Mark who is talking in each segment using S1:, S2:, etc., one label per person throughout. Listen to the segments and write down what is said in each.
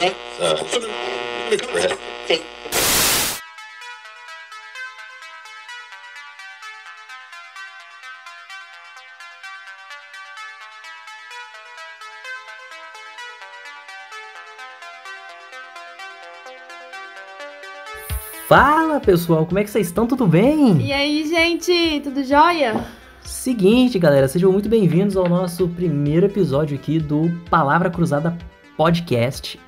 S1: É,
S2: Fala pessoal, como é que vocês estão? Tudo bem?
S3: E aí, gente, tudo jóia?
S2: Seguinte, galera, sejam muito bem-vindos ao nosso primeiro episódio aqui do Palavra Cruzada Podcast.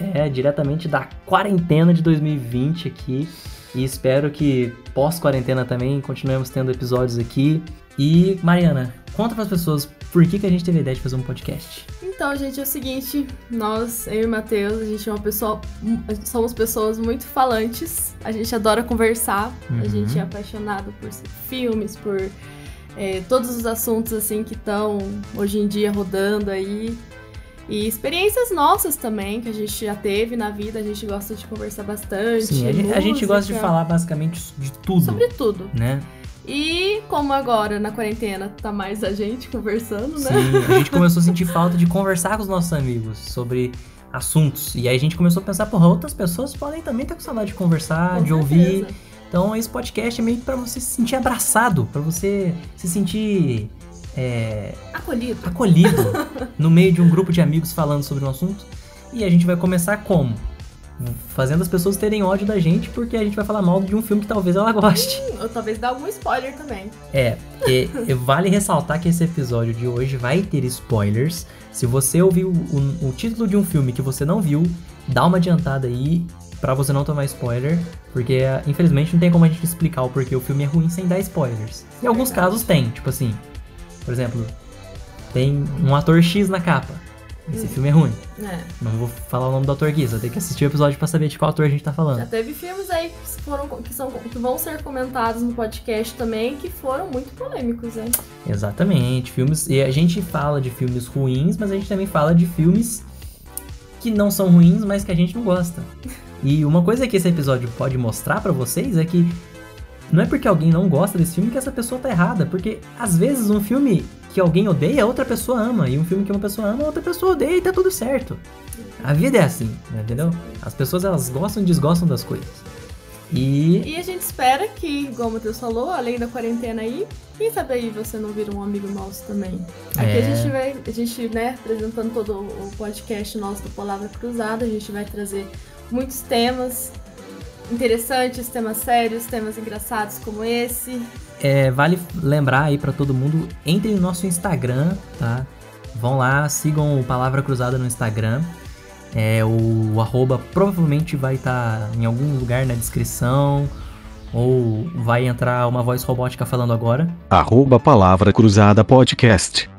S2: É, diretamente da quarentena de 2020 aqui. E espero que pós-quarentena também continuemos tendo episódios aqui. E, Mariana, conta pras pessoas por que, que a gente teve a ideia de fazer um podcast.
S3: Então, gente, é o seguinte, nós, eu e o Matheus, a gente é uma pessoa, somos pessoas muito falantes, a gente adora conversar,
S2: Uhum.
S3: a gente é apaixonado por filmes, por é, todos os assuntos, assim, que estão hoje em dia rodando aí, e experiências nossas também, que a gente já teve na vida, a gente gosta de conversar bastante,
S2: Sim, a, gente- a gente gosta de
S3: música,
S2: falar basicamente de tudo,
S3: Sobre tudo.
S2: né?
S3: E como agora, na quarentena, tá mais a gente conversando, né?
S2: Sim, a gente começou a sentir falta de conversar com os nossos amigos sobre assuntos. E aí a gente começou a pensar, porra, outras pessoas podem também estar com saudade de conversar,
S3: Com
S2: de ouvir.
S3: certeza.
S2: Então esse podcast é meio que pra você se sentir abraçado, pra você se sentir é,
S3: Acolhido.
S2: acolhido no meio de um grupo de amigos falando sobre um assunto. E a gente vai começar como? Fazendo as pessoas terem ódio da gente, porque a gente vai falar mal de um filme que talvez ela goste.
S3: Ou Hum, talvez dar algum spoiler também.
S2: É, e- e vale ressaltar que esse episódio de hoje vai ter spoilers. Se você ouviu o, o título de um filme que você não viu, dá uma adiantada aí pra você não tomar spoiler, porque ah, infelizmente não tem como a gente explicar o porquê o filme é ruim sem dar spoilers. Em alguns
S3: Verdade.
S2: casos tem, tipo assim, por exemplo, tem um ator X na capa. Esse
S3: Hum.
S2: filme é ruim.
S3: É.
S2: Não vou falar o nome do ator aqui, só tem que assistir o episódio pra saber de qual ator a gente tá falando.
S3: Já teve filmes aí que, foram, que, são, que vão ser comentados no podcast também que foram muito polêmicos, né?
S2: Exatamente, filmes. E a gente fala de filmes ruins, mas a gente também fala de filmes que não são ruins, mas que a gente não gosta. E uma coisa que esse episódio pode mostrar pra vocês é que não é porque alguém não gosta desse filme que essa pessoa tá errada, porque às vezes um filme que alguém odeia, outra pessoa ama, e um filme que uma pessoa ama, outra pessoa odeia e tá tudo certo. A vida é assim, né, entendeu? As pessoas elas gostam e desgostam das coisas. E
S3: E a gente espera que, igual o Matheus falou, além da quarentena aí, quem sabe aí você não vira um amigo nosso também. Aqui
S2: É.
S3: a gente vai, a gente, né, apresentando todo o podcast nosso do Palavra Cruzada, a gente vai trazer muitos temas interessantes, temas sérios, temas engraçados como esse.
S2: É, vale lembrar aí pra todo mundo, entrem no nosso Instagram, tá? Vão lá, sigam o Palavra Cruzada no Instagram. É, o arroba provavelmente vai estar em algum lugar na descrição. Ou vai entrar uma voz robótica falando agora.
S4: Arroba Palavra Cruzada Podcast.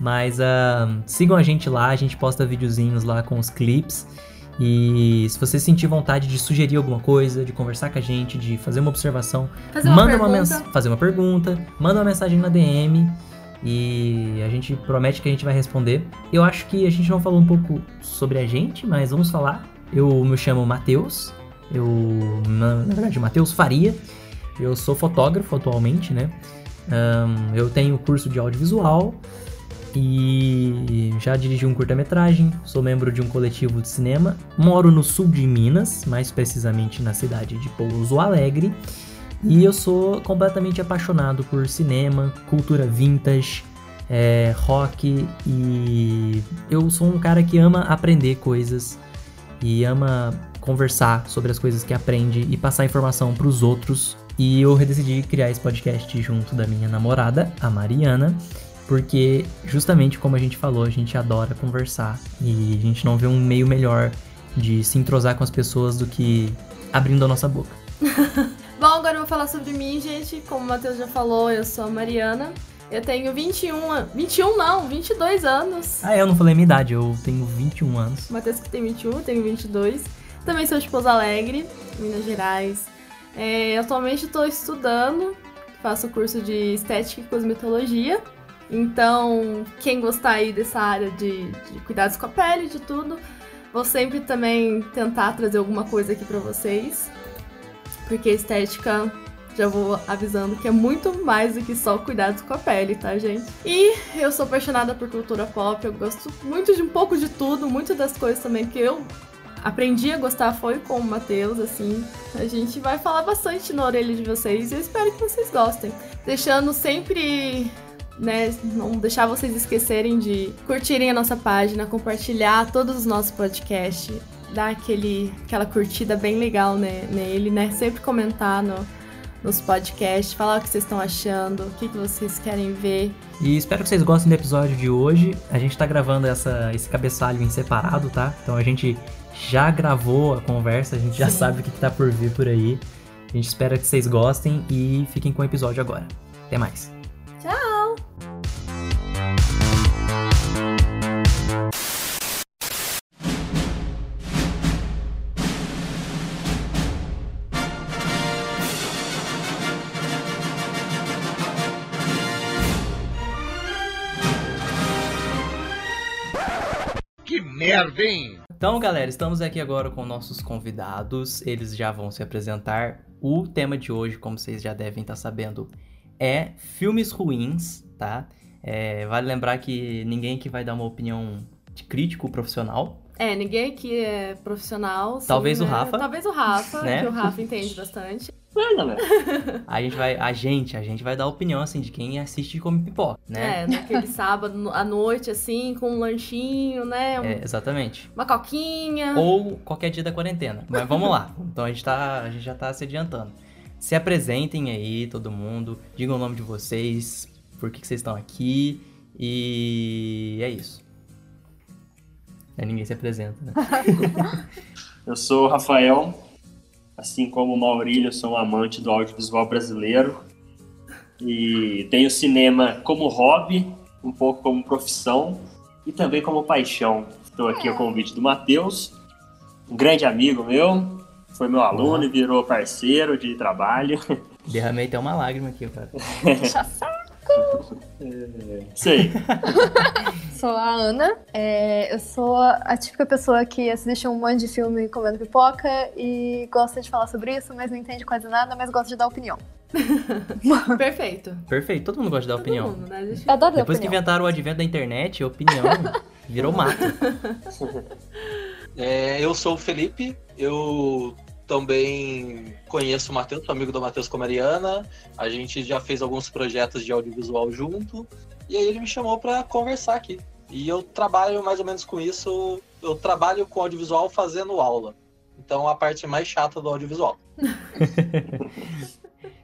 S2: Mas ah, sigam a gente lá, a gente posta videozinhos lá com os clipes. E se você sentir vontade de sugerir alguma coisa, de conversar com a gente, de fazer uma observação,
S3: Fazer uma
S2: manda uma
S3: pergunta.
S2: mensagem, fazer uma pergunta, manda uma mensagem na DM e a gente promete que a gente vai responder. Eu acho que a gente não falou um pouco sobre a gente, mas vamos falar. Eu me chamo Matheus, eu na, na verdade Matheus Faria. Eu sou fotógrafo atualmente, né? Ahn, eu tenho curso de audiovisual e já dirigi um curta-metragem. Sou membro de um coletivo de cinema. Moro no sul de Minas, mais precisamente na cidade de Pouso Alegre. E eu sou completamente apaixonado por cinema, cultura vintage, é, rock e eu sou um cara que ama aprender coisas e ama conversar sobre as coisas que aprende e passar informação pros outros. E eu decidi criar esse podcast junto da minha namorada, a Mariana, porque justamente como a gente falou, a gente adora conversar e a gente não vê um meio melhor de se entrosar com as pessoas do que abrindo a nossa boca.
S3: Bom, agora eu vou falar sobre mim, gente. Como o Matheus já falou, eu sou a Mariana. Eu tenho 21 anos. 21 não, 22 anos.
S2: Ah, eu não falei minha idade, eu tenho 21 anos.
S3: O Matheus que tem 21, eu tenho 22. Também sou de Pouso Alegre, Minas Gerais. É, atualmente estou estudando, faço curso de estética e cosmetologia. Então, quem gostar aí dessa área de, de cuidados com a pele, de tudo, vou sempre também tentar trazer alguma coisa aqui pra vocês. Porque estética, já vou avisando que é muito mais do que só cuidados com a pele, tá, gente? E eu sou apaixonada por cultura pop, eu gosto muito de um pouco de tudo, muito das coisas também que eu aprendi a gostar foi com o Matheus, assim. A gente vai falar bastante na orelha de vocês e eu espero que vocês gostem. Deixando sempre, né, não deixar vocês esquecerem de curtirem a nossa página, compartilhar todos os nossos podcasts, dar aquele, aquela curtida bem legal né, nele, né? Sempre comentar no, nos podcasts, falar o que vocês estão achando, o que, que vocês querem ver.
S2: E espero que vocês gostem do episódio de hoje. A gente tá gravando essa, esse cabeçalho em separado, tá? Então a gente já gravou a conversa, a gente já
S3: Sim.
S2: sabe o que, que tá por vir por aí. A gente espera que vocês gostem e fiquem com o episódio agora. Até mais.
S5: Que merda, hein?
S2: Então, galera, estamos aqui agora com nossos convidados. Eles já vão se apresentar. O tema de hoje, como vocês já devem estar sabendo, é filmes ruins, tá? É, vale lembrar que ninguém que vai dar uma opinião de crítico profissional.
S3: É, ninguém aqui é profissional. sim,
S2: Talvez o
S3: né?
S2: Rafa.
S3: Talvez o Rafa,
S2: Né?
S3: que o Rafa entende bastante.
S1: É, galera.
S2: A gente vai, a gente, a gente vai dar opinião assim de quem assiste e come pipoca, né?
S3: É, naquele sábado no- à noite, assim, com um lanchinho, né? um-
S2: É, exatamente.
S3: Uma coquinha.
S6: Ah.
S2: Ou qualquer dia da quarentena. Mas vamos lá. Então a gente, tá, a gente já tá se adiantando. Se apresentem aí, todo mundo. Digam o nome de vocês, por que, que vocês estão aqui. E é isso. Aí ninguém se apresenta, né?
S1: Eu sou o Rafael. Assim como o Maurílio, eu sou um amante do audiovisual brasileiro. E tenho cinema como hobby, um pouco como profissão e também como paixão. Estou aqui ao convite do Matheus, um grande amigo meu. Foi meu aluno e virou parceiro de trabalho.
S2: Derramei até uma lágrima aqui, cara.
S1: Sei.
S6: Sou a Ana. É, eu sou a típica pessoa que assiste um monte de filme comendo pipoca e gosta de falar sobre isso, mas não entende quase nada, mas gosta de dar opinião.
S3: Perfeito.
S2: Perfeito, todo mundo gosta de dar
S3: Todo
S2: opinião.
S3: mundo, né? Deixa-
S6: Eu adoro dar
S2: Depois que
S6: opinião.
S2: inventaram o advento da internet, a opinião virou mato.
S7: É, eu sou o Felipe, eu também conheço o Matheus, sou amigo do Matheus Comariana, a gente já fez alguns projetos de audiovisual junto, e aí ele me chamou para conversar aqui. E eu trabalho mais ou menos com isso, eu trabalho com audiovisual fazendo aula. Então a parte mais chata do audiovisual.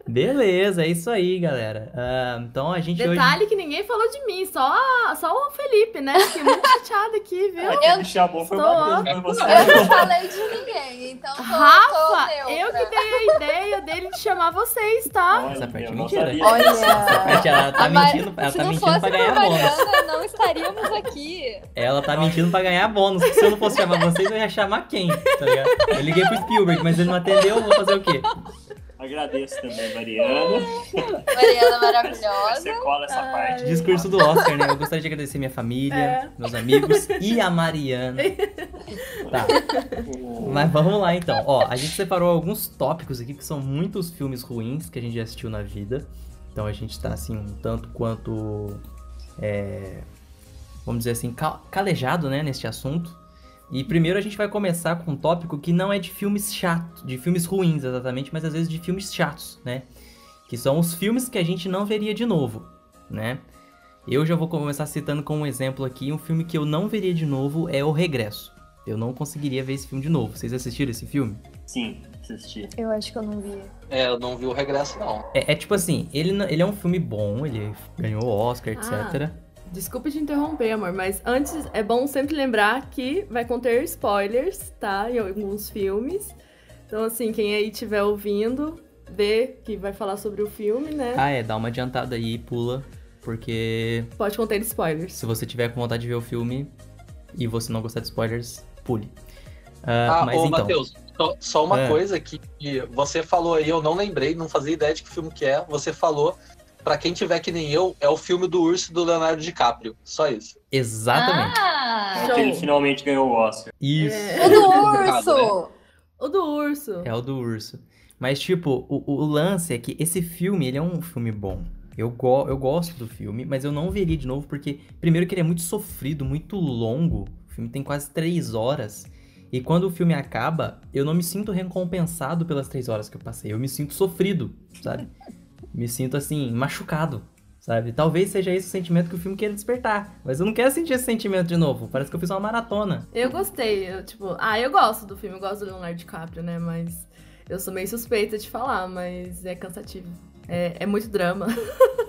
S2: Beleza, é isso aí, galera. Ah, então a gente hoje.
S3: Detalhe que ninguém falou de mim, só, a- só o Felipe, né? Fiquei muito chateada aqui, viu?
S1: Quem me chamou foi o
S3: estou-
S1: Matheus, foi você.
S6: Eu não falei de ninguém, então tô,
S3: Rafa,
S6: tô
S3: eu
S6: neutra.
S3: que dei a ideia dele de chamar vocês, tá?
S1: Olha,
S2: Essa parte é
S1: eu não
S2: mentira.
S1: sabia.
S6: Olha.
S2: Gente, ela tá
S6: A Mari-
S2: mentindo, ela
S6: Se
S2: tá
S6: não
S2: mentindo
S6: fosse
S2: pra
S6: pra
S2: ganhar bônus.
S6: Mariana, não estaríamos aqui.
S2: Ela tá mentindo pra ganhar bônus. porque Se eu não fosse chamar vocês, eu ia chamar quem? Tá ligado? Eu liguei pro Spielberg, mas ele não atendeu, eu vou fazer o quê?
S1: Agradeço também, Mariana.
S6: Mariana maravilhosa.
S1: Você cola essa
S3: Ah,
S1: parte.
S2: Discurso do Oscar, né? Eu gostaria de agradecer minha família,
S3: É.
S2: meus amigos e a Mariana. Tá, mas vamos lá então. Ó, a gente separou alguns tópicos aqui que são muitos filmes ruins que a gente já assistiu na vida. Então a gente tá assim, um tanto quanto. é, vamos dizer assim, ca- calejado, né, neste assunto. E primeiro a gente vai começar com um tópico que não é de filmes chatos, de filmes ruins exatamente, mas às vezes de filmes chatos, né? Que são os filmes que a gente não veria de novo, né? Eu já vou começar citando como um exemplo aqui um filme que eu não veria de novo é O Regresso. Eu não conseguiria ver esse filme de novo. Vocês assistiram esse filme?
S1: Sim, assisti.
S6: Eu acho que eu não vi.
S7: É, eu não vi o regresso, não.
S2: É, é tipo assim, ele, não- ele é um filme bom, ele ganhou Oscar, etc.
S3: Desculpa te interromper, amor, mas antes é bom sempre lembrar que vai conter spoilers, tá? Em alguns filmes. Então, assim, quem aí estiver ouvindo, vê que vai falar sobre o filme, né?
S2: Ah, é, dá uma adiantada aí e pula, porque
S3: Pode conter spoilers.
S2: se você tiver com vontade de ver o filme e você não gostar de spoilers, pule. Ah,
S7: Ah,
S2: mas
S7: ô
S2: então,
S7: Matheus, só, só uma
S2: É.
S7: coisa que você falou aí, eu não lembrei, não fazia ideia de que filme que é. Você falou, pra quem tiver que nem eu, é o filme do urso do Leonardo DiCaprio. Só isso.
S2: exatamente.
S6: Ah, é.
S1: Porque ele finalmente ganhou o Oscar.
S2: Isso.
S6: o do urso!
S7: Errado,
S3: O do urso.
S2: É o do urso. Mas, tipo, o, o lance é que esse filme, ele é um filme bom. Eu, go eu gosto do filme, mas eu não veria de novo porque, primeiro, que ele é muito sofrido, muito longo. O filme tem quase três horas. E quando o filme acaba, eu não me sinto recompensado pelas três horas que eu passei. Eu me sinto sofrido, sabe? me sinto assim, machucado, sabe? Talvez seja esse o sentimento que o filme queira despertar. Mas eu não quero sentir esse sentimento de novo. Parece que eu fiz uma maratona.
S3: Eu gostei, eu, tipo, ah, eu gosto do filme, eu gosto do Leonardo DiCaprio, né? Mas eu sou meio suspeita de falar, mas é cansativo. É, é muito drama.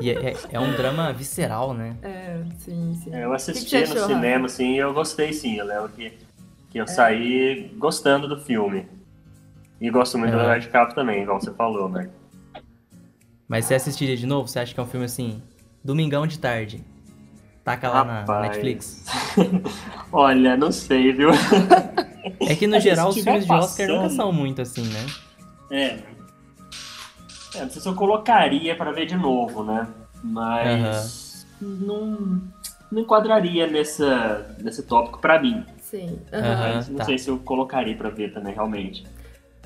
S2: E é, é- é um drama visceral, né?
S3: É, sim, sim.
S1: É, Eu
S3: O que
S1: assisti
S3: que
S1: no
S3: você achou, É.
S1: cinema, assim, e eu gostei sim. Eu lembro que, que eu saí gostando do filme. E gosto muito
S2: É.
S1: do Leonardo DiCaprio também, igual você falou, né?
S2: Mas você assistiria de novo? Você acha que é um filme assim, domingão de tarde? Taca lá na
S1: Rapaz.
S2: Netflix.
S1: Olha, não sei, viu?
S2: É que no
S1: Mas se
S2: geral os
S1: tiver
S2: filmes de Oscar nunca
S1: passando-
S2: são muito assim, né?
S1: É. É, não sei se eu colocaria pra ver de novo, né? Mas não, não enquadraria nessa, nesse tópico pra mim.
S3: Sim. aham.
S2: Aham.
S1: Mas não
S2: tá.
S1: sei se eu colocaria pra ver também, realmente.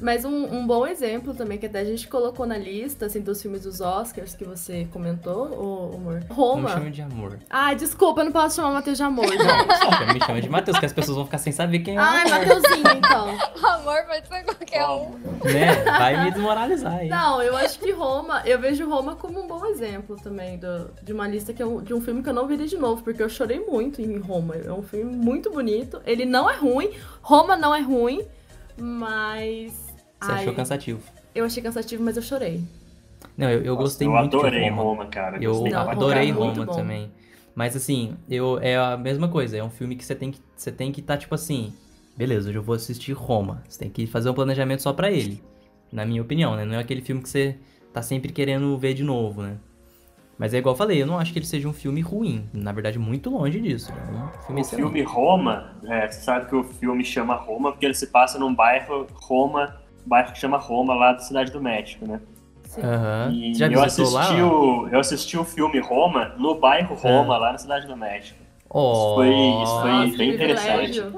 S3: Mas um, um bom exemplo também, que até a gente colocou na lista, assim, dos filmes dos Oscars que você comentou, ô, ô, amor.
S2: Não me
S3: Roma.
S2: chama de amor.
S3: Ai, desculpa, eu não posso chamar o Matheus de amor, gente.
S2: Não, me chama de Matheus, que as pessoas vão ficar sem saber quem é o
S1: Ah.
S3: Ai,
S2: amor.
S3: Matheuzinho, então.
S6: Amor pode ser qualquer um.
S2: Né? Vai me desmoralizar aí.
S3: Não, eu acho que Roma, eu vejo Roma como um bom exemplo também do- de uma lista que eu- de um filme que eu não virei de novo, porque eu chorei muito em Roma. É um filme muito bonito. Ele não é ruim, Roma não é ruim, mas.
S2: Você
S3: ai,
S2: achou cansativo.
S3: eu achei cansativo, mas eu chorei.
S2: Não, eu, eu
S1: Nossa,
S2: gostei
S1: eu
S2: muito
S1: adorei
S2: de Roma.
S1: cara.
S2: Eu
S1: Gostei
S3: Não,
S1: pra um
S2: adorei
S1: caramba.
S3: muito
S2: Roma
S3: bom.
S2: também. Mas assim, eu é a mesma coisa, é um filme que você tem que você tem que tá tipo assim, beleza, hoje eu vou assistir Roma. Você tem que fazer um planejamento só pra ele, na minha opinião, né? Não é aquele filme que você tá sempre querendo ver de novo, né? Mas é igual eu falei, eu não acho que ele seja um filme ruim, na verdade muito longe disso. É um
S1: O
S2: filme excelente.
S1: filme Roma, é, você sabe que o filme chama Roma porque ele se passa num bairro, Roma, bairro que chama Roma, lá da Cidade do México, né?
S3: Sim.
S2: Aham.
S1: E
S2: Você Já
S1: eu
S2: visitou
S1: assisti,
S2: lá?
S1: O, eu assisti o filme Roma no bairro Roma, lá na Cidade do México.
S2: Oh,
S1: foi- isso foi-
S3: Nossa,
S1: bem
S3: que privilégio.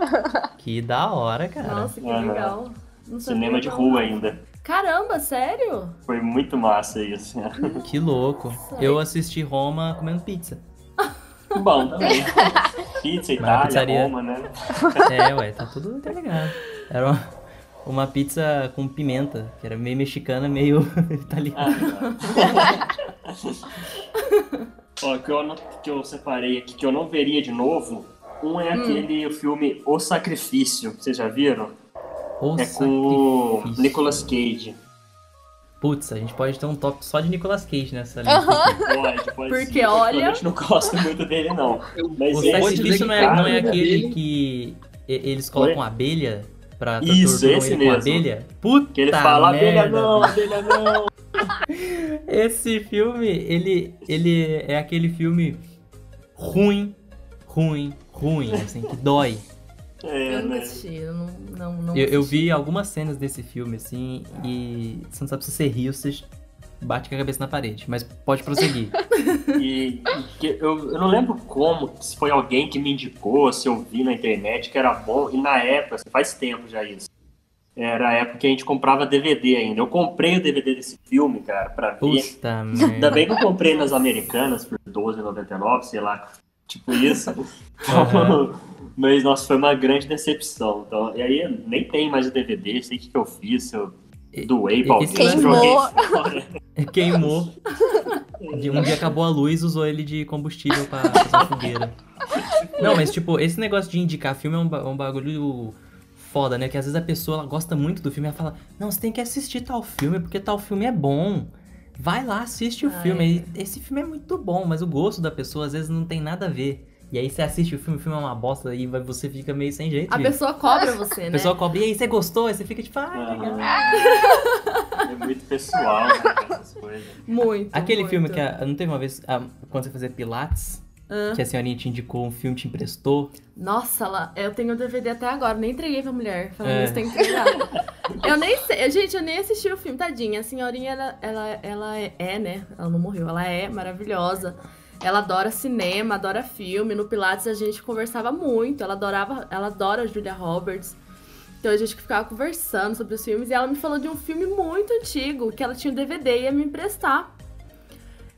S2: que da hora, cara.
S3: Nossa, que
S1: Aham.
S3: legal. Não sabia
S1: Cinema de
S3: não.
S1: rua ainda.
S3: Caramba, sério?
S1: Foi muito massa assim, isso.
S2: Que louco.
S3: Nossa.
S2: Eu assisti Roma comendo pizza.
S1: Bom também. Pizza, Itália,
S2: pizzaria.
S1: Roma, né?
S2: É, ué, tá tudo interligado. Era uma, uma pizza com pimenta, que era meio mexicana, meio italiana.
S1: Ó, que eu, não- que eu separei aqui, que eu não veria de novo, um é
S3: Hum.
S1: aquele filme O Sacrifício, vocês já viram?
S2: Ou
S1: é com o
S2: sacrifício.
S1: Nicolas Cage.
S2: Putz, a gente pode ter um top só de Nicolas Cage nessa
S6: Aham.
S2: lista.
S1: Pode, pode
S3: Porque,
S1: sim, é, tipo, assim, eu
S3: olha-
S1: particularmente não gosto muito dele, não.
S7: Eu-
S1: Mas
S2: O
S1: esse
S2: sacrifício não é,
S1: cara-
S2: não é aquele que e- eles colocam
S1: Oi?
S2: abelha pra pra
S1: Isso,
S2: torturam
S1: esse
S2: ele com
S1: mesmo.
S2: abelha? Puta
S1: Que ele fala, abelha
S2: Tá, merda.
S1: não, abelha não.
S2: Esse filme, ele, ele é aquele filme ruim, ruim, ruim, assim, que dói.
S1: É,
S3: Eu nunca
S1: né?
S3: assisti, eu não, não, não
S2: Eu, eu
S3: assisti.
S2: vi algumas cenas desse filme, assim, e você não sabe se você ri ou se você bate com a cabeça na parede. Mas pode prosseguir.
S1: E, e que eu, eu não lembro como, se foi alguém que me indicou, se eu vi na internet que era bom, e na época, assim, faz tempo já isso. Era a época que a gente comprava DVD ainda. Eu comprei o DVD desse filme, cara, pra ver.
S2: Puta
S1: Ainda
S2: merda.
S1: bem que eu comprei nas americanas por R$12,99, sei lá, tipo isso. Então,
S2: Aham.
S1: Mas, nossa, foi uma grande decepção. Então, e aí, nem tem mais o DVD, sei o que, que eu fiz, se eu
S2: E-
S1: doei
S2: e-
S1: pra alguém.
S2: esse-
S1: se joguei
S6: Queimou.
S1: fora.
S2: É, Queimou. De- Um dia acabou a luz, usou ele de combustível pra fazer uma fogueira. Não, mas tipo, esse negócio de indicar filme é um, ba- um bagulho foda, né? Que às vezes a pessoa ela gosta muito do filme e ela fala, não, você tem que assistir tal filme, porque tal filme é bom. Vai lá, assiste o
S3: Ah,
S2: filme. E Esse filme é muito bom, mas o gosto da pessoa às vezes não tem nada a ver. E aí você assiste o filme, o filme é uma bosta, e vai- você fica meio sem jeito.
S3: A
S2: mesmo.
S3: pessoa cobra você,
S2: A
S3: né?
S2: pessoa cobra, e aí você gostou? Aí você fica tipo, ah, legal.
S1: Ah, É muito pessoal, né, essas coisas.
S3: Muito.
S2: Aquele
S3: muito.
S2: filme que a- não teve uma vez a- quando você fazia Pilates,
S3: Ah.
S2: que a senhorinha te indicou um filme, te emprestou.
S3: Nossa, lá, eu tenho o DVD até agora, nem entreguei pra mulher. Falando
S2: É.
S3: isso, tem que entregar. eu nem sei, gente, eu nem assisti o filme, tadinha. A senhorinha, ela, ela, ela é, é, né? Ela não morreu, ela é maravilhosa. Ela adora cinema, adora filme. No Pilates a gente conversava muito. Ela adorava, ela adora a Julia Roberts. Então a gente ficava conversando sobre os filmes e ela me falou de um filme muito antigo que ela tinha o DVD e ia me emprestar.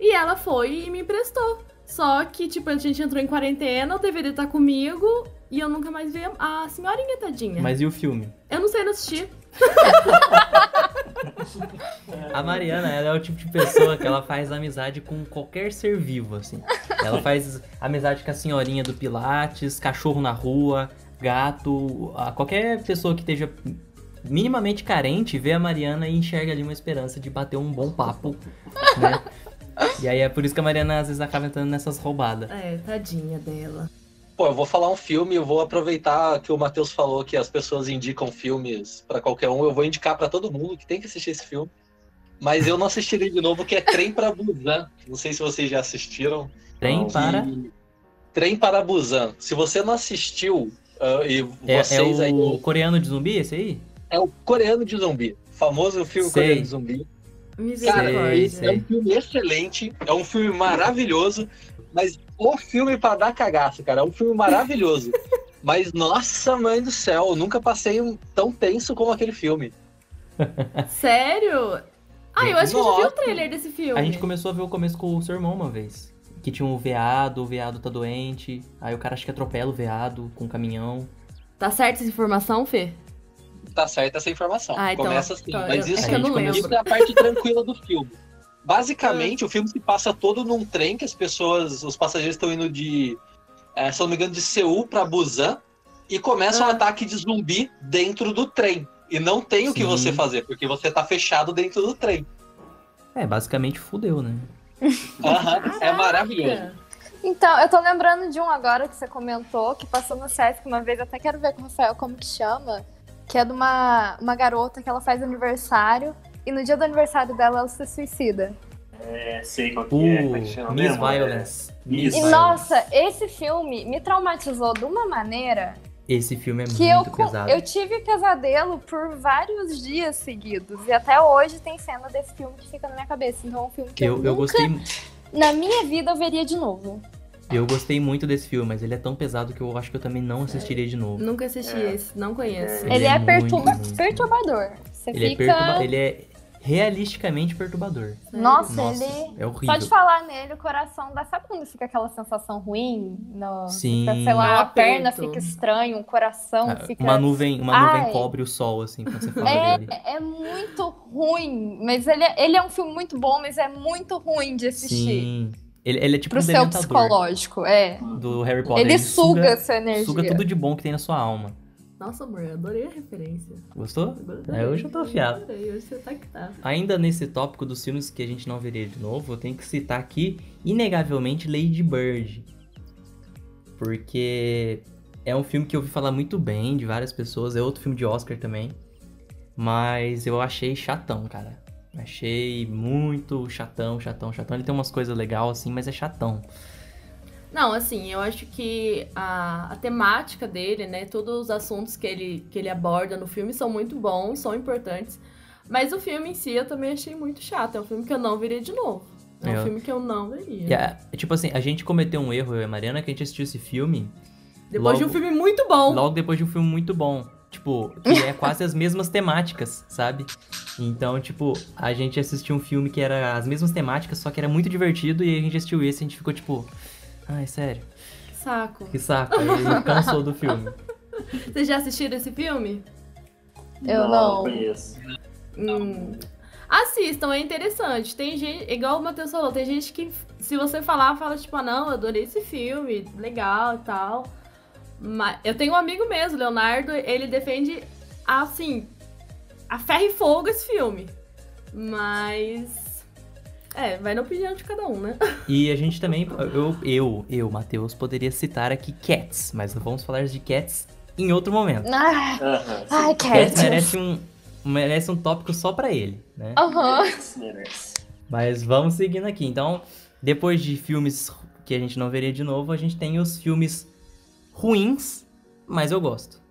S3: E ela foi e me emprestou. Só que, tipo, a gente entrou em quarentena, o DVD tá comigo e eu nunca mais vi a senhorinha,
S7: É.
S3: tadinha.
S2: Mas e o filme?
S3: Eu não sei, não assisti.
S2: A Mariana, ela é o tipo de pessoa que ela faz amizade com qualquer ser vivo, assim. Ela faz amizade com a senhorinha do Pilates, cachorro na rua, gato, a qualquer pessoa que esteja minimamente carente vê a Mariana e enxerga ali uma esperança de bater um bom papo, né? E aí é por isso que a Mariana às vezes acaba entrando nessas roubadas.
S3: É, tadinha dela.
S7: Pô, eu vou falar um filme, eu vou aproveitar que o Matheus falou que as pessoas indicam filmes pra qualquer um, eu vou indicar pra todo mundo que tem que assistir esse filme. Mas eu não assistirei de novo, que é Trem para Busan. Não sei se vocês já assistiram.
S2: Trem
S7: Que-
S1: Então,
S2: para.
S7: Trem para Busan. Se você não assistiu, ah, e
S2: É, é
S7: vocês aí
S2: o coreano de zumbi esse aí?
S7: É o coreano de zumbi. Famoso filme
S2: Sei.
S7: coreano de zumbi. Cara,
S2: Sei,
S3: Misericórdia.
S7: esse é um filme excelente. É um filme maravilhoso. Mas o filme pra dar cagaço, cara. É um filme maravilhoso. mas, nossa mãe do céu, eu nunca passei um- tão tenso como aquele filme.
S3: Sério? Ah, eu acho que eu já vi
S7: Nossa.
S3: o trailer desse filme.
S2: A gente começou a ver o começo com o seu irmão uma vez. Que tinha um veado, o veado tá doente. Aí o cara acho que atropela o veado com um caminhão.
S3: Tá certa essa informação, Fê?
S7: Tá certa essa informação.
S3: Ah, então-
S7: Começa assim.
S3: então,
S7: mas
S3: eu-
S7: isso
S3: é que eu não
S2: A gente
S3: lembro. Ah.
S7: Isso é a parte tranquila do filme. Basicamente, o filme se passa todo num trem que as pessoas, os passageiros estão indo de, eh, se eu não me engano, de Seul para Busan e começa
S3: Ah.
S7: um ataque de zumbi dentro do trem. E não tem o que
S2: Sim.
S7: você fazer, porque você tá fechado dentro do trem.
S2: É, basicamente fudeu, né?
S7: Aham, é maravilhoso.
S6: Então, eu tô lembrando de um agora que você comentou, que passou no Sesc uma vez, até quero ver com o Rafael como que chama, que é de uma, uma garota que ela faz aniversário, e no dia do aniversário dela ela se suicida.
S1: É, sei qual que
S2: Uh,
S1: é, como é que chama
S2: Miss
S1: mesmo? É,
S2: Violence.
S1: Miss
S6: E
S1: Isso.
S6: nossa, esse filme me traumatizou de uma maneira
S2: Esse filme é
S6: que eu,
S2: muito
S6: co-
S2: pesado.
S6: eu tive pesadelo por vários dias seguidos, e até hoje tem cena desse filme que fica na minha cabeça. Então é um filme que eu,
S2: Eu, eu
S6: nunca,
S2: gostei,
S6: na minha vida, eu veria de novo.
S2: eu gostei muito desse filme, mas ele é tão pesado que eu acho que eu também não assistiria de novo.
S3: Nunca assisti
S1: É.
S3: esse, não conheço.
S2: Ele
S6: Ele, é,
S2: é muito,
S6: perturba-
S2: muito.
S6: perturbador. Você
S2: Ele é,
S6: fica.
S2: perturba... ele é realisticamente perturbador.
S6: Nossa,
S2: Nossa,
S6: ele.
S2: é horrível.
S6: Só de falar nele, o coração dá. Sabe quando fica aquela sensação ruim? No...
S2: Sim.
S6: Sei lá,
S3: Dá um
S6: a perna
S3: aperto.
S6: fica estranha, o coração
S2: Ah,
S6: fica.
S2: Uma nuvem, uma nuvem
S6: Ai.
S2: cobre o sol, assim, quando você fala dele.
S6: É, é muito ruim, mas ele é, ele é um filme muito bom, mas é muito ruim de assistir.
S2: Sim. Ele, ele é tipo
S6: Pro
S2: um
S6: seu
S2: dementador
S6: psicológico, é.
S2: do Harry Potter.
S6: Ele, suga, sua energia.
S2: Suga tudo de bom que tem na sua alma.
S3: Nossa, amor, eu adorei a referência.
S2: Gostou?
S3: Agora
S2: É, hoje eu tô afiado.
S3: Adorei, hoje você tá que tá.
S2: Ainda nesse tópico dos filmes que a gente não veria de novo, eu tenho que citar aqui, inegavelmente, Lady Bird. Porque é um filme que eu ouvi falar muito bem de várias pessoas, é outro filme de Oscar também. Mas eu achei chatão, cara. Achei muito chatão, chatão, chatão. Ele tem umas coisas legais assim, mas é chatão.
S3: Não, assim, eu acho que a, a temática dele, né, todos os assuntos que ele, que ele aborda no filme são muito bons, são importantes. Mas o filme em si eu também achei muito chato. É um filme que eu não veria de novo. É um
S2: Eu-
S3: filme que eu não veria.
S2: E é- é tipo assim, a gente cometeu um erro, eu e a Mariana, que a gente assistiu esse filme
S3: Depois de um
S2: logo-
S3: filme muito bom.
S2: logo depois de um filme muito bom. Tipo, que é quase as mesmas temáticas, sabe? Então, tipo, a gente assistiu um filme que era as mesmas temáticas, só que era muito divertido, e a gente assistiu esse e a gente ficou tipo. Ai, sério,
S3: Saco.
S2: que saco. E a gente cansou do filme.
S3: Vocês já assistiram esse filme?
S6: Eu não.
S1: É, conheço.
S3: Hum. Assistam, é interessante. Tem gente, igual o Matheus falou, tem gente que se você falar, fala tipo, ah não, eu adorei esse filme, legal e tal. Mas eu tenho um amigo mesmo, Leonardo, ele defende assim, a ferro e fogo esse filme. Mas é, vai na opinião de cada um, né?
S2: E a gente também. Eu, eu, eu Matheus, poderia citar aqui Cats, mas vamos falar de Cats em outro momento.
S6: Ah,
S1: Aham, sim,
S6: ai,
S2: Cats
S6: Cat.
S2: merece um, merece um tópico só pra ele, né?
S6: Aham.
S1: isso merece.
S2: Mas vamos seguindo aqui. Então, depois de filmes que a gente não veria de novo, a gente tem os filmes ruins, mas eu gosto.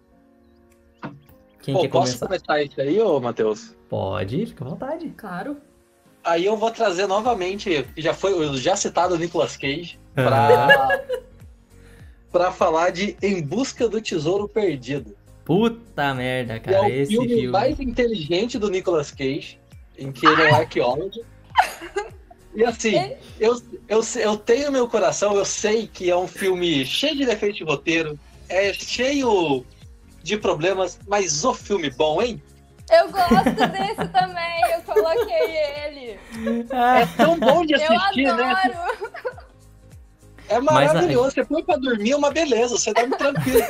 S2: Quem
S7: Pô,
S2: quer
S7: posso
S2: começar?
S7: começar isso aí, ô Matheus?
S2: Pode, fica à vontade.
S3: Claro.
S7: Aí eu vou trazer novamente, que já foi o já citado Nicolas Cage,
S2: Aham.
S7: pra, pra falar de Em Busca do Tesouro Perdido.
S2: Puta merda,
S7: Que é o
S2: cara, esse
S7: filme,
S2: filme.
S6: Ah!
S7: mais inteligente do Nicolas Cage, em que ele é um arqueólogo. E assim, eu, eu, eu tenho meu coração, eu sei que é um filme cheio de defeito de roteiro, é cheio de problemas, mas o filme bom, hein?
S6: Eu gosto desse também, eu coloquei ele.
S7: É tão bom de
S6: Eu
S7: assistir, né?
S6: adoro.
S7: É maravilhoso. Você põe pra dormir, é uma beleza, você dorme tranquilo.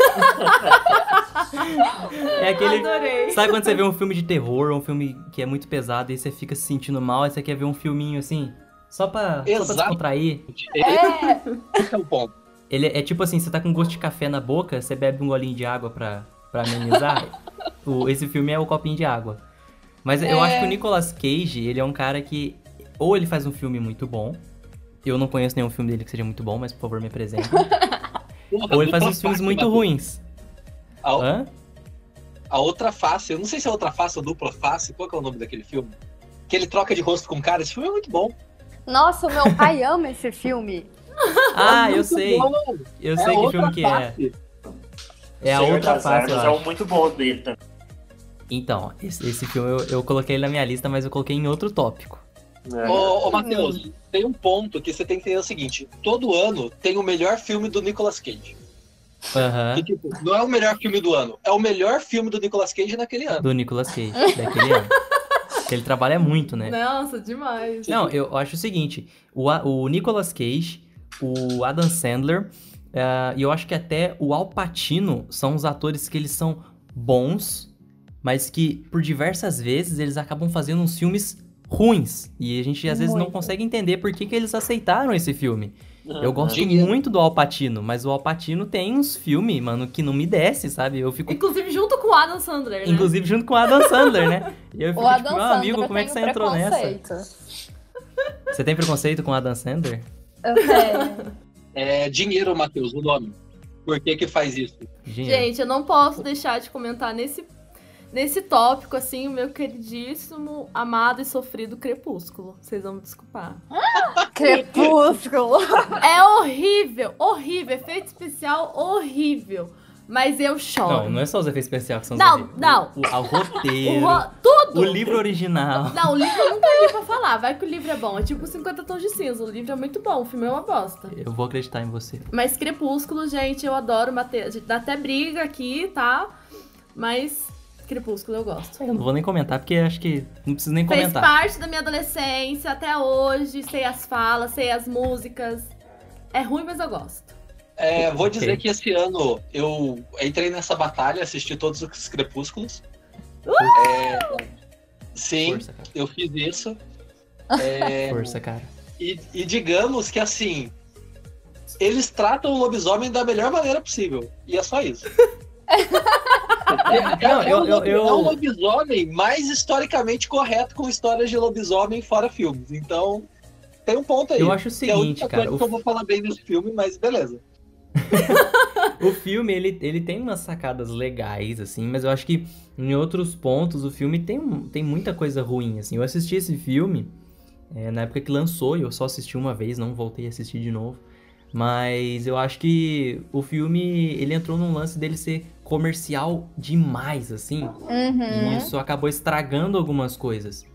S2: É aquele.
S3: Adorei.
S2: Sabe quando você vê um filme de terror, um filme que é muito pesado e você fica se sentindo mal e você quer ver um filminho assim? Só pra, só pra
S7: Exato.
S2: descontrair.
S6: É,
S7: Esse é o ponto.
S2: Ele é tipo assim, você tá com gosto de café na boca, você bebe um golinho de água pra, pra amenizar. O- esse filme é o copinho de água. Mas eu
S7: É.
S2: acho que o Nicolas Cage, ele é um cara que. Ou ele faz um filme muito bom. Eu não conheço nenhum filme dele que seja muito bom, mas por favor me apresente.
S7: Porra,
S2: ou ele faz
S7: outra
S2: uns filmes
S7: face,
S2: muito
S7: Matheus.
S2: ruins. né?
S7: A,
S2: Hã?
S7: a outra face, eu não sei se é outra face ou dupla face, qual que é o nome daquele filme? Que ele troca de rosto com o cara, esse filme é muito bom.
S6: Nossa, o meu pai ama esse filme.
S2: Ah,
S7: É
S2: eu
S7: muito
S2: sei.
S7: bom.
S2: Eu
S7: É
S2: sei que
S7: outra
S2: filme que é.
S7: face.
S2: É a
S1: Senhor
S2: outra
S1: das
S2: face, eu
S1: Armas é
S2: acho.
S1: um muito bom dele também.
S2: Então, esse, esse filme eu, eu coloquei ele na minha lista, mas eu coloquei em outro tópico.
S1: É.
S7: Ô, ô Matheus, tem um ponto que você tem que entender o seguinte: todo ano tem o melhor filme do Nicolas Cage.
S2: Aham.
S7: Que, tipo, não é o melhor filme do ano, é o melhor filme do Nicolas Cage naquele ano.
S2: Do Nicolas Cage, daquele ano. Porque ele trabalha muito, né?
S3: Nossa, demais.
S2: Não, eu acho o seguinte: o, A- o Nicolas Cage, o Adam Sandler, eh, e eu acho que até o Al Pacino são os atores que eles são bons, mas que por diversas vezes eles acabam fazendo uns filmes ruins. E a gente às vezes não
S6: Muito. Ah,
S2: consegue entender por que, que eles aceitaram esse filme. Eu gosto
S7: Dinheiro.
S2: muito do Alpatino, mas o Alpatino tem uns filmes, mano, que não me desce, sabe? Eu fico.
S3: Inclusive junto com o Adam Sandler, né?
S2: Inclusive junto com o Adam Sandler, né? E eu
S6: O
S2: fico
S6: Adam
S2: tipo, meu
S6: Sandler
S2: amigo, como é que você
S6: tem um
S2: entrou nessa?
S6: preconceito.
S2: Você tem preconceito com o Adam Sandler?
S6: Eu tenho.
S7: É dinheiro, Matheus, o nome. Por que que faz isso?
S2: Gente,
S3: Gente, eu não posso deixar de comentar nesse, nesse tópico, assim, o meu queridíssimo, amado e sofrido Crepúsculo. Vocês vão me desculpar.
S6: Crepúsculo.
S3: É horrível, horrível. Efeito especial horrível. Mas eu
S2: Não,
S3: choro.
S2: não é só os efeitos especiais que são
S3: Não,
S2: horríveis.
S3: não.
S2: O, o, o
S3: O
S2: roteiro,
S3: ro- Tudo!
S2: o livro original.
S3: Não, o livro eu nunca li pra falar. Vai que o livro é bom. É tipo 50 tons de cinza. O livro é muito bom, o filme é uma bosta.
S2: Eu vou acreditar em você.
S3: Mas Crepúsculo, gente, eu adoro. Mate... a gente Dá até briga aqui, tá? Mas Crepúsculo eu gosto.
S2: Eu não vou nem comentar, porque acho que não preciso nem
S3: Fez
S2: comentar.
S3: parte da minha adolescência até hoje. Sei as falas, sei as músicas. É ruim, mas eu gosto.
S7: É, vou dizer
S2: Ok.
S7: que esse ano eu entrei nessa batalha, assisti todos os crepúsculos. É, sim,
S2: Força, cara.
S7: eu fiz isso. É,
S2: Força, cara.
S7: e, e digamos que assim, eles tratam o lobisomem da melhor maneira possível. E é só isso. É,
S2: Não, eu- eu-
S7: um lobi- é um
S2: eu-
S7: lobisomem mais historicamente correto com histórias de lobisomem fora filmes. Então, tem um ponto aí.
S2: Eu acho o
S7: Que é a
S2: seguinte,
S7: única
S2: cara.
S7: coisa
S2: o
S7: que eu vou falar bem desse filme, mas beleza.
S2: O filme, ele, ele tem umas sacadas legais, assim, mas eu acho que em outros pontos o filme tem, um- tem muita coisa ruim, assim. Eu assisti esse filme é, na época que lançou, e eu só assisti uma vez, não voltei a assistir de novo. Mas eu acho que o filme, ele entrou num lance dele ser comercial demais, assim. E
S6: Uhum.
S2: isso acabou estragando algumas coisas.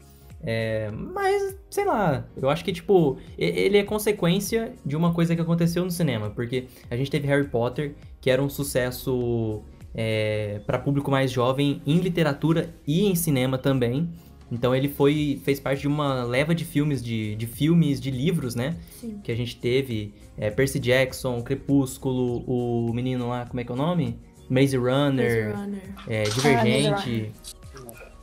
S2: É, mas, sei lá, eu acho que, tipo, e- ele é consequência de uma coisa que aconteceu no cinema. Porque a gente teve Harry Potter, que era um sucesso é, para público mais jovem em literatura e em cinema também. Então ele foi fez parte de uma leva de filmes, de, de filmes, de livros, né?
S3: Sim.
S2: Que a gente teve é, Percy Jackson, Crepúsculo, o menino lá, como é que é o nome? Maze Runner, é, Divergente.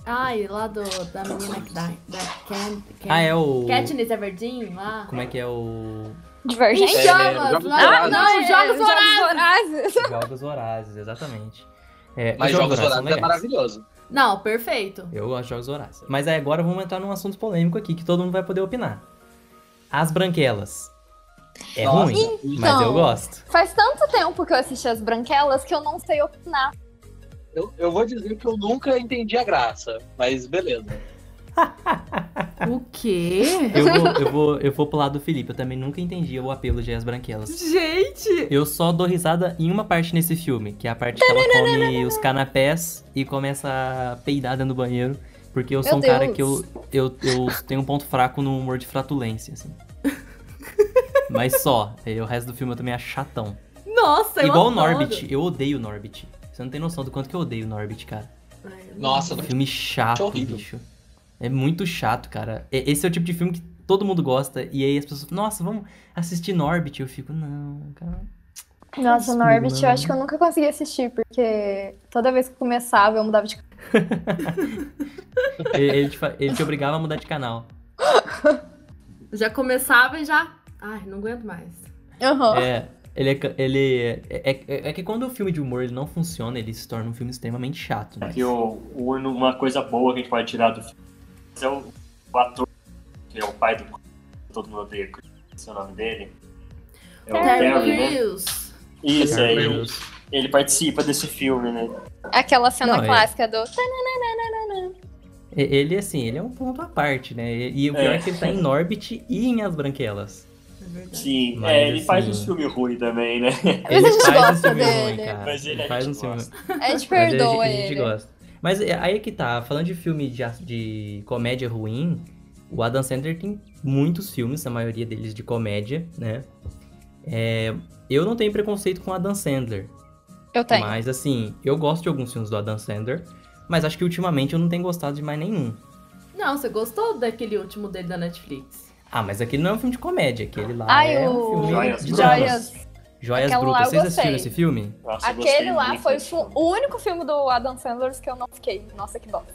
S3: Ai, lá do, da menina que dá. Da Cat, Cat,
S2: Ah, é o.
S3: Katniss Everdeen lá.
S2: Como é que é o.
S3: Em
S6: Divergente.
S7: É,
S3: chamas!
S7: Jogos
S3: lá-
S7: Vorazes.
S2: É.
S3: não, é, Jogos Horários!
S6: Horários.
S2: Jogos Horazes, exatamente. É,
S7: Mas
S2: os Vorazes são
S7: Jogos Vorazes é
S2: legais.
S7: maravilhoso.
S3: Não, perfeito.
S2: Eu gosto de Jogos Vorazes. Mas aí agora vamos entrar num assunto polêmico aqui que todo mundo vai poder opinar. As branquelas. É
S7: Nossa,
S2: ruim,
S7: então.
S2: mas eu gosto.
S6: Faz tanto tempo que eu assisti As Branquelas que eu não sei opinar.
S7: Eu, eu vou dizer que eu nunca entendi a graça, mas beleza.
S3: O quê?
S2: Eu vou, eu, vou, eu vou pro lado do Felipe, eu também nunca entendi o apelo de As Branquelas.
S3: Gente!
S2: Eu só dou risada em uma parte nesse filme, que é a parte que ela come os canapés e começa a peidar dentro do banheiro. Porque eu
S6: Meu
S2: sou um cara
S6: Deus.
S2: que eu, eu, eu tenho um ponto fraco no humor de fratulência, assim. Mas só. Aí o resto do filme eu também acho chatão.
S3: Nossa, eu
S2: Igual o
S3: adoro.
S2: Norbit. Eu odeio o Norbit. Você não tem noção do quanto que eu odeio o Norbit, cara.
S3: Ai, eu
S7: Nossa,
S2: Filme chato,
S7: horrível.
S2: bicho. É muito chato, cara. E- Esse é o tipo de filme que todo mundo gosta. E aí as pessoas, nossa, vamos assistir Norbit. Eu fico, não, cara.
S6: Nossa,
S2: Isso,
S6: Norbit, eu
S2: mano.
S6: acho que eu nunca consegui assistir, porque toda vez que eu começava, eu mudava de
S2: Ele, ele te, fa- ele te obrigava a mudar de canal.
S3: Já começava e já. Ai, não aguento mais.
S6: Aham.
S2: É, ele é. ca- Ele é, é- é- é que quando o filme de humor ele não funciona, ele se torna um filme extremamente chato. Né?
S1: É Que o, o- uma coisa boa que a gente pode tirar do filme é o, o ator, que é o pai do. Todo mundo odeia. Chris, Esse é o nome dele. É o
S6: Terry
S1: Terry, né?
S3: Crews.
S1: Isso, é
S2: Meu
S1: ele,
S2: Deus.
S1: ele participa desse filme, né?
S6: Aquela cena
S2: Não, é.
S6: clássica do.
S2: E- Ele, assim, ele é um ponto à parte, né? E e o pior é,
S1: É.
S2: que ele tá em Norbit e em As Branquelas.
S3: É verdade.
S1: Sim,
S2: Mas,
S1: é, ele
S2: assim,
S1: faz um filme ruim também, né?
S6: Mas a gente gosta
S2: um filme
S6: dele.
S2: cara.
S1: Mas ele,
S2: Ele
S1: a
S2: faz um
S1: gente
S2: filme
S1: gosta.
S6: A gente
S2: Mas a gente-
S6: perdoa
S2: a gente,
S6: ele.
S2: gosta. Mas é- aí que tá, falando de filme de, a- de comédia ruim, o Adam Sandler tem muitos filmes, a maioria deles de comédia, né? É, eu não tenho preconceito com o Adam Sandler,
S6: Eu tenho.
S2: mas assim, eu gosto de alguns filmes do Adam Sandler, mas acho que ultimamente eu não tenho gostado de mais nenhum.
S3: Não, você gostou daquele último dele da Netflix?
S2: Ah, mas aquele não é um filme de comédia, aquele lá
S6: Ai,
S2: é um
S6: o
S2: filme
S1: Joias
S2: de
S1: Brutas.
S2: drama.
S6: Joias.
S2: Joias
S6: Aquela lá
S2: Brutas.
S6: eu
S2: Vocês
S6: gostei.
S2: assistiram esse filme?
S1: Nossa, eu
S6: Aquele
S1: gostei
S6: lá
S1: muito
S6: foi
S1: desse
S6: o o único filme do Adam Sandler que eu não fiquei. Nossa, que bosta.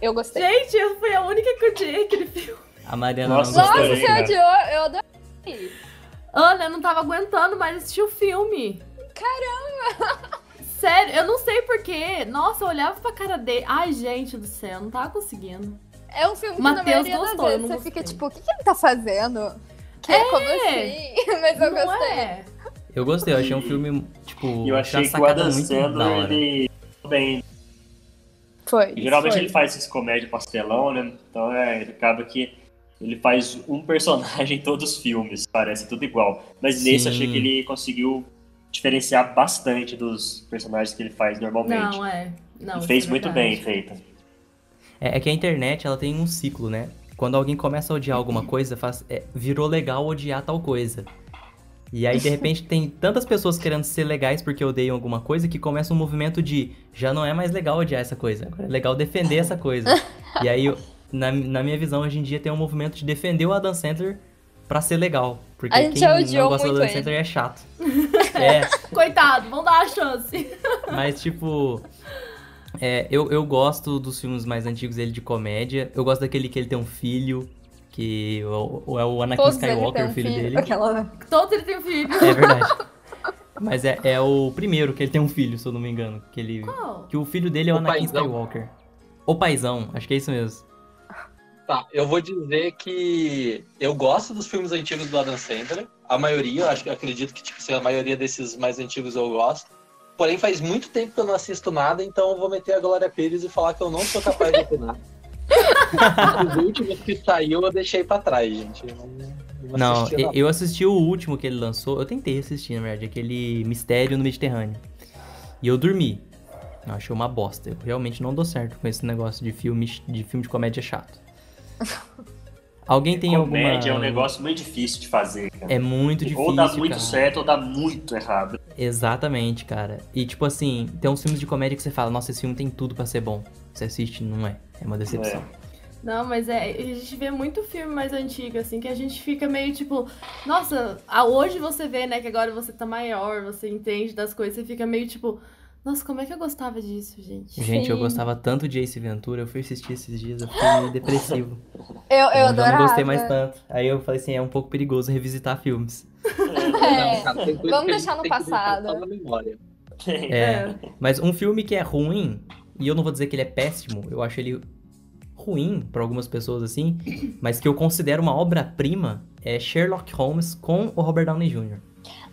S6: Eu gostei.
S3: Gente, eu fui a única que odiei aquele filme.
S2: A Mariana
S1: Nossa,
S2: não
S6: Nossa,
S2: gostou.
S1: adorei,
S6: você
S1: cara.
S6: odiou. Eu adorei.
S3: Ana, eu não tava aguentando mais assistir o filme. Caramba! Sério, eu não sei porquê. Nossa, eu olhava pra cara dele. Ai, gente do céu, eu não tava conseguindo.
S6: É um filme que na
S3: Mateus
S6: maioria
S3: gostou,
S6: das
S3: eu não
S6: vezes você fica
S3: gostei.
S6: tipo, o que, que ele tá fazendo? Que é, como assim? Mas eu
S3: não
S6: gostei.
S3: é?
S2: Eu gostei, eu achei um filme, tipo,
S1: E eu achei
S2: uma
S1: que o Adam
S2: sacada muito da
S1: Sandler,
S2: hora.
S1: ele bem.
S6: Foi.
S1: Geralmente
S6: foi.
S1: ele faz esses comédia pastelão, né? Então é, ele acaba que ele faz um personagem em todos os filmes, parece tudo igual. Mas nesse
S2: Sim.
S1: eu achei que ele conseguiu diferenciar bastante dos personagens que ele faz normalmente.
S3: Não, é. Não,
S1: e fez
S3: isso é
S1: muito
S3: verdade.
S1: bem, feita.
S2: É, é que a internet, ela tem um ciclo, né? Quando alguém começa a odiar
S6: Uhum.
S2: alguma coisa, faz, é, virou legal odiar tal coisa. E aí, de repente, tem tantas pessoas querendo ser legais porque odeiam alguma coisa que começa um movimento de já não é mais legal odiar essa coisa, agora é legal defender essa coisa. E aí, eu- na, na minha visão, hoje em dia tem um movimento de defender o Adam Sandler pra ser legal. Porque
S6: A gente
S2: quem
S6: já
S2: não
S6: odiou
S2: gosta do
S6: muito
S2: Adam
S6: ele.
S2: Sandler é chato. é.
S3: Coitado, vão dar a chance.
S2: Mas, tipo. é, eu, eu gosto dos filmes mais antigos dele de comédia. Eu gosto daquele que ele tem um filho, que é o- o- é o Anakin
S6: Todos eles
S2: Skywalker,
S6: têm
S2: o
S6: um
S2: filho, dele.
S6: Aquela...
S3: Todos ele tem filho.
S2: É verdade. Mas é, é o primeiro que ele tem um filho, se eu não me engano. Que, ele,
S3: Qual?
S2: que o filho dele é o,
S7: O
S2: Anakin
S7: paizão.
S2: Skywalker. O paizão, acho que é isso mesmo.
S7: Tá, eu vou dizer que eu gosto dos filmes antigos do Adam Sandler. A maioria, eu acho que eu acredito que tipo, assim, a maioria desses mais antigos eu gosto. Porém, faz muito tempo que eu não assisto nada, então eu vou meter a Glória Pires e falar que eu não sou capaz de opinar. Os últimos que saiu eu deixei pra trás, gente. Eu não, não
S2: Não,
S7: assisti
S2: e-
S7: nada.
S2: eu assisti o último que ele lançou. Eu tentei assistir, na verdade, aquele Mistério no Mediterrâneo. E eu dormi. Eu achei uma bosta. Eu realmente não dou certo com esse negócio de filme de, filme de comédia chato. Alguém tem
S1: comédia
S2: alguma...
S1: é um negócio muito difícil de fazer, cara.
S2: É muito difícil,
S1: ou dá muito
S2: cara.
S1: certo ou dá muito errado.
S2: Exatamente, cara. E, tipo assim, tem uns filmes de comédia que você fala, nossa, esse filme tem tudo pra ser bom. Você assiste, não é. É uma decepção.
S3: Não, mas é, a gente vê muito filme mais antigo, assim, que a gente fica meio tipo, nossa, a- hoje você vê, né, que agora você tá maior, você entende das coisas, você fica meio tipo, nossa, como é que eu gostava disso, gente?
S2: Gente, eu
S6: Sim.
S2: gostava tanto de Ace Ventura, eu fui assistir esses dias, eu fiquei meio depressivo.
S6: Eu, eu
S2: eu já
S6: adorava.
S2: não gostei mais tanto. Aí eu falei assim, é um pouco perigoso revisitar filmes.
S6: É.
S7: cara, tem
S6: Vamos
S7: coisa que a gente
S6: deixar no
S7: tem que
S6: passado.
S7: deixar só na memória.
S2: É. Mas um filme que é ruim, e eu não vou dizer que ele é péssimo, eu acho ele ruim pra algumas pessoas assim, mas que eu considero uma obra-prima é Sherlock Holmes com o Robert Downey Jr.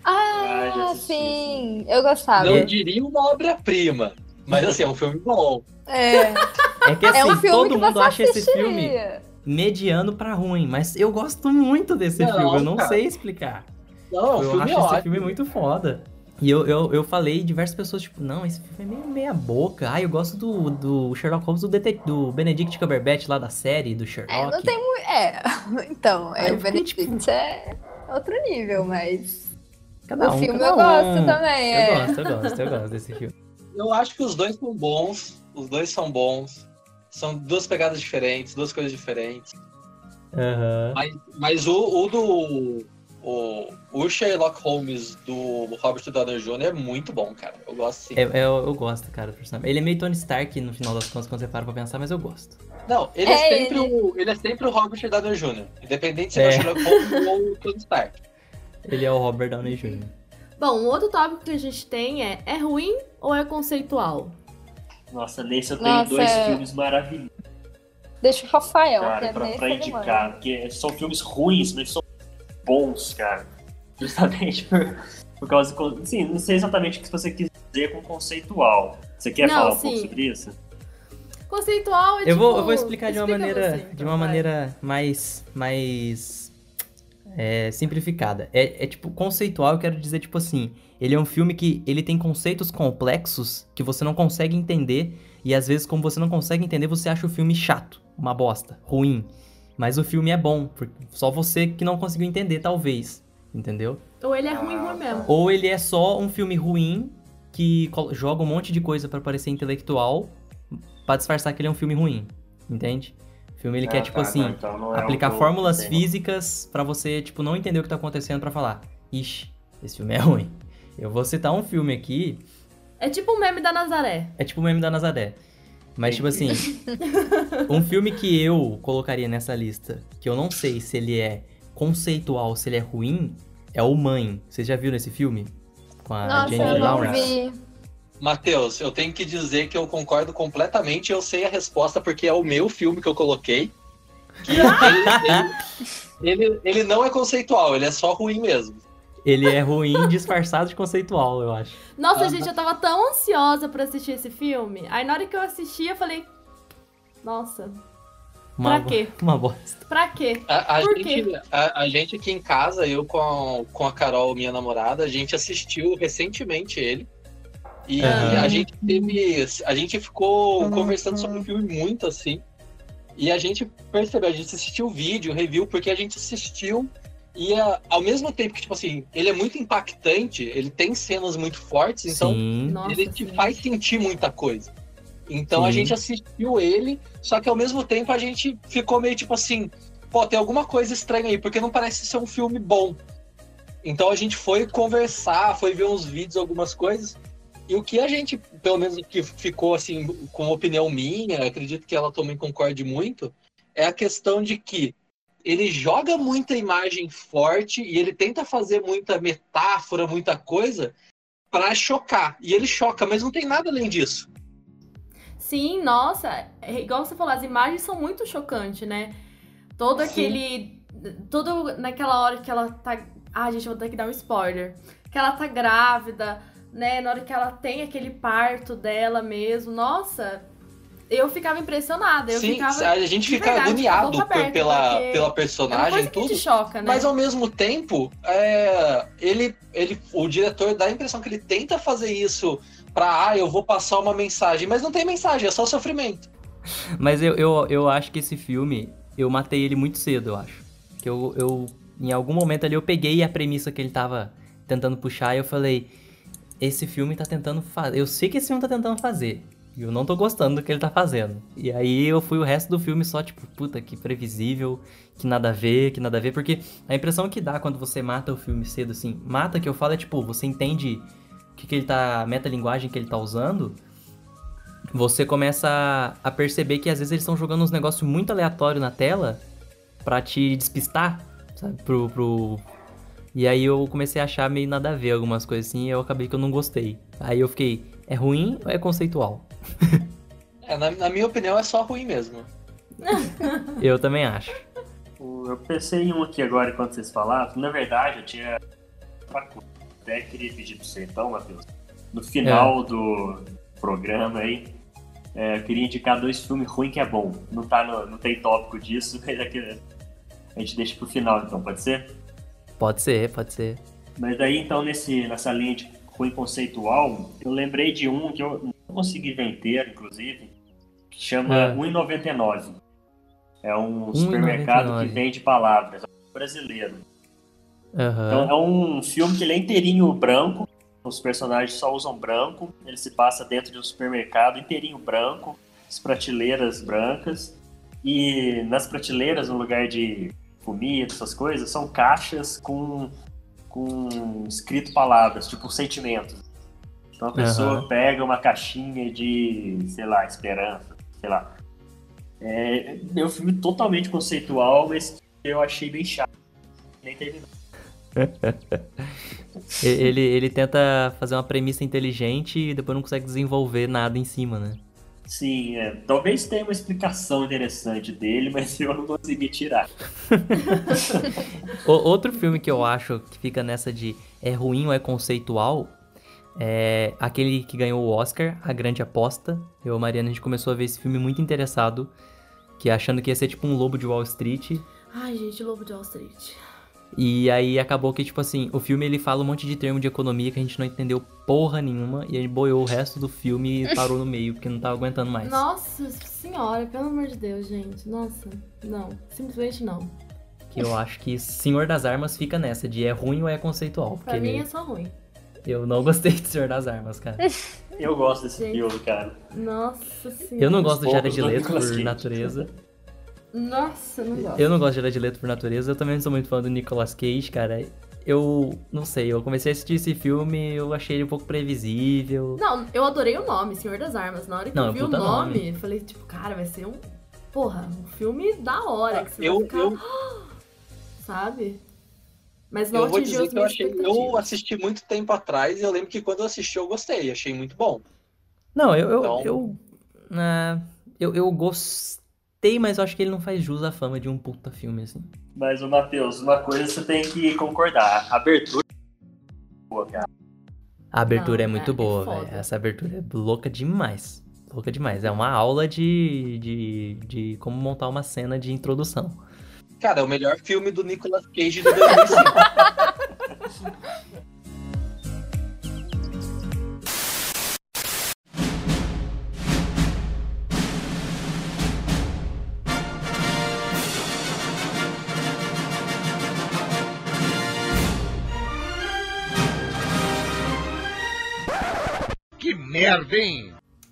S1: Ah, já
S6: Ah,
S1: assisti
S6: sim. Eu gostava.
S7: Não diria uma obra-prima, mas assim, é um filme bom.
S6: É.
S2: É que assim,
S6: é um filme
S2: todo
S6: que
S2: mundo
S6: você É,
S2: acha esse filme
S6: assistiria.
S2: mediano pra ruim, mas eu gosto muito desse
S7: Não,
S2: filme, eu não
S7: cara.
S2: sei explicar.
S7: Não, o
S2: eu
S7: filme
S2: acho
S7: é
S2: esse
S7: ótimo.
S2: filme muito foda. E eu, eu, eu falei diversas pessoas, tipo, não, esse filme é meio meia boca. Ah, eu gosto do, do Sherlock Holmes, do, dete- do Benedict Cumberbatch lá da série, do Sherlock.
S6: É, não tem muito. É, então,
S2: Aí
S6: é,
S2: eu
S6: o
S2: fiquei, tipo,
S6: Benedict é outro nível, mas.
S2: Cada
S6: o
S2: um,
S6: filme
S2: cada
S6: eu gosto
S2: um.
S6: também.
S2: Eu
S6: é.
S2: gosto, eu gosto, eu gosto desse filme.
S7: Eu acho que os dois são bons. Os dois são bons. São duas pegadas diferentes, duas coisas diferentes.
S2: Aham.
S7: Mas, mas o, o do. O, o Sherlock Holmes do Robert Downey Jr. é muito bom, cara. Eu gosto assim. sim.
S2: É, é, eu, eu gosto, cara, do personagem. Ele é meio Tony Stark no final das contas, quando você para pra pensar, mas eu gosto.
S7: Não, ele é,
S6: É,
S7: sempre O, ele é sempre o Robert Downey Jr. Independente se é, o
S2: É.
S7: Sherlock Holmes ou o Tony Stark.
S2: Ele é o Robert Downey Jr.
S3: Bom, um outro tópico que a gente tem é: é ruim ou é conceitual?
S1: Nossa, nesse eu tenho
S6: Nossa,
S1: dois
S6: é.
S1: filmes maravilhosos,
S6: Deixa o Rafael,
S3: Então,
S6: que
S1: cara,
S6: é
S1: pra,
S6: nesse
S1: pra
S6: ele manda.
S1: indicar. Porque são filmes ruins, mas são bons, cara. Justamente por, por causa do. con- Sim, não sei exatamente o que você quis dizer com conceitual. Você quer
S3: Não,
S1: falar um
S3: sim.
S1: pouco sobre isso?
S3: Conceitual é
S2: Eu vou,
S3: tipo-
S2: eu vou explicar de uma
S3: explica
S2: maneira,
S3: você,
S2: de
S3: então,
S2: uma
S3: vai.
S2: maneira mais, mais é, simplificada. É, é, tipo conceitual. Eu quero dizer tipo assim, ele é um filme que ele tem conceitos complexos que você não consegue entender e às vezes como você não consegue entender você acha o filme chato, uma bosta, ruim. Mas o filme é bom, porque só você que não conseguiu entender talvez, entendeu?
S3: Ou ele é ruim, ruim mesmo.
S2: Ou ele é só um filme ruim que col- joga um monte de coisa pra parecer intelectual pra disfarçar que ele é um filme ruim, entende? O filme ele
S1: Ah,
S2: quer tipo
S1: tá,
S2: assim,
S1: não, então não é o
S2: aplicar
S1: que eu
S2: fórmulas
S1: tenho.
S2: físicas pra você tipo não entender o que tá acontecendo pra falar, ixi, esse filme é ruim. Eu vou citar um filme aqui,
S3: É tipo um meme da Nazaré.
S2: é tipo o meme da Nazaré. Mas tipo assim,
S1: Entendi.
S2: um filme que eu colocaria nessa lista, que eu não sei se ele é conceitual, se ele é ruim, é o Mãe. Vocês já viram esse filme? Com a
S6: Nossa,
S2: Jennifer
S6: eu não
S2: Lawrence?
S6: vi.
S7: Matheus, eu tenho que dizer que eu concordo completamente. Eu sei a resposta porque é o meu filme que eu coloquei. Que ele, ele, ele não é conceitual, ele é só ruim mesmo.
S2: Ele é ruim disfarçado de conceitual, eu acho.
S3: Nossa,
S7: Aham.
S3: gente, eu tava tão ansiosa pra assistir esse filme. Aí na hora que eu assisti, eu falei. Nossa,
S2: Uma
S3: pra
S2: bo-
S3: quê?
S2: Uma bosta.
S3: Pra quê?
S7: A, a
S3: Por
S7: gente, a, a gente aqui em casa, eu com a, com a Carol, minha namorada, a gente assistiu recentemente ele. E
S2: Aham.
S7: a gente teve. A gente ficou conversando sobre o filme muito assim. E a gente percebeu, a gente assistiu o vídeo, review, porque a gente assistiu. E a- ao mesmo tempo que, tipo assim, ele é muito impactante, ele tem cenas muito fortes, então
S2: Sim.
S3: Nossa,
S7: ele te
S3: sim.
S7: faz sentir muita coisa. Então a
S2: Sim.
S7: gente assistiu ele, só que ao mesmo tempo a gente ficou meio tipo assim, pô, tem alguma coisa estranha aí, porque não parece ser um filme bom. Então a gente foi conversar, foi ver uns vídeos, algumas coisas, e o que a gente, pelo menos o que ficou assim, com opinião minha, acredito que ela também concorde muito, é a questão de que ele joga muita imagem forte e ele tenta fazer muita metáfora, muita coisa, Pra chocar. E ele choca, mas não tem nada além disso.
S3: Sim, nossa, é igual você falou, as imagens são muito chocantes, né? Todo
S7: Sim.
S3: aquele. Todo naquela hora que ela tá. Ah, gente, eu vou ter que dar um spoiler. Que ela tá grávida, né? Na hora que ela tem aquele parto dela mesmo. Nossa, eu ficava impressionada. Eu
S7: Sim,
S3: ficava. é
S7: a gente
S3: de
S7: fica
S3: verdade,
S7: agoniado
S3: com a boca
S7: por-
S3: aberta,
S7: pela,
S3: porque
S7: pela
S3: É uma
S7: personagem
S3: coisa
S7: e
S3: que
S7: tudo.
S3: te choca, né?
S7: Mas ao mesmo tempo, é, ele, ele, o diretor dá a impressão que ele tenta fazer isso pra, ah, eu vou passar uma mensagem. Mas não tem mensagem, é só sofrimento.
S2: Mas eu, eu, eu acho que esse filme, eu matei ele muito cedo, eu acho. Que eu, eu, em algum momento ali, eu peguei a premissa que ele tava tentando puxar e eu falei: esse filme tá tentando fazer. Eu sei que esse filme tá tentando fazer. E eu não tô gostando do que ele tá fazendo. E aí eu fui o resto do filme só, tipo, puta, que previsível, que nada a ver, que nada a ver. Porque a impressão que dá quando você mata o filme cedo, assim, mata que eu falo é tipo, você entende o que, que ele tá. A metalinguagem que ele tá usando. Você começa a- a perceber que às vezes eles estão jogando uns negócios muito aleatórios na tela pra te despistar, sabe? Pro, pro... E aí eu comecei a achar meio nada a ver algumas coisas assim e eu acabei que eu não gostei. Aí eu fiquei, é ruim ou é conceitual?
S7: É, na, na minha opinião, é só ruim mesmo.
S2: Eu também acho.
S1: Eu pensei em um aqui agora enquanto vocês falavam. Na verdade, eu tinha outra coisa. até queria pedir pra você então, Matheus. No final do programa aí, é, eu queria indicar dois filmes ruins que é bom. Não, tá no- não tem tópico disso, mas é que a gente deixa pro final então, pode ser?
S2: Pode ser, pode ser.
S1: Mas daí então nesse, nessa linha de ruim conceitual, eu lembrei de um que eu não consegui ver inteiro, inclusive, que chama
S8: É.
S1: 1,99. É um supermercado que
S8: 1,99.
S1: vende palavras. Brasileiro.
S8: Aham.
S1: Então é um filme que ele é inteirinho branco, os personagens só usam branco, ele se passa dentro de um supermercado inteirinho branco, as prateleiras brancas, e nas prateleiras, no lugar de comida, essas coisas, são caixas com, com escrito palavras, tipo sentimentos. Então a pessoa
S8: Aham.
S1: pega uma caixinha de, sei lá, esperança, sei lá. É, é um filme totalmente conceitual, mas eu achei bem chato. Nem terminou.
S2: E- Ele, ele tenta fazer uma premissa inteligente e depois não consegue desenvolver nada em cima, né?
S1: Sim, é. talvez tenha uma explicação interessante dele, mas eu não consegui tirar.
S2: O- outro filme que eu acho que fica nessa de é ruim ou é conceitual é aquele que ganhou o Oscar, A Grande Aposta. Eu e a Mariana, a gente começou a ver esse filme muito interessado, que achando que ia ser tipo um Lobo de Wall Street.
S3: Ai, gente, Lobo de Wall Street.
S2: E aí acabou que, tipo assim, o filme ele fala um monte de termo de economia que a gente não entendeu porra nenhuma, e a gente boiou o resto do filme e parou no meio, porque não tava aguentando mais.
S3: Nossa senhora, pelo amor de Deus, gente. Nossa, não. Simplesmente não.
S2: Que eu acho que Senhor das Armas fica nessa, de é ruim ou é conceitual. Porque
S3: Pra mim é só ruim.
S2: eu não gostei de Senhor das Armas, cara.
S1: Eu gosto desse
S3: Gente.
S1: filme, cara.
S3: Nossa senhora.
S2: Eu não gosto de
S1: poucos
S2: Jared
S1: do
S2: Leto
S1: Nicolas
S2: por
S1: Cage.
S2: natureza.
S3: Nossa, não gosto.
S2: Eu não gosto de Jared Leto por natureza. Eu também não sou muito fã do Nicolas Cage, cara. Eu não sei, eu comecei a assistir esse filme, eu achei ele um pouco previsível.
S3: Não, eu adorei o nome, Senhor das Armas. Na hora que
S2: Não,
S3: eu
S2: é
S3: vi o
S2: puta
S3: nome,
S2: nome.
S3: eu falei, tipo, cara, vai ser um. Porra, um filme da hora. Que você
S7: Eu-
S3: vai ficar,
S7: eu-
S3: Sabe? Mas não
S7: Eu vou
S3: atingiu
S7: dizer
S3: as
S7: que eu
S3: minhas
S7: achei. Eu
S3: expectativas.
S7: assisti muito tempo atrás e eu lembro que quando eu assisti eu gostei, achei muito bom.
S2: Não, eu. Eu,
S7: Então-
S2: eu, ah, eu, eu gostei, mas eu acho que ele não faz jus à fama de um puta filme, assim.
S1: Mas, ô, Matheus, uma coisa você tem que concordar. A abertura é boa, cara.
S2: A abertura
S3: Não,
S2: é muito
S3: é- é
S2: boa,
S3: foda.
S2: velho. Essa abertura é louca demais. Louca demais. É uma aula de, de, de como montar uma cena de introdução.
S7: Cara, é o melhor filme do Nicolas Cage de 2005.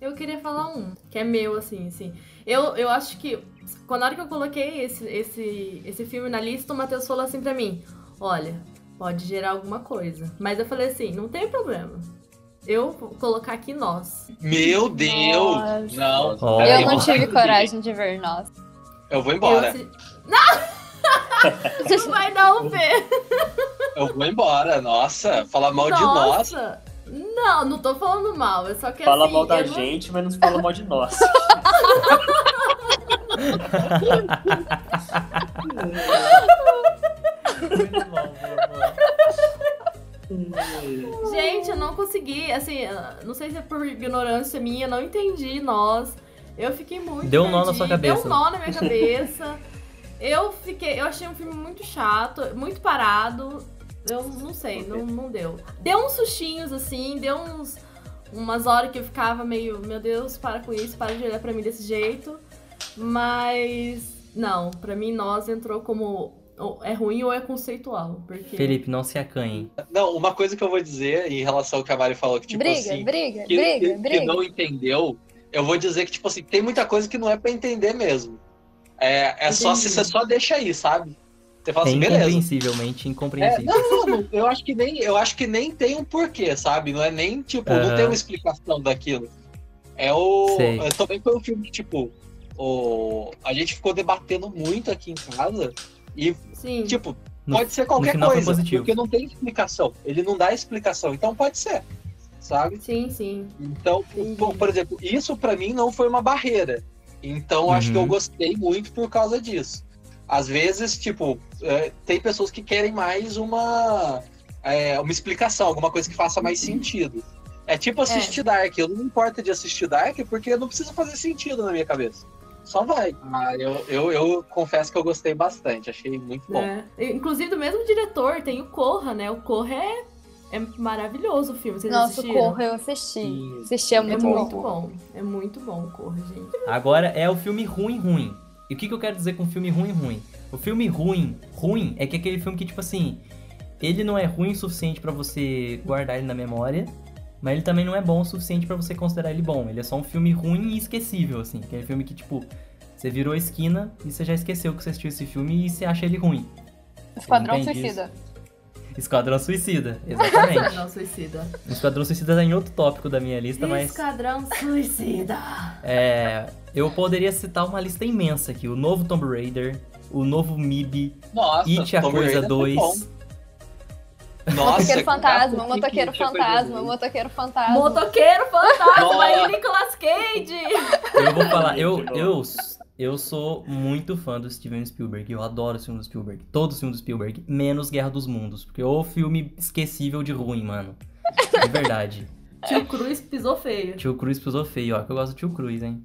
S3: Eu queria falar um, que é meu, assim, assim. Eu, eu acho que, quando na hora que eu coloquei esse, esse, esse filme na lista, o Matheus falou assim pra mim: Olha, pode gerar alguma coisa. Mas eu falei assim: Não tem problema. Eu vou colocar aqui nós.
S7: Meu Deus!
S6: Nossa.
S7: Não,
S2: Ó.
S7: peraí,
S6: Eu não
S7: vou-
S6: tive coragem de ver nós.
S7: Eu vou embora.
S3: Eu assi-
S2: Tipo
S3: Não! Não
S2: assim,
S3: vai dar um P.
S7: Eu vou embora, nossa. Falar mal de nós.
S3: Nossa! Não, não tô falando mal. Eu só quero.
S1: Fala
S3: assim,
S1: mal da
S3: eu não-
S1: gente, mas não fala mal de nós.
S3: Gente, eu não consegui. Assim, não sei se é por ignorância minha, não entendi nós. Eu fiquei muito.
S2: Deu um nó na
S3: perdida,
S2: sua cabeça.
S3: Deu um nó na minha cabeça. eu fiquei. Eu achei um filme muito chato, muito parado. Eu não sei, não, não deu. Deu uns sustinhos, assim, deu uns. Umas horas que eu ficava meio, meu Deus, para com isso, para de olhar pra mim desse jeito. Mas. Não, pra mim nós entrou como. ou É ruim ou é conceitual. Porque.
S2: Felipe, não se acanhe.
S7: Não, uma coisa que eu vou dizer em relação ao que a Mari falou, que tipo
S6: briga,
S7: assim.
S6: briga,
S7: que,
S6: briga,
S7: que- que
S6: briga.
S7: não entendeu, eu vou dizer que, tipo assim, tem muita coisa que não é pra entender mesmo. É, é só se
S3: Entendi.
S7: você só deixa aí, sabe? Você fala
S2: É
S7: assim, beleza.
S2: incompreensivelmente
S7: É,
S2: incompreensível.
S7: não, não, não, eu acho que nem, eu acho que nem tem um porquê, sabe? Não é nem tipo, não
S2: Aham.
S7: tem uma explicação daquilo. É o
S2: Sei.
S7: é, também foi um filme que tipo, o a gente ficou debatendo muito aqui em casa e
S3: Sim.
S7: tipo,
S2: No-
S7: pode ser qualquer
S2: final foi
S7: coisa,
S2: positivo.
S7: porque não tem explicação. Ele não dá explicação, então pode ser. Sabe?
S3: Sim, sim.
S7: Então,
S3: Entendi.
S7: por, por exemplo, isso pra mim não foi uma barreira. Então, acho que eu
S2: Uhum.
S7: gostei muito por causa disso. Às vezes, tipo, é, tem pessoas que querem mais uma, é, uma explicação, alguma coisa que faça mais sentido. É tipo assistir Dark. Eu não importa de assistir Dark porque não precisa fazer sentido na minha cabeça. Só vai. Ah, eu, eu, eu confesso que eu gostei bastante. Achei muito bom.
S3: É. Inclusive, do mesmo diretor, tem o né? Corra, né? O Corra é, É maravilhoso o filme, vocês
S6: Nossa, o
S3: assistiram?
S6: Corra eu assisti.
S2: E-
S6: Assisti é
S3: É
S6: muito bom.
S3: muito bom. É muito bom o Corra, gente.
S2: Agora é o filme ruim, ruim. E o que, que eu quero dizer com filme ruim, ruim? O filme ruim, ruim, é que é aquele filme que, tipo assim, ele não é ruim o suficiente pra você guardar ele na memória, mas ele também não é bom o suficiente pra você considerar ele bom. Ele é só um filme ruim e esquecível, assim. Aquele filme que, tipo, você virou a esquina e você já esqueceu que você assistiu esse filme e você acha ele ruim.
S6: Esquadrão
S2: Entendi.
S6: Suicida.
S2: Esquadrão Suicida, exatamente.
S3: Esquadrão Suicida.
S2: Esquadrão Suicida tá em outro tópico da minha lista, mas.
S3: Esquadrão Suicida.
S2: É, eu poderia citar uma lista imensa aqui. O novo Tomb Raider, o novo MIB,
S7: Nossa,
S2: It, a
S7: Tomb
S2: Coisa
S7: Raider foi
S2: 2.
S7: bom. Nossa,
S6: Motoqueiro Fantasma,
S7: o
S6: Motoqueiro Fantasma, Motoqueiro Fantasma.
S3: Motoqueiro Fantasma
S7: Nossa.
S3: e Nicolas Cage.
S2: Eu vou falar, eu,
S1: Muito bom.
S2: eu, eu sou muito fã do Steven Spielberg. Eu adoro os filmes do Spielberg. Todos os filmes do Spielberg, menos Guerra dos Mundos. Porque é o filme esquecível de ruim, mano. De verdade.
S3: Tio Cruz pisou feio.
S2: Tio Cruz pisou feio, ó. Que eu gosto do Tio Cruz, hein?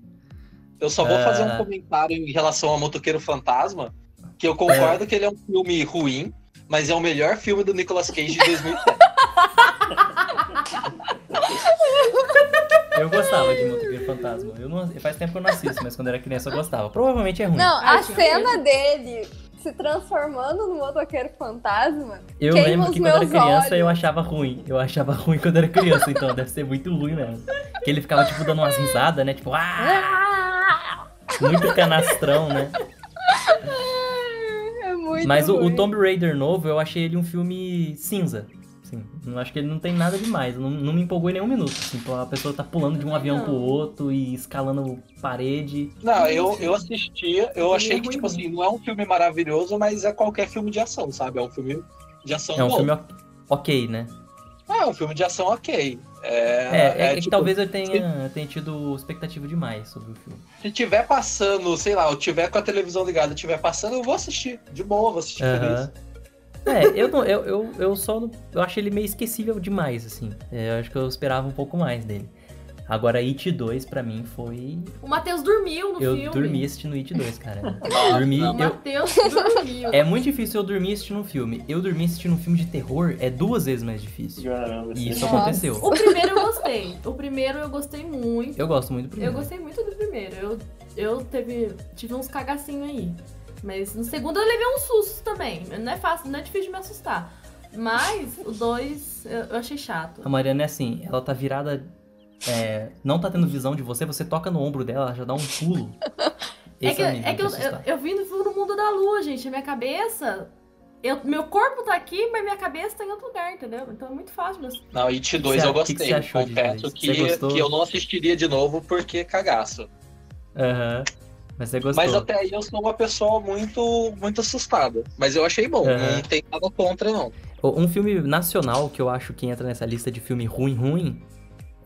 S7: Eu só vou fazer
S2: É.
S7: um comentário em relação ao Motoqueiro Fantasma, que eu concordo que ele é um filme ruim, mas é o melhor filme do Nicolas Cage de 2007.
S2: Eu gostava de Motoqueiro Fantasma. Eu não, faz tempo que eu não assisto, mas quando era criança eu gostava. Provavelmente é ruim.
S6: Não,
S3: Ah,
S6: a
S3: tinha
S6: cena dele se transformando no Motoqueiro Fantasma.
S2: Eu
S6: Queima
S2: lembro
S6: os
S2: que quando era
S6: meus
S2: criança eu
S6: olhos.
S2: achava ruim. Eu achava ruim quando era criança, então deve ser muito ruim mesmo. Que ele ficava, tipo, dando umas risadas, né? Tipo, ah! Muito canastrão, né?
S6: É muito
S2: Mas o, o
S6: ruim.
S2: Tomb Raider novo, eu achei ele um filme cinza. Assim, eu acho que ele não tem nada demais. Não, não me empolgou em nenhum minuto. Assim, a pessoa tá pulando de um avião
S3: Não.
S2: pro outro e escalando parede.
S7: Não, eu, eu assistia, eu
S3: Ele é
S7: achei que,
S3: ruim
S7: tipo assim, não é um filme maravilhoso, mas é qualquer filme de ação, sabe? É um filme de ação
S2: É um
S7: bom.
S2: filme ok, ok, né?
S7: É um filme de ação ok. É,
S2: É, é,
S7: é,
S2: que
S7: tipo,
S2: talvez eu tenha, tenha tido expectativa demais sobre o filme.
S7: se tiver passando, sei lá, eu tiver com a televisão ligada, tiver passando, eu vou assistir. De boa, vou assistir feliz.
S2: Aham. É, eu, não, eu, eu, eu só não, eu acho ele meio esquecível demais, assim. É, eu acho que eu esperava um pouco mais dele. Agora, It 2 pra mim foi.
S3: O Matheus dormiu no
S2: eu
S3: filme.
S2: dormi assistindo It 2, cara. dormi.
S3: O
S2: eu-
S3: Matheus dormiu.
S2: é muito difícil eu dormir assistindo um filme. Eu dormir assistindo um filme de terror é duas vezes mais difícil.
S1: Caramba,
S2: E isso
S1: assim,
S6: Nossa.
S2: aconteceu.
S3: O primeiro eu gostei. O primeiro eu gostei muito.
S2: Eu gosto muito do primeiro.
S3: Eu gostei muito do primeiro. Eu, eu teve, tive uns cagacinhos aí. Mas no segundo eu levei uns sustos também. Não é fácil, não é difícil de me assustar. Mas o dois eu, eu achei chato.
S2: A Mariana é assim, ela tá virada. é, não tá tendo visão de você, você toca no ombro dela, ela já dá um pulo.
S3: É
S2: Esse
S3: que,
S2: o nível
S3: é que
S2: de
S3: eu,
S2: assustar.
S3: eu, eu vim do fui no mundo da lua, gente. A minha cabeça. eu- meu corpo tá aqui, mas minha cabeça tá em outro lugar, entendeu? Então é muito fácil. de assustar.
S7: Não, It 2
S2: você-
S7: eu
S2: o que que
S7: gostei.
S2: você achou de
S7: Confesso
S2: It?
S7: que,
S2: Você gostou?
S7: que eu não assistiria de novo porque cagaço.
S2: Aham. Mas você gostou.
S7: Mas até aí eu sou uma pessoa muito, muito assustada. Mas eu achei bom,
S2: Aham.
S7: não tem nada contra, não.
S2: Um filme nacional que eu acho que entra nessa lista de filme ruim, ruim,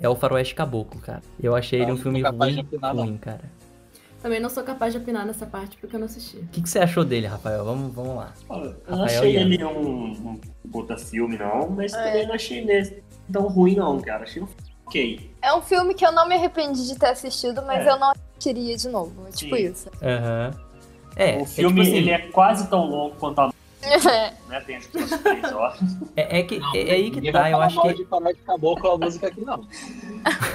S2: é o Faroeste Caboclo, cara. Eu achei ele
S7: Ah,
S2: um
S7: não
S2: filme
S7: sou capaz de
S2: ruim,
S7: opinar, não.
S2: ruim, cara.
S3: Também não sou capaz de opinar nessa parte porque eu não assisti.
S2: O que, que você achou dele, Rafael? Vamos, vamos lá.
S1: Eu não
S2: Rafael
S1: achei
S2: Ian.
S1: ele um, um puta filme, não, mas
S3: É.
S1: também não achei ele tão ruim, não, cara. Achei um filme ok.
S6: É um filme que eu não me arrependi de ter assistido, mas
S1: É.
S6: eu não assistiria de novo. É Tipo
S1: Sim.
S6: isso.
S2: Aham. É,
S1: o filme
S2: é, tipo assim,
S1: ele é quase tão longo quanto a
S6: É.
S1: né? Tem acho que umas três horas.
S2: é- é que, é, é aí que
S7: Ninguém
S2: tá,
S7: vai
S2: eu
S7: falar
S2: acho
S7: mal
S2: que...
S7: de falar de caboclo a música aqui, não.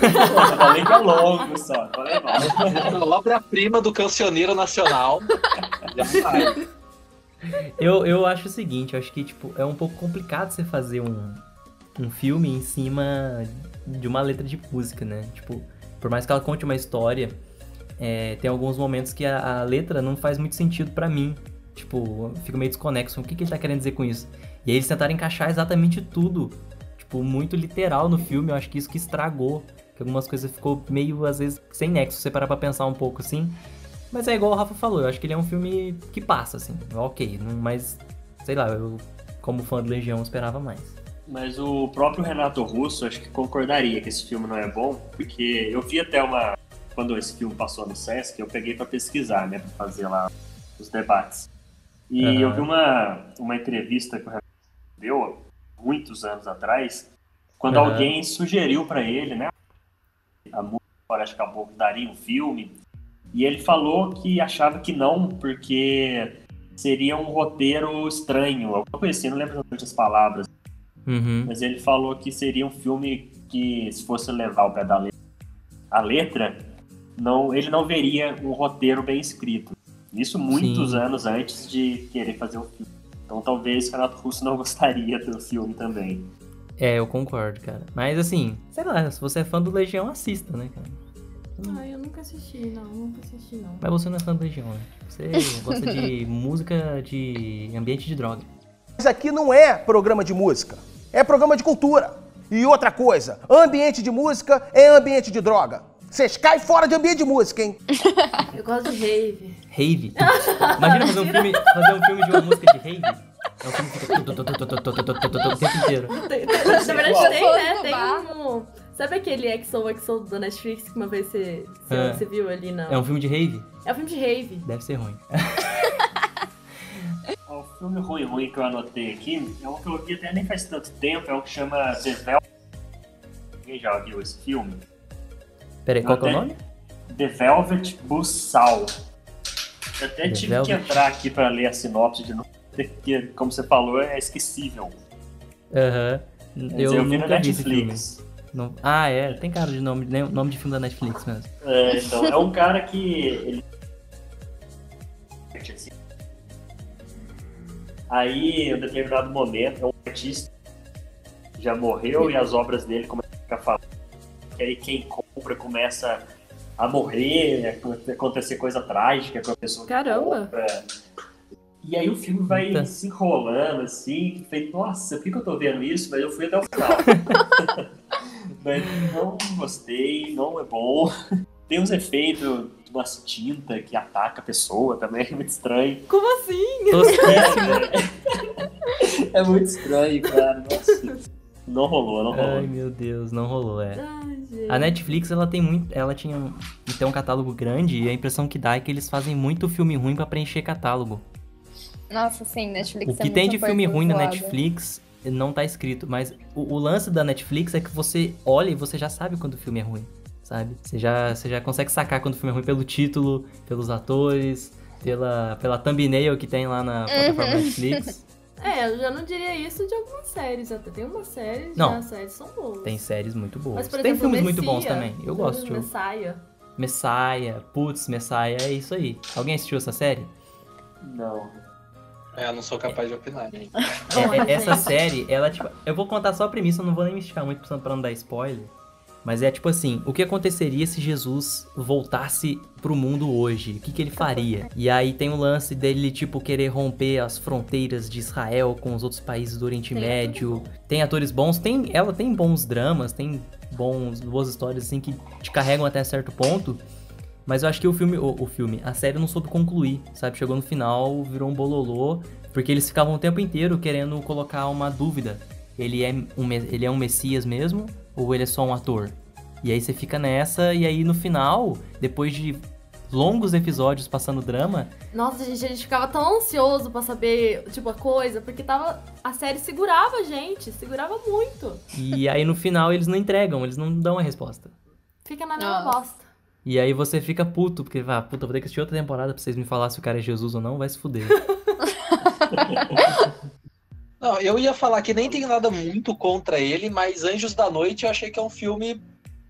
S1: Eu falei que é longo só. Falei mal.
S7: É uma obra-prima do cancioneiro nacional. Já sabe.
S2: Eu, eu acho o seguinte, eu acho que, tipo, é um pouco complicado você fazer um, um filme em cima de uma letra de música, né? Tipo, por mais que ela conte uma história, é, tem alguns momentos que a, a letra não faz muito sentido pra mim. Tipo, eu fico meio desconexo. O que, que ele tá querendo dizer com isso? E aí eles tentaram encaixar exatamente tudo. Tipo, muito literal no filme. Eu acho que isso que estragou. Que algumas coisas ficou meio, às vezes, sem nexo. se Você parar pra pensar um pouco assim. Mas é igual o Rafa falou. Eu acho que ele é um filme que passa, assim. Ok, não- mas sei lá, eu, como fã do Legião, esperava mais.
S1: Mas o próprio Renato Russo, acho que concordaria que esse filme não é bom, porque eu vi até uma. Quando esse filme passou no Sesc, eu peguei pra pesquisar, né? Pra fazer lá os debates. E
S2: Aham.
S1: eu vi uma, uma entrevista que o Renato deu há muitos anos atrás, quando
S2: Aham.
S1: alguém sugeriu pra ele, né? A música Floresta Caboclo daria um filme. E ele falou que achava que não, porque seria um roteiro estranho. Alguma coisa assim, não lembro exatamente as palavras.
S2: Uhum.
S1: Mas ele falou que seria um filme que, se fosse levar o pé da letra, a letra não, ele não veria um roteiro bem escrito. Isso muitos
S2: Sim.
S1: anos antes de querer fazer o filme. Então talvez Renato Russo não gostaria do filme também.
S2: É, eu concordo, cara. Mas assim, sei lá, se você é fã do Legião, assista, né, cara?
S3: Ai, eu nunca assisti, não. Nunca assisti, não.
S2: Mas você não é fã do Legião, né? Você gosta de música de ambiente de droga.
S9: Isso aqui não é programa de música, é programa de cultura. E outra coisa, ambiente de música é ambiente de droga. Vocês caem fora de ambiente de música, hein?
S3: Eu gosto de rave.
S2: Rave. Imagina fazer um filme, fazer um filme de uma música de rave. É um filme que fica tu, tu, tu, tu, tu, tu, tu, tu, tu, tu, o tempo inteiro.
S3: Tem- tem- Na verdade, tem, né?
S6: Fogo
S3: Tem
S6: no
S3: um. Sabe aquele Exo Exo da Netflix que uma vez você, você,
S2: É.
S3: você viu ali na.
S2: É um filme de rave?
S3: É um filme de rave.
S2: Deve ser ruim.
S1: O filme ruim ruim que eu anotei aqui é um que eu vi até nem faz tanto tempo, é um que chama The Vel. Quem já viu esse filme?
S2: Pera aí, qual que é o
S1: Até-
S2: nome?
S1: The Velvet Bussal. Eu até
S2: The
S1: tive
S2: Velvet.
S1: que entrar aqui pra ler a sinopse de novo, porque, como você falou, é esquecível.
S2: Aham.
S1: Mas
S2: Eu,
S1: vi na
S2: nunca vi esse é filme.
S1: Netflix.
S2: Não- Ah, é. Tem cara de nome, né, nome de filme da Netflix mesmo.
S1: É, então, é um cara que. Ele... Aí, em um determinado momento, é um artista que já morreu e as obras dele começam a ficar famosas. E aí, quem compra começa a morrer, a acontecer coisa trágica com a pessoa que
S3: Caramba.
S1: compra. E aí, o filme vai
S2: Eita.
S1: se enrolando assim. Feito, Nossa, por que, que eu tô vendo isso? Mas eu fui até o final. Mas não gostei, não é bom. Tem uns efeitos de umas tinta que ataca a pessoa também, é muito estranho.
S3: Como assim?
S2: Tosquíssimo.
S1: É muito estranho, cara. Nossa. Não rolou, não rolou.
S2: Ai, meu Deus. Não rolou, é.
S3: Ai, gente.
S2: A Netflix, ela tem muito. Ela tinha um- tem um catálogo grande e a impressão que dá é que eles fazem muito filme ruim pra preencher catálogo.
S6: Nossa, sim, Netflix
S2: O
S6: é
S2: que tem
S6: muita
S2: de filme
S6: coisa
S2: ruim na
S6: zoada.
S2: Netflix não tá escrito, mas o, o lance da Netflix é que você olha e você já sabe quando o filme é ruim, sabe? Você já, você já consegue sacar quando o filme é ruim pelo título, pelos atores, pela, pela thumbnail que tem lá na plataforma
S6: Uhum.
S2: Netflix.
S3: É, eu já não diria isso de algumas séries. Até tem umas séries,
S2: Não.
S3: já, as séries são boas.
S2: Tem séries muito boas.
S3: Mas, por
S2: tem
S3: exemplo, Uhum.
S2: filmes muito
S3: Messiah,
S2: bons também. Eu
S3: por
S2: gosto.
S3: exemplo,
S2: Tipo,
S3: Messiah.
S2: Messiah, putz, Messiah, é isso aí. Alguém assistiu essa série?
S1: Não.
S7: É, eu não sou capaz de opinar, gente.
S2: É,
S3: Olha,
S2: é, essa
S3: gente.
S2: série, ela, tipo. Eu vou contar só a premissa, eu não vou nem me esticar muito pra pra não dar spoiler. Mas é tipo assim: o que aconteceria se Jesus voltasse pro mundo hoje? O que, que ele faria? E aí tem o lance dele, tipo, querer romper as fronteiras de Israel com os outros países do Oriente
S3: Tem
S2: Médio. Tem atores bons, tem. Ela tem bons dramas, tem bons, boas histórias assim que te carregam até certo ponto. Mas eu acho que o filme, o, o filme, a série não soube concluir, sabe? Chegou no final, virou um bololô, porque eles ficavam o tempo inteiro querendo colocar uma dúvida. Ele é um, me- ele é um messias mesmo ou ele é só um ator? E aí você fica nessa, e aí no final, depois de longos episódios passando drama,
S3: Nossa, gente, a gente ficava tão ansioso pra saber, tipo, a coisa, porque tava. A série segurava a gente, segurava muito.
S2: e aí no final eles não entregam, eles não dão a resposta.
S3: Fica na mesma
S6: Nossa.
S3: bosta.
S2: E aí você fica puto, porque vai, ah, puta, vou ter que assistir outra temporada pra vocês me falar se o cara é Jesus ou não, vai se fuder.
S7: Não, eu ia falar que nem tem nada muito contra ele, mas Anjos da Noite eu achei que é um filme,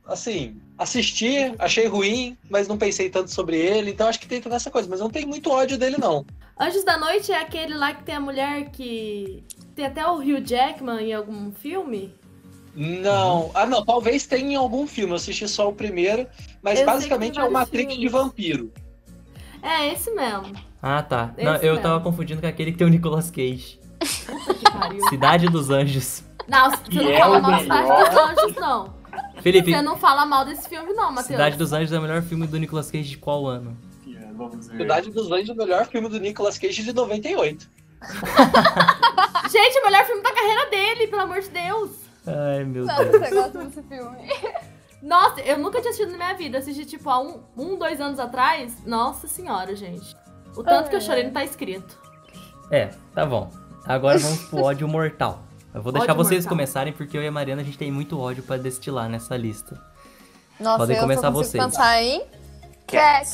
S7: assim, assisti, achei ruim, mas não pensei tanto sobre ele, então acho que tem toda essa coisa, mas eu não tem muito ódio dele, não.
S3: Anjos da Noite é aquele lá que tem a mulher que. Tem até o Hugh Jackman em algum filme.
S7: Não. Ah, não, talvez tenha em algum filme, eu assisti só o primeiro, mas
S3: Eu sei que
S7: basicamente
S3: tem
S7: é uma
S3: vários
S7: Matrix de
S3: filmes.
S7: vampiro.
S3: É esse mesmo.
S2: Ah, tá. Não,
S3: Esse
S2: eu
S3: mesmo.
S2: tava confundindo com aquele que tem o Nicolas Cage.
S3: Puta que pariu.
S2: Cidade dos Anjos.
S3: Não, você
S1: E
S3: não
S1: é
S3: fala
S1: o
S3: mal de Cidade
S1: melhor.
S3: dos Anjos, não.
S2: Felipe,
S3: Você não fala mal desse filme, não, Matheus.
S2: Cidade dos Anjos é o melhor filme do Nicolas Cage de qual ano?
S1: Vamos ver.
S7: Cidade dos Anjos, o melhor filme do Nicolas Cage de 98.
S3: Gente, o melhor filme da carreira dele, pelo amor de Deus.
S2: Ai, meu
S6: Nossa,
S2: Deus.
S6: eu gosto desse filme.
S3: Nossa, eu nunca tinha assistido na minha vida. Eu assisti, tipo, há um, um dois anos atrás. Nossa senhora, gente. O tanto que eu chorei não tá escrito.
S2: É, tá bom. Agora vamos pro ódio mortal. Eu vou deixar
S3: Ódio
S2: vocês
S3: mortal.
S2: começarem, porque eu e a Mariana, a gente tem muito ódio pra destilar nessa lista.
S6: Nossa,
S2: Podem
S6: eu
S2: começar
S6: só consigo
S2: vocês.
S6: pensar em Cat.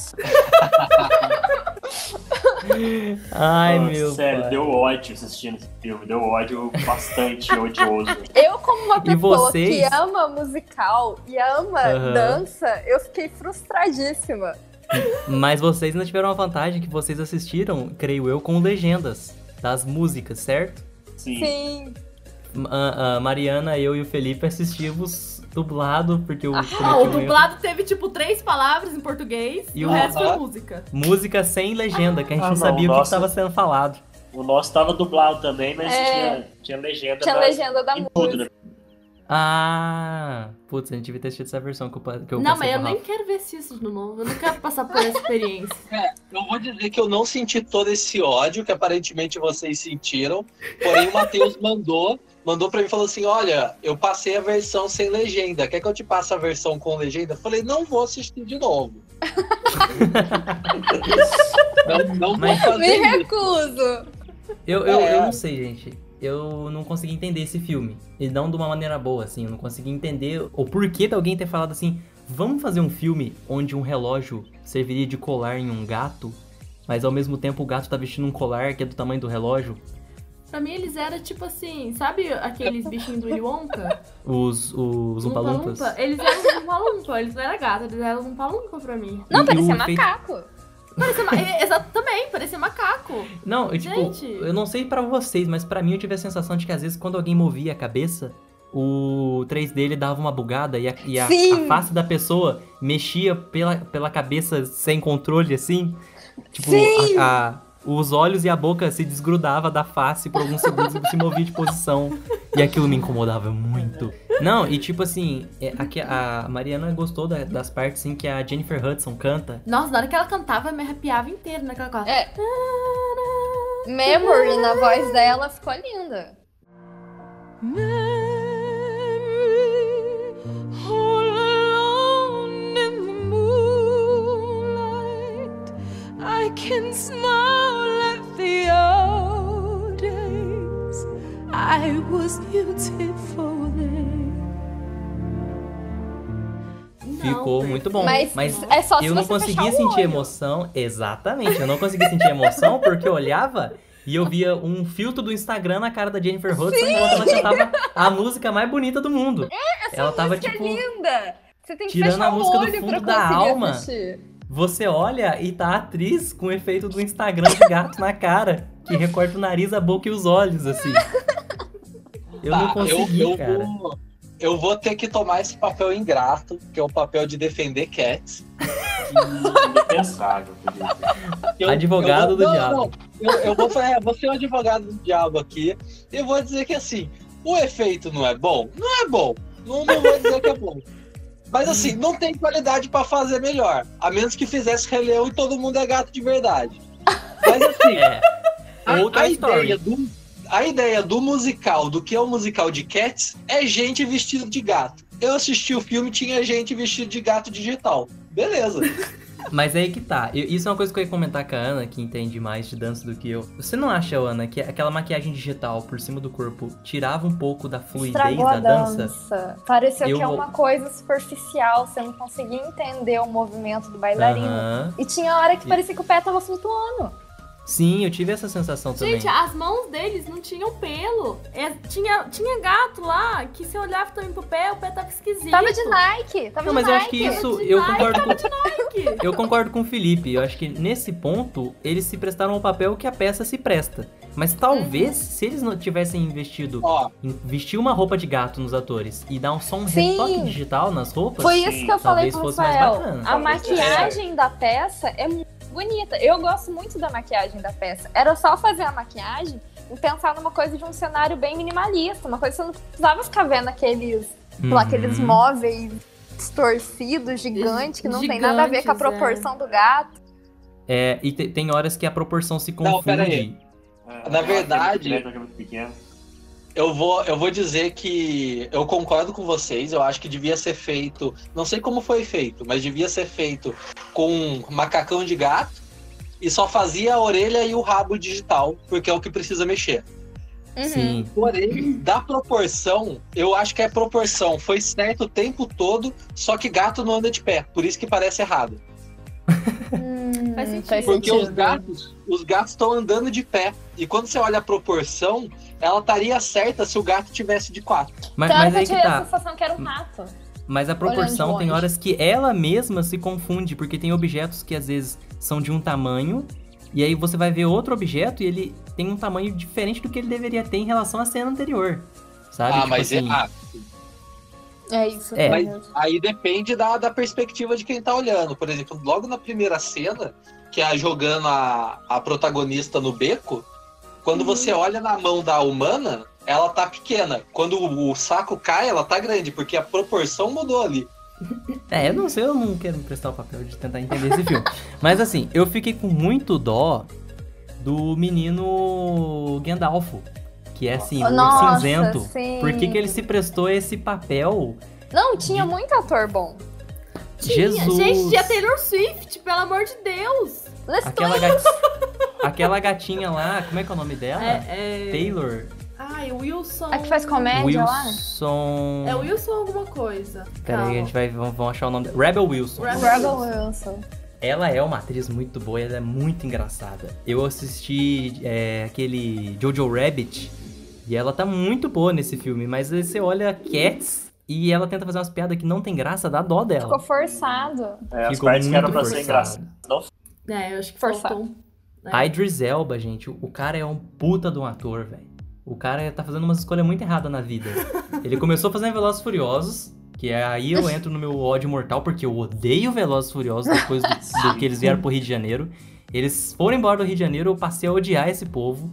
S2: Ai,
S1: Nossa,
S2: meu
S1: Sério,
S2: pai.
S1: deu ódio assistindo esse filme. Deu ódio bastante odioso.
S6: Eu, como uma pessoa que
S2: vocês?
S6: ama musical e ama
S2: Aham.
S6: dança, eu fiquei frustradíssima.
S2: Mas vocês ainda tiveram a vantagem que vocês assistiram, creio eu, com legendas das músicas, certo?
S1: Sim. É
S6: Sim.
S2: M- A, a Mariana, eu e o Felipe assistimos dublado, porque o,
S3: Ah,
S2: cometi
S3: o
S2: um erro.
S3: dublado teve, tipo, três palavras em português e,
S2: E
S3: o
S2: o-
S3: resto foi
S7: Ah.
S3: música.
S2: música sem legenda, que a gente
S1: Ah, não,
S2: não sabia o que
S1: nossa.
S2: estava sendo falado.
S1: O nosso tava dublado também, mas
S6: É.
S1: tinha, tinha legenda.
S6: Tinha
S1: na-
S6: legenda da
S1: em
S6: música.
S1: tudo, né?
S2: Ah, putz, a gente devia ter assistido essa versão que eu, pa- que eu
S3: não,
S2: passei
S3: mas eu
S2: pro
S3: nem
S2: Rafa.
S3: quero ver isso de novo. Eu não quero passar por essa experiência.
S7: Eu vou dizer que eu não senti todo esse ódio que aparentemente vocês sentiram, porém o Matheus mandou, mandou para mim e falou assim: "Olha, eu passei a versão sem legenda. Quer que eu te passe a versão com legenda?" Eu falei: "Não vou assistir de novo." não, não vou
S2: Mas-
S6: Me
S7: fazer isso.
S6: recuso.
S2: Eu, eu,
S7: É.
S2: eu não sei, gente. Eu não consegui entender esse filme. E não de uma maneira boa, assim. Eu não consegui entender o porquê de alguém ter falado assim: vamos fazer um filme onde um relógio serviria de colar em um gato, mas ao mesmo tempo o gato tá vestindo um colar que é do tamanho do relógio.
S3: Pra mim, eles eram tipo assim, sabe aqueles bichinhos do Willy Wonka?
S2: Os, os Umpalumpas.
S3: Lumpa. Eles eram um palumpa, eles não eram gato, eles eram um palumpa pra mim.
S6: Não,
S2: E
S6: parecia
S2: o fei-
S6: macaco.
S3: Parecia ma... é, Exato, também, parecia macaco.
S2: Não, eu, tipo,
S3: Gente.
S2: eu não sei pra vocês, mas pra mim eu tive a sensação de que às vezes quando alguém movia a cabeça, o 3 dele dava uma bugada e a, e a-
S6: Sim.
S2: a face da pessoa mexia pela, pela cabeça sem controle, assim. Tipo,
S6: Sim.
S2: a- a- os olhos e a boca se desgrudava da face por alguns segundos e se movia de posição. E aquilo me incomodava muito. Não, e tipo assim, é, aqui a Mariana gostou da- das partes em que a Jennifer Hudson canta.
S3: Nossa, na hora que ela cantava, eu me arrepiava inteira naquela coisa.
S6: É. Memory na voz dela ficou linda.
S10: I can smile at the old days. I was beautiful then.
S2: Ficou muito bom.
S6: mas,
S2: mas
S6: é só se
S2: eu não
S6: você fechar
S2: conseguia
S6: o
S2: sentir
S6: olho.
S2: emoção. Exatamente, eu não conseguia sentir emoção porque eu olhava e eu via um filtro do Instagram na cara da Jennifer Hudson enquanto ela cantava a música mais bonita do mundo. ela tava
S6: música
S2: tipo,
S6: é linda. Você tem que
S2: tirando
S6: fechar
S2: a música
S6: o
S2: do
S6: olho pra
S2: fundo da
S6: conseguir
S2: alma.
S6: assistir.
S2: você olha e tá a atriz com o efeito do Instagram de gato na cara, que recorta o nariz, a boca e os olhos assim. Eu não
S7: Tá,
S2: consegui,
S7: eu
S2: cara.
S7: Vou, eu vou ter que tomar esse papel ingrato, que é o papel de defender Cats.
S1: Indefensável. quer dizer.
S7: Eu-
S2: Advogado
S7: eu vou-
S2: do
S7: não,
S2: diabo.
S7: não, eu, eu vou, é, vou ser o advogado do diabo aqui e vou dizer que assim, o efeito não é bom? Não é bom. Não, não vou dizer que é bom. Mas assim, não tem qualidade pra fazer melhor. A menos que fizesse Rei Leão e todo mundo é gato de verdade. Mas assim,
S2: É. Outra
S7: a, a
S2: história.
S7: ideia do, a ideia do musical, do que é o musical de Cats, é gente vestida de gato. Eu assisti o filme tinha gente vestida de gato digital. Beleza.
S2: Mas aí que tá. Eu- isso é uma coisa que eu ia comentar com a Ana, que entende mais de dança do que eu. Você não acha, Ana, que aquela maquiagem digital por cima do corpo tirava um pouco da fluidez
S6: Estragou
S2: da
S6: a
S2: dança?
S6: dança. Pareceu
S2: Eu
S6: que é
S2: vou-
S6: uma coisa superficial. Você não conseguia entender o movimento do bailarino.
S2: Aham.
S6: E tinha hora que parecia que o pé tava flutuando.
S2: Sim, eu tive essa sensação também.
S3: Gente, as mãos deles não tinham pelo. É, tinha, tinha gato lá que se olhava também pro pé, o pé tava esquisito.
S6: Tava de Nike. Tava
S2: não,
S6: de
S2: mas eu acho que
S6: Nike.
S2: isso.
S3: de
S2: Eu
S3: Nike.
S2: concordo com.
S3: Nike.
S2: Eu concordo com o Felipe. Eu acho que nesse ponto eles se prestaram ao papel que a peça se presta. Mas talvez, se eles não tivessem investido
S7: Ó,
S2: em vestir uma roupa de gato nos atores e dar um, só um
S6: Sim.
S2: retoque digital nas roupas,
S6: Foi
S1: Sim,
S6: isso que eu
S2: talvez
S6: falei pro
S2: fosse mais
S6: Rafael.
S2: bacana.
S6: A
S1: Talvez fosse
S6: maquiagem da peça é muito bonita. Eu gosto muito da maquiagem da peça. Era só fazer a maquiagem e pensar numa coisa de um cenário bem minimalista. Uma coisa que você não precisava ficar vendo aqueles, sei lá, aqueles
S2: Uhum.
S6: móveis distorcidos, gigantes, que não tem nada a ver com a
S3: Gigantes, é.
S6: proporção do gato.
S2: É, e te- tem horas que a proporção se
S7: Não, pera
S2: confunde.
S1: É,
S7: Na verdade-
S1: é muito pequeno.
S7: Eu vou, eu vou dizer que eu concordo com vocês. Eu acho que devia ser feito. Não sei como foi feito, mas devia ser feito com macacão de gato e só fazia a orelha e o rabo digital, porque é o que precisa mexer.
S6: Uhum.
S2: Sim.
S7: Porém, da proporção, eu acho que é proporção. Foi certo o tempo todo, só que gato não anda de pé, por isso que parece errado.
S3: Faz sentido.
S6: faz
S7: Porque os
S6: sentido.
S7: gatos, os gatos estão andando de pé. E quando você olha a proporção, ela estaria certa se o gato tivesse de quatro.
S2: Mas,
S6: Tem hora
S2: mas
S6: que eu
S2: aí que
S6: tive a
S2: tá.
S6: sensação que era um rato.
S2: Mas a proporção
S6: Olhando de
S2: tem
S6: longe.
S2: horas que ela mesma se confunde, porque tem objetos que às vezes são de um tamanho, e aí você vai ver outro objeto e ele tem um tamanho diferente do que ele deveria ter em relação à cena anterior. Sabe?
S7: ah,
S2: Tipo
S7: mas é-
S2: assim,
S7: ah,
S6: É isso.
S2: É.
S6: foi
S7: Mas-
S6: mesmo.
S7: aí depende da, da perspectiva de quem tá olhando. Por exemplo, logo na primeira cena, que é jogando a, a protagonista no beco, quando você olha na mão da humana, ela tá pequena. Quando o, o saco cai, ela tá grande, porque a proporção mudou ali.
S2: É, eu não sei, eu não quero me prestar o papel de tentar entender esse filme. Mas assim, eu fiquei com muito dó do menino Gandalfo, que é assim, o
S6: Nossa,
S2: cinzento.
S6: sim.
S2: Por que, que ele se prestou a esse papel?
S6: Não, tinha muito ator bom.
S3: Tinha,
S2: Jesus!
S3: Gente, tinha Taylor Swift, pelo amor de Deus!
S6: Leston
S2: Aquela, gati- Aquela gatinha lá, como é que é o nome dela?
S3: É, é...
S2: Taylor?
S3: Ai, Wilson...
S6: A É que faz comédia lá?
S2: Wilson.
S3: É Wilson alguma coisa.
S2: Pera aí, a gente vai vão, vão achar o nome dela. Rebel Wilson.
S3: Rebel-
S6: Rebel Wilson.
S2: Ela é uma atriz muito boa, ela é muito engraçada. Eu assisti é, aquele Jojo Rabbit e ela tá muito boa nesse filme, mas aí você olha Cats e ela tenta fazer umas piadas que não tem graça, dá dó dela.
S6: Ficou forçado.
S1: É, as partes que eram pra ser engraçado.
S3: Calma. É, eu acho que
S6: Forçado.
S3: faltou um...
S2: A Idris Elba, gente, o cara é um puta de um ator, velho. O cara tá fazendo umas escolhas muito erradas na vida. Ele começou fazendo Velozes e Furiosos, que é aí eu entro no meu ódio mortal, porque eu odeio Velozes e Furiosos depois do, do que eles vieram pro Rio de Janeiro. Eles foram embora do Rio de Janeiro, eu passei a odiar esse povo.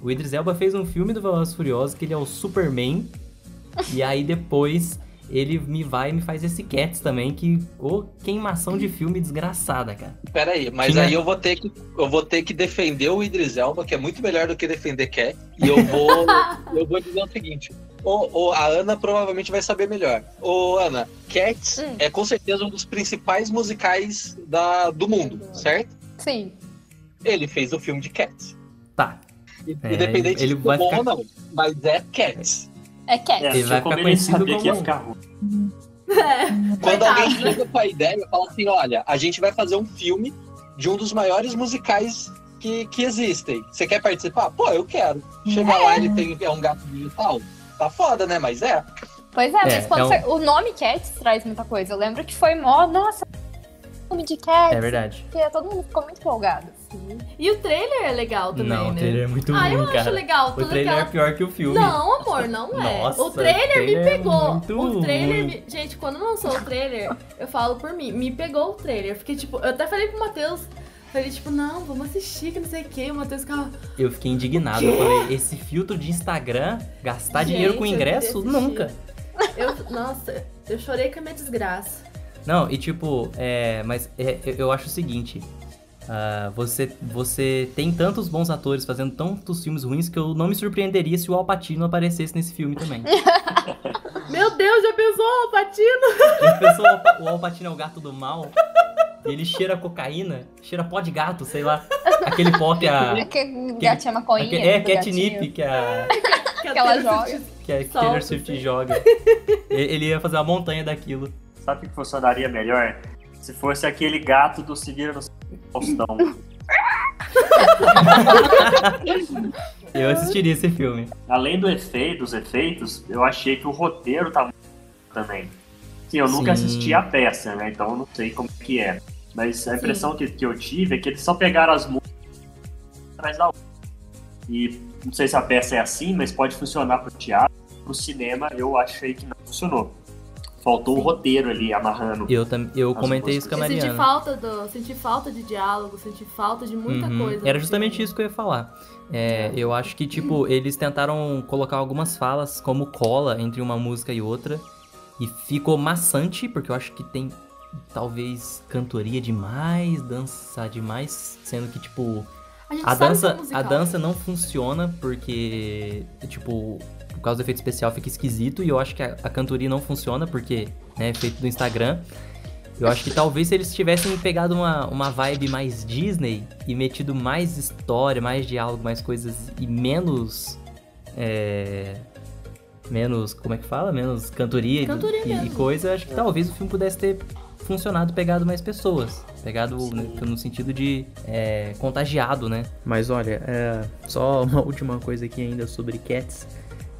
S2: O Idris Elba fez um filme do Velozes e Furiosos, que ele é o Superman. E aí depois ele me vai e me faz esse Cats também, que... Ô, queimação de filme desgraçada, cara.
S7: Pera aí, mas
S2: Tinha-
S7: aí eu vou ter que eu vou ter que defender o Idris Elba, que é muito melhor do que defender Cat. E eu vou eu vou dizer o seguinte. O, o- a Ana provavelmente vai saber melhor. Ô, Ana, Cats
S6: Hum.
S7: é com certeza um dos principais musicais da, do mundo, certo?
S6: Sim.
S7: Ele fez o filme de Cats.
S2: Tá,
S7: E-
S2: É,
S7: Independente
S2: ele
S7: de
S2: vai
S7: ser bom
S2: ficar-
S7: ou não, mas é Cats.
S6: É Cat.
S1: É,
S2: Ele
S1: se
S2: vai
S1: eu
S2: ficar
S1: comer,
S2: conhecido
S1: sabia que ia
S2: como-
S1: ficar ruim.
S7: Quando
S3: Coitado.
S7: alguém chega com a ideia e fala assim: olha, a gente vai fazer um filme de um dos maiores musicais que, que existem. Você quer participar? Pô, eu quero. Chegar lá, ele tem é um gato digital. Tá foda, né? Mas é.
S6: Pois é, mas
S2: É,
S6: quando
S2: é um-
S6: você- o nome Cats traz muita coisa. Eu lembro que foi mó, nossa, nome de Cats.
S2: é verdade.
S6: Porque todo mundo ficou muito empolgado. assim.
S3: E o trailer é legal também,
S2: não, o
S3: né?
S2: trailer é muito
S3: ah,
S2: ruim,
S3: eu
S2: cara.
S3: acho legal.
S2: O
S3: toda
S2: trailer
S3: aquela
S2: é pior que o filme.
S3: Não, amor, não é.
S2: Nossa,
S3: o trailer
S2: o trailer
S3: me
S2: é
S3: pegou.
S2: muito
S3: o trailer
S2: ruim.
S3: me... Gente, quando lançou o trailer, eu falo por mim, me pegou o trailer. Fiquei tipo, eu até falei pro Matheus, falei tipo, não, vamos assistir, que não sei o que. O Matheus ficava,
S2: Eu fiquei indignado. Eu falei, esse filtro de Instagram, gastar
S3: Gente,
S2: dinheiro com
S3: eu
S2: ingresso?
S3: queria assistir.
S2: Nunca.
S3: eu, nossa, eu chorei com a minha desgraça.
S2: Não, e tipo, é, mas é, eu- eu acho o seguinte. ah, você, você tem tantos bons atores fazendo tantos filmes ruins que eu não me surpreenderia se o Al Pacino aparecesse nesse filme também.
S3: Meu Deus, já pensou, Patino?
S2: Já pensou o Al Pa- o Al Pacino é o gato do mal? E ele cheira cocaína, cheira pó de gato, sei lá. Aquele pó que a.
S6: É que gatinha maconhinha.
S2: aque- Ah. é,
S6: do
S2: catnip,
S6: gatinho.
S2: que a.
S3: Que
S6: Que ela
S3: até-
S6: joga.
S2: que a
S3: Solta,
S2: Taylor Swift
S3: assim.
S2: joga. Ele ele ia fazer uma montanha daquilo.
S1: Sabe o que funcionaria melhor? Se fosse aquele gato do Se Vira no Faustão.
S3: Ah.
S2: Eu assistiria esse filme.
S1: Além do efeito, dos efeitos, eu achei que o roteiro tá muito também. Sim, eu nunca
S2: Sim.
S1: assisti a peça, né? Então eu não sei como que é. Mas a impressão que, que eu tive é que eles só pegaram as músicas atrás da outra. E não sei se a peça é assim, mas pode funcionar pro teatro. Pro cinema, eu achei que não funcionou. Faltou o roteiro ali, amarrando.
S2: Eu, tam- eu
S1: As
S2: comentei isso com a
S3: Eu senti
S2: Mariana.
S3: falta, do, senti falta de diálogo, senti falta de muita
S2: Uhum.
S3: coisa. né? assim.
S2: Era
S3: no
S2: justamente
S3: filme.
S2: isso que eu ia falar. É, eu acho que, tipo, eles tentaram colocar algumas falas como cola entre uma música e outra. E ficou maçante, porque eu acho que tem talvez cantoria demais, dança demais, sendo que, tipo,
S3: A, gente
S2: A
S3: sabe
S2: dança,
S3: que é
S2: a
S3: musical.
S2: dança não funciona porque, tipo, por causa do efeito especial fica esquisito e eu acho que a, a cantoria não funciona porque né, é feito do Instagram. Eu acho que talvez se eles tivessem pegado uma, uma vibe mais Disney e metido mais história, mais diálogo, mais coisas e menos. É, menos. Como é que fala? Menos cantoria, e-
S3: Cantoria
S2: e, e
S3: mesmo.
S2: coisa, eu acho que talvez o filme pudesse ter funcionado e pegado mais pessoas. Pegado né, no sentido de é, contagiado, né? Mas olha, é, só uma última coisa aqui ainda sobre Cats.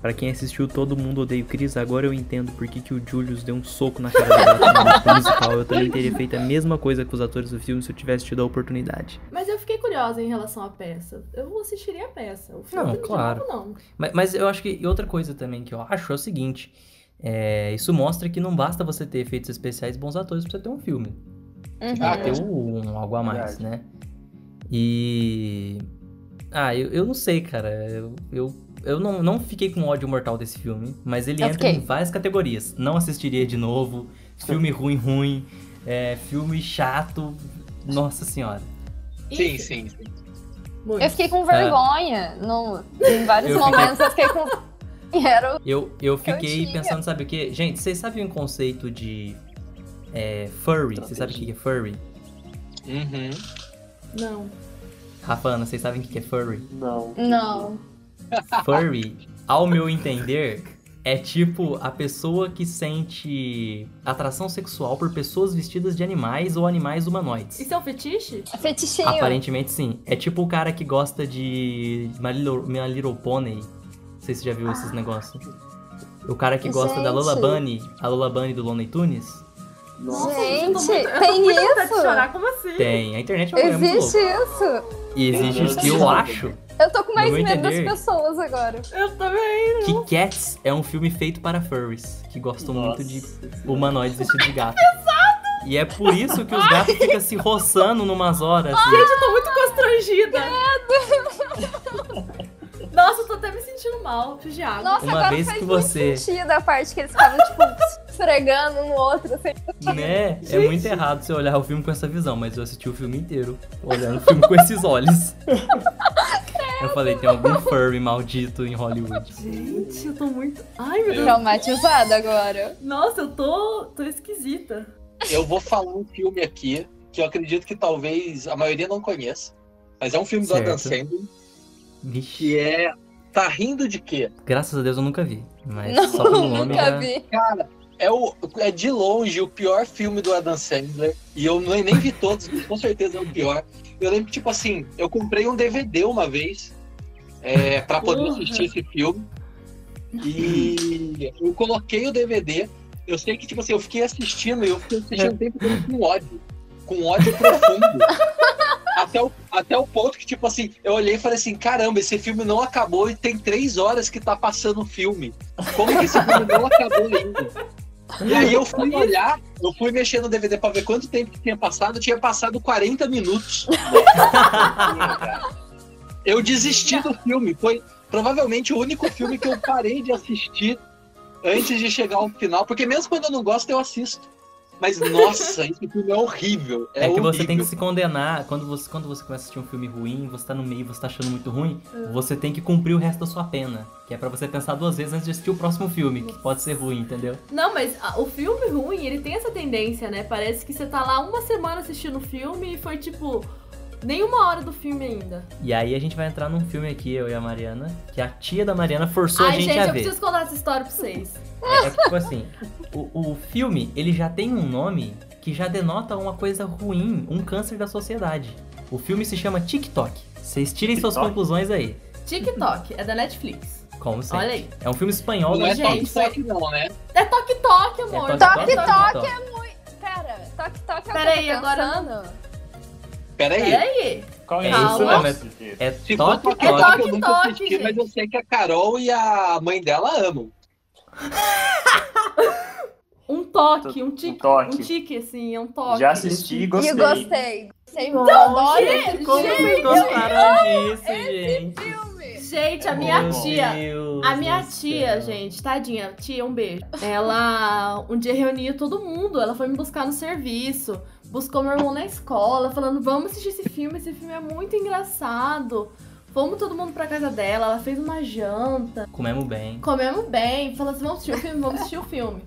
S2: Pra quem assistiu Todo Mundo Odeia o Chris, agora eu entendo por que, que o Julius deu um soco na cara do Batman no musical. Eu também teria feito a mesma coisa com os atores do filme se eu tivesse tido a oportunidade.
S3: Mas eu fiquei curiosa em relação à peça. Eu assistiria a peça. O filme
S2: Não,
S3: de
S2: claro.
S3: novo, não.
S2: Mas, mas eu acho que e outra coisa também que eu acho é o seguinte: é, isso mostra que não basta você ter efeitos especiais e bons atores pra você ter um filme. Você tem
S6: Uhum.
S2: que ter um, um algo a mais, né? E. Ah, eu, eu não sei, cara. Eu, eu, eu não, não fiquei com ódio mortal desse filme, mas ele
S6: Eu
S2: entra em
S6: fiquei.
S2: várias categorias. Não assistiria de novo, filme ruim, ruim, é, filme chato. Nossa senhora.
S7: Sim,
S3: Enfim,
S7: sim, sim.
S3: muito.
S6: Eu fiquei com vergonha. No, em vários
S2: Ah. Eu fiquei-
S6: momentos eu fiquei com. E era o-
S2: Eu, eu fiquei
S6: tinha.
S2: pensando, sabe o quê? Gente, vocês sabem o conceito de é, furry? Vocês sabem o que que é furry?
S7: Uhum.
S3: Não.
S2: Rafana, vocês sabem o que que é furry?
S1: Não.
S6: Não.
S2: Furry, ao meu entender, é tipo a pessoa que sente atração sexual por pessoas vestidas de animais ou animais humanoides.
S3: Isso é um fetiche?
S6: Fetichinho.
S2: Aparentemente sim. É tipo o cara que gosta de My Little, My Little Pony. Não sei se você já viu esses negócios. O cara que gosta da Lola
S6: Ah. Gente.
S2: Bunny, a Lola Bunny do Lonely Tunes.
S1: Nossa.
S3: eu tô
S6: Gente,
S3: muito- eu tô
S6: tem
S3: muito com vontade de
S6: isso?
S3: chorar, como assim?
S2: Tem, a internet é um lugar muito
S6: Hum. Existe
S2: louco.
S6: isso?
S2: E existe isso que eu acho
S6: Eu tô com mais
S2: No meu
S6: medo das
S2: entender.
S6: pessoas agora.
S3: Eu também.
S2: que Cats é um filme feito para furries, que gostam
S1: Nossa.
S2: muito de humanoides vestidos de gato. E é por isso que os gatos ficam se roçando numas horas.
S3: Gente, eu tô muito constrangida. Nossa, eu tô até me sentindo mal, Thiago.
S6: Nossa,
S2: Uma
S6: agora
S2: vez
S6: faz
S2: que
S6: muito
S2: você-
S6: sentido a parte que eles ficavam, tipo, esfregando um no outro. Assim.
S2: Né? É muito errado você olhar o filme com essa visão, mas eu assisti o filme inteiro olhando o filme com esses olhos. Eu falei, tem algum furry maldito em Hollywood.
S3: Gente, eu tô muito. Ai, meu Deus.
S6: Traumatizada agora.
S3: Nossa, eu tô, tô esquisita.
S7: Eu vou falar um filme aqui que eu acredito que talvez a maioria não conheça, mas é um filme do Adam
S2: Certo.
S7: Sandler que
S2: Vixe.
S7: é Tá Rindo de Quê?
S2: Graças a Deus eu nunca vi. Mas
S6: Não,
S2: só pelo nome
S6: nunca
S2: já...
S6: vi.
S7: É, o, é de longe o pior filme do Adam Sandler. E eu nem, nem vi todos, mas com certeza é o pior. Eu lembro, tipo assim, eu comprei um DVD uma vez é, para poder
S3: Porra.
S7: assistir esse filme. E eu coloquei o DVD. Eu sei que, tipo assim, eu fiquei assistindo e eu fiquei assistindo o tempo todo com ódio. Com ódio profundo. Até o, até o ponto que, tipo assim, eu olhei e falei assim: caramba, esse filme não acabou e tem três horas que tá passando o filme. Como que esse filme não acabou ainda? E aí eu fui olhar, eu fui mexer no DVD pra ver quanto tempo que tinha passado, tinha passado 40 minutos. eu desisti do filme, foi provavelmente o único filme que eu parei de assistir antes de chegar ao final, porque mesmo quando eu não gosto, eu assisto. Mas nossa, esse filme é horrível. É,
S2: É, que
S7: horrível.
S2: você tem que se condenar. Quando você, quando você começa a assistir um filme ruim, você tá no meio, você tá achando muito ruim,
S3: É.
S2: você tem que cumprir o resto da sua pena. Que é pra você pensar duas vezes antes de assistir o próximo filme, que pode ser ruim, entendeu?
S3: Não, mas ah, o filme ruim, ele tem essa tendência, né? Parece que você tá lá uma semana assistindo o filme e foi tipo. Nenhuma hora do filme ainda.
S2: E aí a gente vai entrar num filme aqui, eu e a Mariana, que a tia da Mariana forçou a
S3: Ai,
S2: gente,
S3: gente,
S2: a
S3: eu
S2: ver.
S3: preciso contar essa história pra vocês.
S2: É, é tipo assim, o, o filme, ele já tem um nome que já denota uma coisa ruim, um câncer da sociedade. O filme se chama TikTok. Vocês tirem suas
S1: TikTok?
S2: conclusões aí.
S3: TikTok é da Netflix.
S2: Como sempre.
S3: Olha aí.
S2: É um filme espanhol,
S7: Não é
S2: mas
S3: Gente,
S7: toque toque, não, né?
S3: É Tok Tok, amor.
S2: É
S6: Tok
S2: Tok
S6: Tok é muito. Cara, Tok Tok é o
S3: Peraí,
S6: que eu tô
S3: agora
S6: pensando.
S7: Pera aí.
S3: Peraí.
S1: Qual é,
S2: É
S1: isso,
S3: isso
S1: né?
S2: É
S7: Se for
S2: Tok
S7: Tipo, toque,
S3: É
S7: toque,
S2: Tok.
S7: eu nunca
S3: toque,
S7: assisti,
S3: gente.
S7: mas eu sei que a Carol e a mãe dela amam.
S3: Um toque, um tique.
S1: Um toque.
S3: Um tique, assim, é um toque.
S1: Já assisti e
S6: E
S1: gostei.
S6: eu gostei. Gostei muito. Adoro esse
S2: Como
S6: filme.
S2: vocês gostaram disso, gente?
S3: Gente, a minha
S2: Meu
S3: tia.
S2: Deus
S3: A minha
S2: do
S3: tia,
S2: céu.
S3: gente, tadinha, tia, um beijo. Ela um dia reunia todo mundo, ela foi me buscar no serviço, buscou meu irmão na escola, falando: vamos assistir esse filme, esse filme é muito engraçado. Fomos todo mundo pra casa dela, ela fez uma janta,
S2: Comemos bem.
S3: comemos bem, falou assim: vamos assistir o filme, vamos assistir o filme.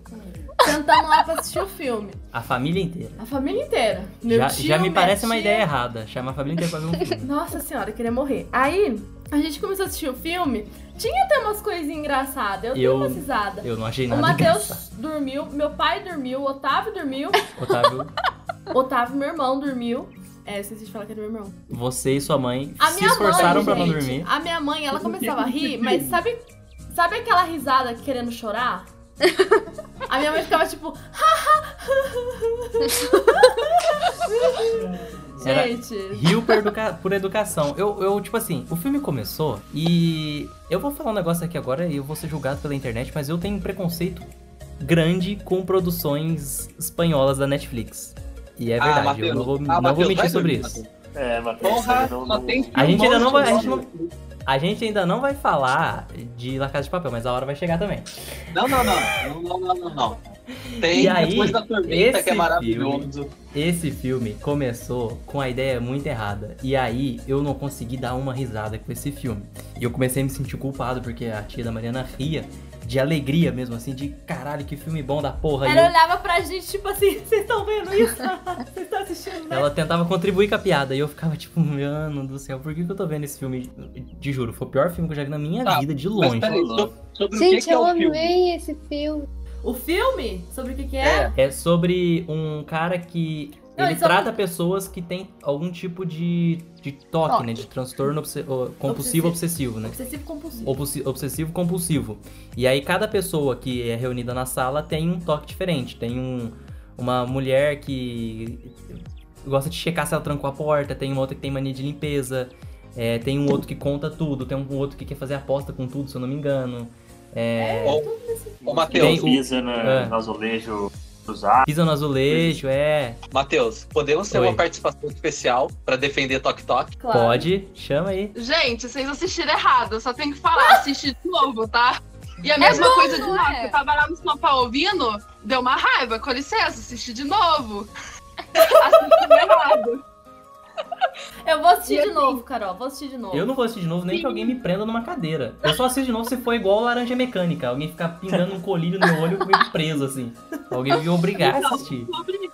S3: Sentamos lá pra assistir o filme.
S2: A família inteira.
S3: A família inteira. Meu
S2: Já,
S3: tio,
S2: já me
S3: minha
S2: parece uma
S3: tia.
S2: ideia errada. Chamar a família inteira pra ver um filme.
S3: Nossa senhora, eu queria morrer. Aí, a gente começou a assistir o filme. Tinha até umas coisinhas engraçadas, eu, dei
S2: Eu-
S3: uma risada.
S2: Eu não achei
S3: O
S2: nada.
S3: Matheus dormiu, meu pai dormiu, o Otávio dormiu,
S2: engraçado. Otávio.
S3: Otávio, meu irmão, dormiu. É, eu esqueci de falar que era meu irmão.
S2: Você e sua mãe
S3: A
S2: se
S3: minha
S2: esforçaram
S3: mãe,
S2: pra não
S3: gente,
S2: dormir.
S3: A minha mãe, ela começava a rir, mas sabe, sabe aquela risada querendo chorar? A minha mãe ficava tipo.
S2: Era-
S3: Gente,
S2: Rio por, educa- por educação. Eu, eu, tipo assim, o filme começou e eu vou falar um negócio aqui agora e eu vou ser julgado pela internet, mas eu tenho um preconceito grande com produções espanholas da Netflix. E
S7: Ah,
S2: é verdade, eu não vou, não vou mentir sobre isso.
S1: É, Matheus,
S7: Porra,
S1: não,
S7: só
S1: não...
S7: tem
S2: A gente ainda não vai- a
S7: filmão
S2: gente não-
S7: de-
S2: A gente ainda não vai falar de La Casa de Papel, mas a hora vai chegar também.
S7: Não, não, não. Não, não, não, não. Tem
S2: E aí,
S7: depois da tormenta que
S2: esse
S7: é maravilhoso.
S2: Esse filme começou com a ideia muito errada. E aí eu não consegui dar uma risada com esse filme. E eu comecei a me sentir culpado porque a tia da Mariana ria de alegria mesmo, assim, de caralho, que filme bom da porra. E
S3: ela
S2: eu-
S3: olhava pra gente, tipo assim, vocês estão vendo isso? Vocês estão assistindo, né?
S2: ela tentava contribuir com a piada. E eu ficava tipo, mano do céu, por que, que eu tô vendo esse filme? Te juro, foi o pior filme que eu já vi na minha
S7: Tá,
S2: vida, de
S7: Mas
S2: longe.
S7: peraí, so- sobre o que,
S6: Gente,
S7: que é
S6: eu
S7: o filme?
S6: amei esse filme.
S3: O filme? Sobre o que, que é?
S2: É sobre um cara que.
S3: Não,
S2: ele
S3: e um- sobre-
S2: trata pessoas que têm algum tipo de, de toque, né? De transtorno obse- ó, compulsivo obsessivo, né?
S3: Obsessivo compulsivo.
S2: Obsessi- Obsessivo compulsivo. E aí cada pessoa que é reunida na sala tem um toque diferente. Tem um, uma mulher que gosta de checar se ela trancou a porta, tem uma outra que tem mania de limpeza, é, tem um outro que conta tudo, tem um outro que quer fazer aposta com tudo, se eu não me engano. É,
S7: Ô, Ô, Matheus,
S2: Tem- o-
S1: Pisa na,
S2: É.
S1: no azulejo cruzado.
S2: pisa no azulejo, é.
S7: Matheus, podemos ter
S2: Oi.
S7: uma participação especial pra defender Tok Tok?
S3: Claro.
S2: Pode, chama aí.
S11: Gente, vocês assistiram errado. Eu só tenho que falar, assistir de novo, tá? E a mesma
S6: É bom,
S11: coisa de
S6: não
S11: lá,
S6: é?
S11: eu tava lá no sofá ouvindo, deu uma raiva. Com licença, assisti de novo. assisti errado.
S3: Eu vou assistir
S11: E
S3: de
S11: assim-
S3: novo, Carol. Vou assistir de novo.
S2: Eu não vou assistir de novo nem que alguém me prenda numa cadeira. Eu só assisto de novo se for igual laranja mecânica. Alguém ficar pingando um colírio no olho comigo preso, assim. Alguém me obrigar a assistir.
S11: Sobre,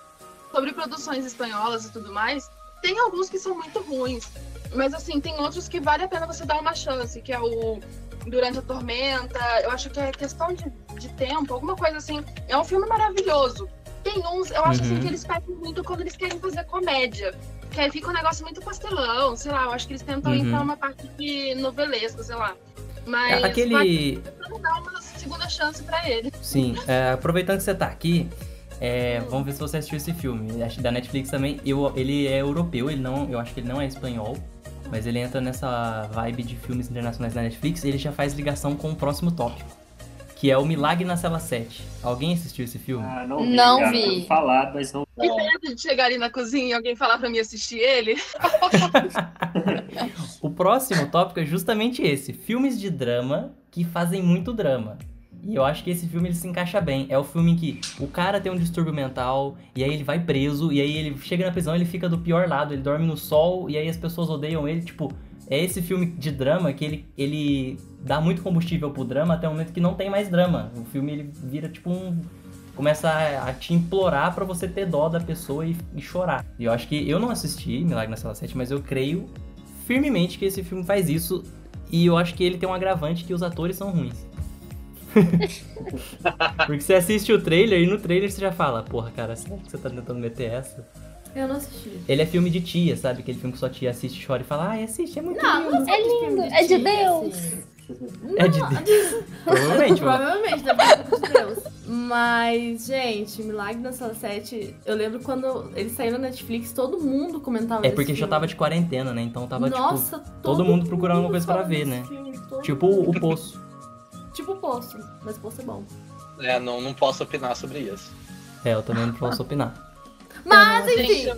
S11: sobre produções espanholas e tudo mais, tem alguns que são muito ruins. Mas assim, tem outros que vale a pena você dar uma chance, que é o Durante a Tormenta. Eu acho que é questão de, de tempo, alguma coisa assim. É um filme maravilhoso. Tem uns, eu acho assim,
S2: Uhum.
S11: que eles pecam muito quando eles querem fazer comédia. Que aí fica um negócio muito pastelão, sei lá, eu acho que eles tentam
S2: Uhum.
S11: entrar uma parte de novelesco, sei lá. Mas vale
S2: Aquele.
S11: dar uma segunda chance pra ele.
S2: Sim, é, aproveitando que você tá aqui, é, vamos ver se você assistiu esse filme. Acho que da Netflix também. Eu, ele é europeu, ele não, eu acho que ele não é espanhol. Mas ele entra nessa vibe de filmes internacionais da Netflix e ele já faz ligação com o próximo tópico. Que é o Milagre na Cela 7. Alguém assistiu esse filme?
S1: Ah, não vi.
S6: Não
S1: cara.
S6: vi.
S1: Eu falar, mas não.
S11: Que medo de chegar ali na cozinha e alguém falar pra mim assistir ele.
S2: O próximo tópico é justamente esse: filmes de drama que fazem muito drama. E eu acho que esse filme ele se encaixa bem. É o filme em que o cara tem um distúrbio mental, e aí ele vai preso, e aí ele chega na prisão, ele fica do pior lado, ele dorme no sol, e aí as pessoas odeiam ele. Tipo, é esse filme de drama que ele, ele dá muito combustível pro drama até o momento que não tem mais drama. O filme ele vira tipo um. Começa a, a te implorar pra você ter dó da pessoa e, e chorar. E eu acho que eu não assisti Milagre na Sala 7, mas eu creio firmemente que esse filme faz isso. E eu acho que ele tem um agravante que os atores são ruins. Porque você assiste o trailer e no trailer você já fala, porra, cara, será que você tá tentando meter essa?
S3: Eu não assisti.
S2: Ele é filme de tia, sabe? Aquele filme que sua tia assiste, chora e fala, ai, assiste, é muito
S3: Não,
S2: lindo.
S3: não sei
S6: É
S3: que filme
S6: lindo, é de
S3: tia,
S6: Deus.
S3: assim.
S2: É de Deus. Provavelmente, mano.
S3: Provavelmente, deve ser de Deus. Mas, gente, Milagre na Sala 7, eu lembro quando ele saiu na Netflix, todo mundo comentava
S2: É
S3: desse
S2: porque já
S3: filme.
S2: tava de quarentena, né? Então tava, tipo,
S3: Nossa, todo,
S2: mundo procurando uma coisa pra
S3: falando
S2: ver,
S3: desse
S2: né?
S3: filme, todo-
S2: tipo o Poço.
S3: Tipo o Poço, mas o Poço é bom.
S7: É, não, não posso opinar sobre isso.
S2: É, eu também não posso opinar.
S3: Mas, enfim,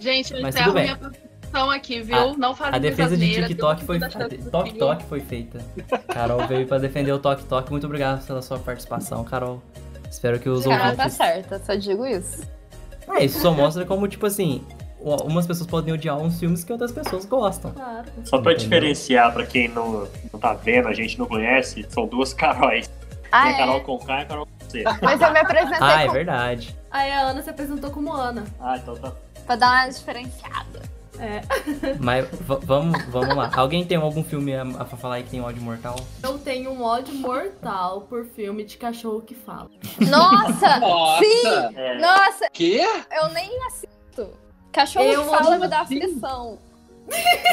S11: Gente, eu
S2: Mas
S11: encerro
S2: tudo bem.
S11: minha profissão aqui, viu?
S2: A-
S11: não fazem
S2: A defesa de
S11: brasileira,
S2: TikTok
S11: tem
S2: foi,
S11: toda a chance do
S2: Tok
S11: filho.
S2: Tok foi feita. Carol veio pra defender o Tok Tok. Muito obrigado pela sua participação, Carol. Espero que os
S6: Cara, tá
S2: ouvintes
S6: certa, só digo isso.
S2: É, isso só mostra como, tipo assim, u- umas pessoas podem odiar uns filmes que outras pessoas gostam.
S3: claro.
S1: Só pra
S2: Entendeu?
S1: diferenciar, pra quem não, não tá vendo, a gente não conhece, são duas Caróis.
S6: Ah,
S1: tem a Carol
S6: é?
S1: Conká e a Carol C.
S6: Mas eu me apresentei
S2: Ah, é
S6: com-
S2: verdade.
S3: Aí a Ana se apresentou como Ana.
S1: ah, então tá.
S6: pra dar uma diferenciada.
S3: É.
S2: Mas v- vamos, vamos lá. Alguém tem algum filme a, a pra falar aí que tem ódio mortal?
S3: Eu tenho um ódio mortal por filme de cachorro que fala.
S6: Nossa!
S7: Nossa!
S1: É,
S6: Nossa,
S7: Quê?
S6: Eu nem assisto. Cachorro
S3: Eu
S6: que fala
S7: não
S6: me dá
S7: assisto.
S6: aflição.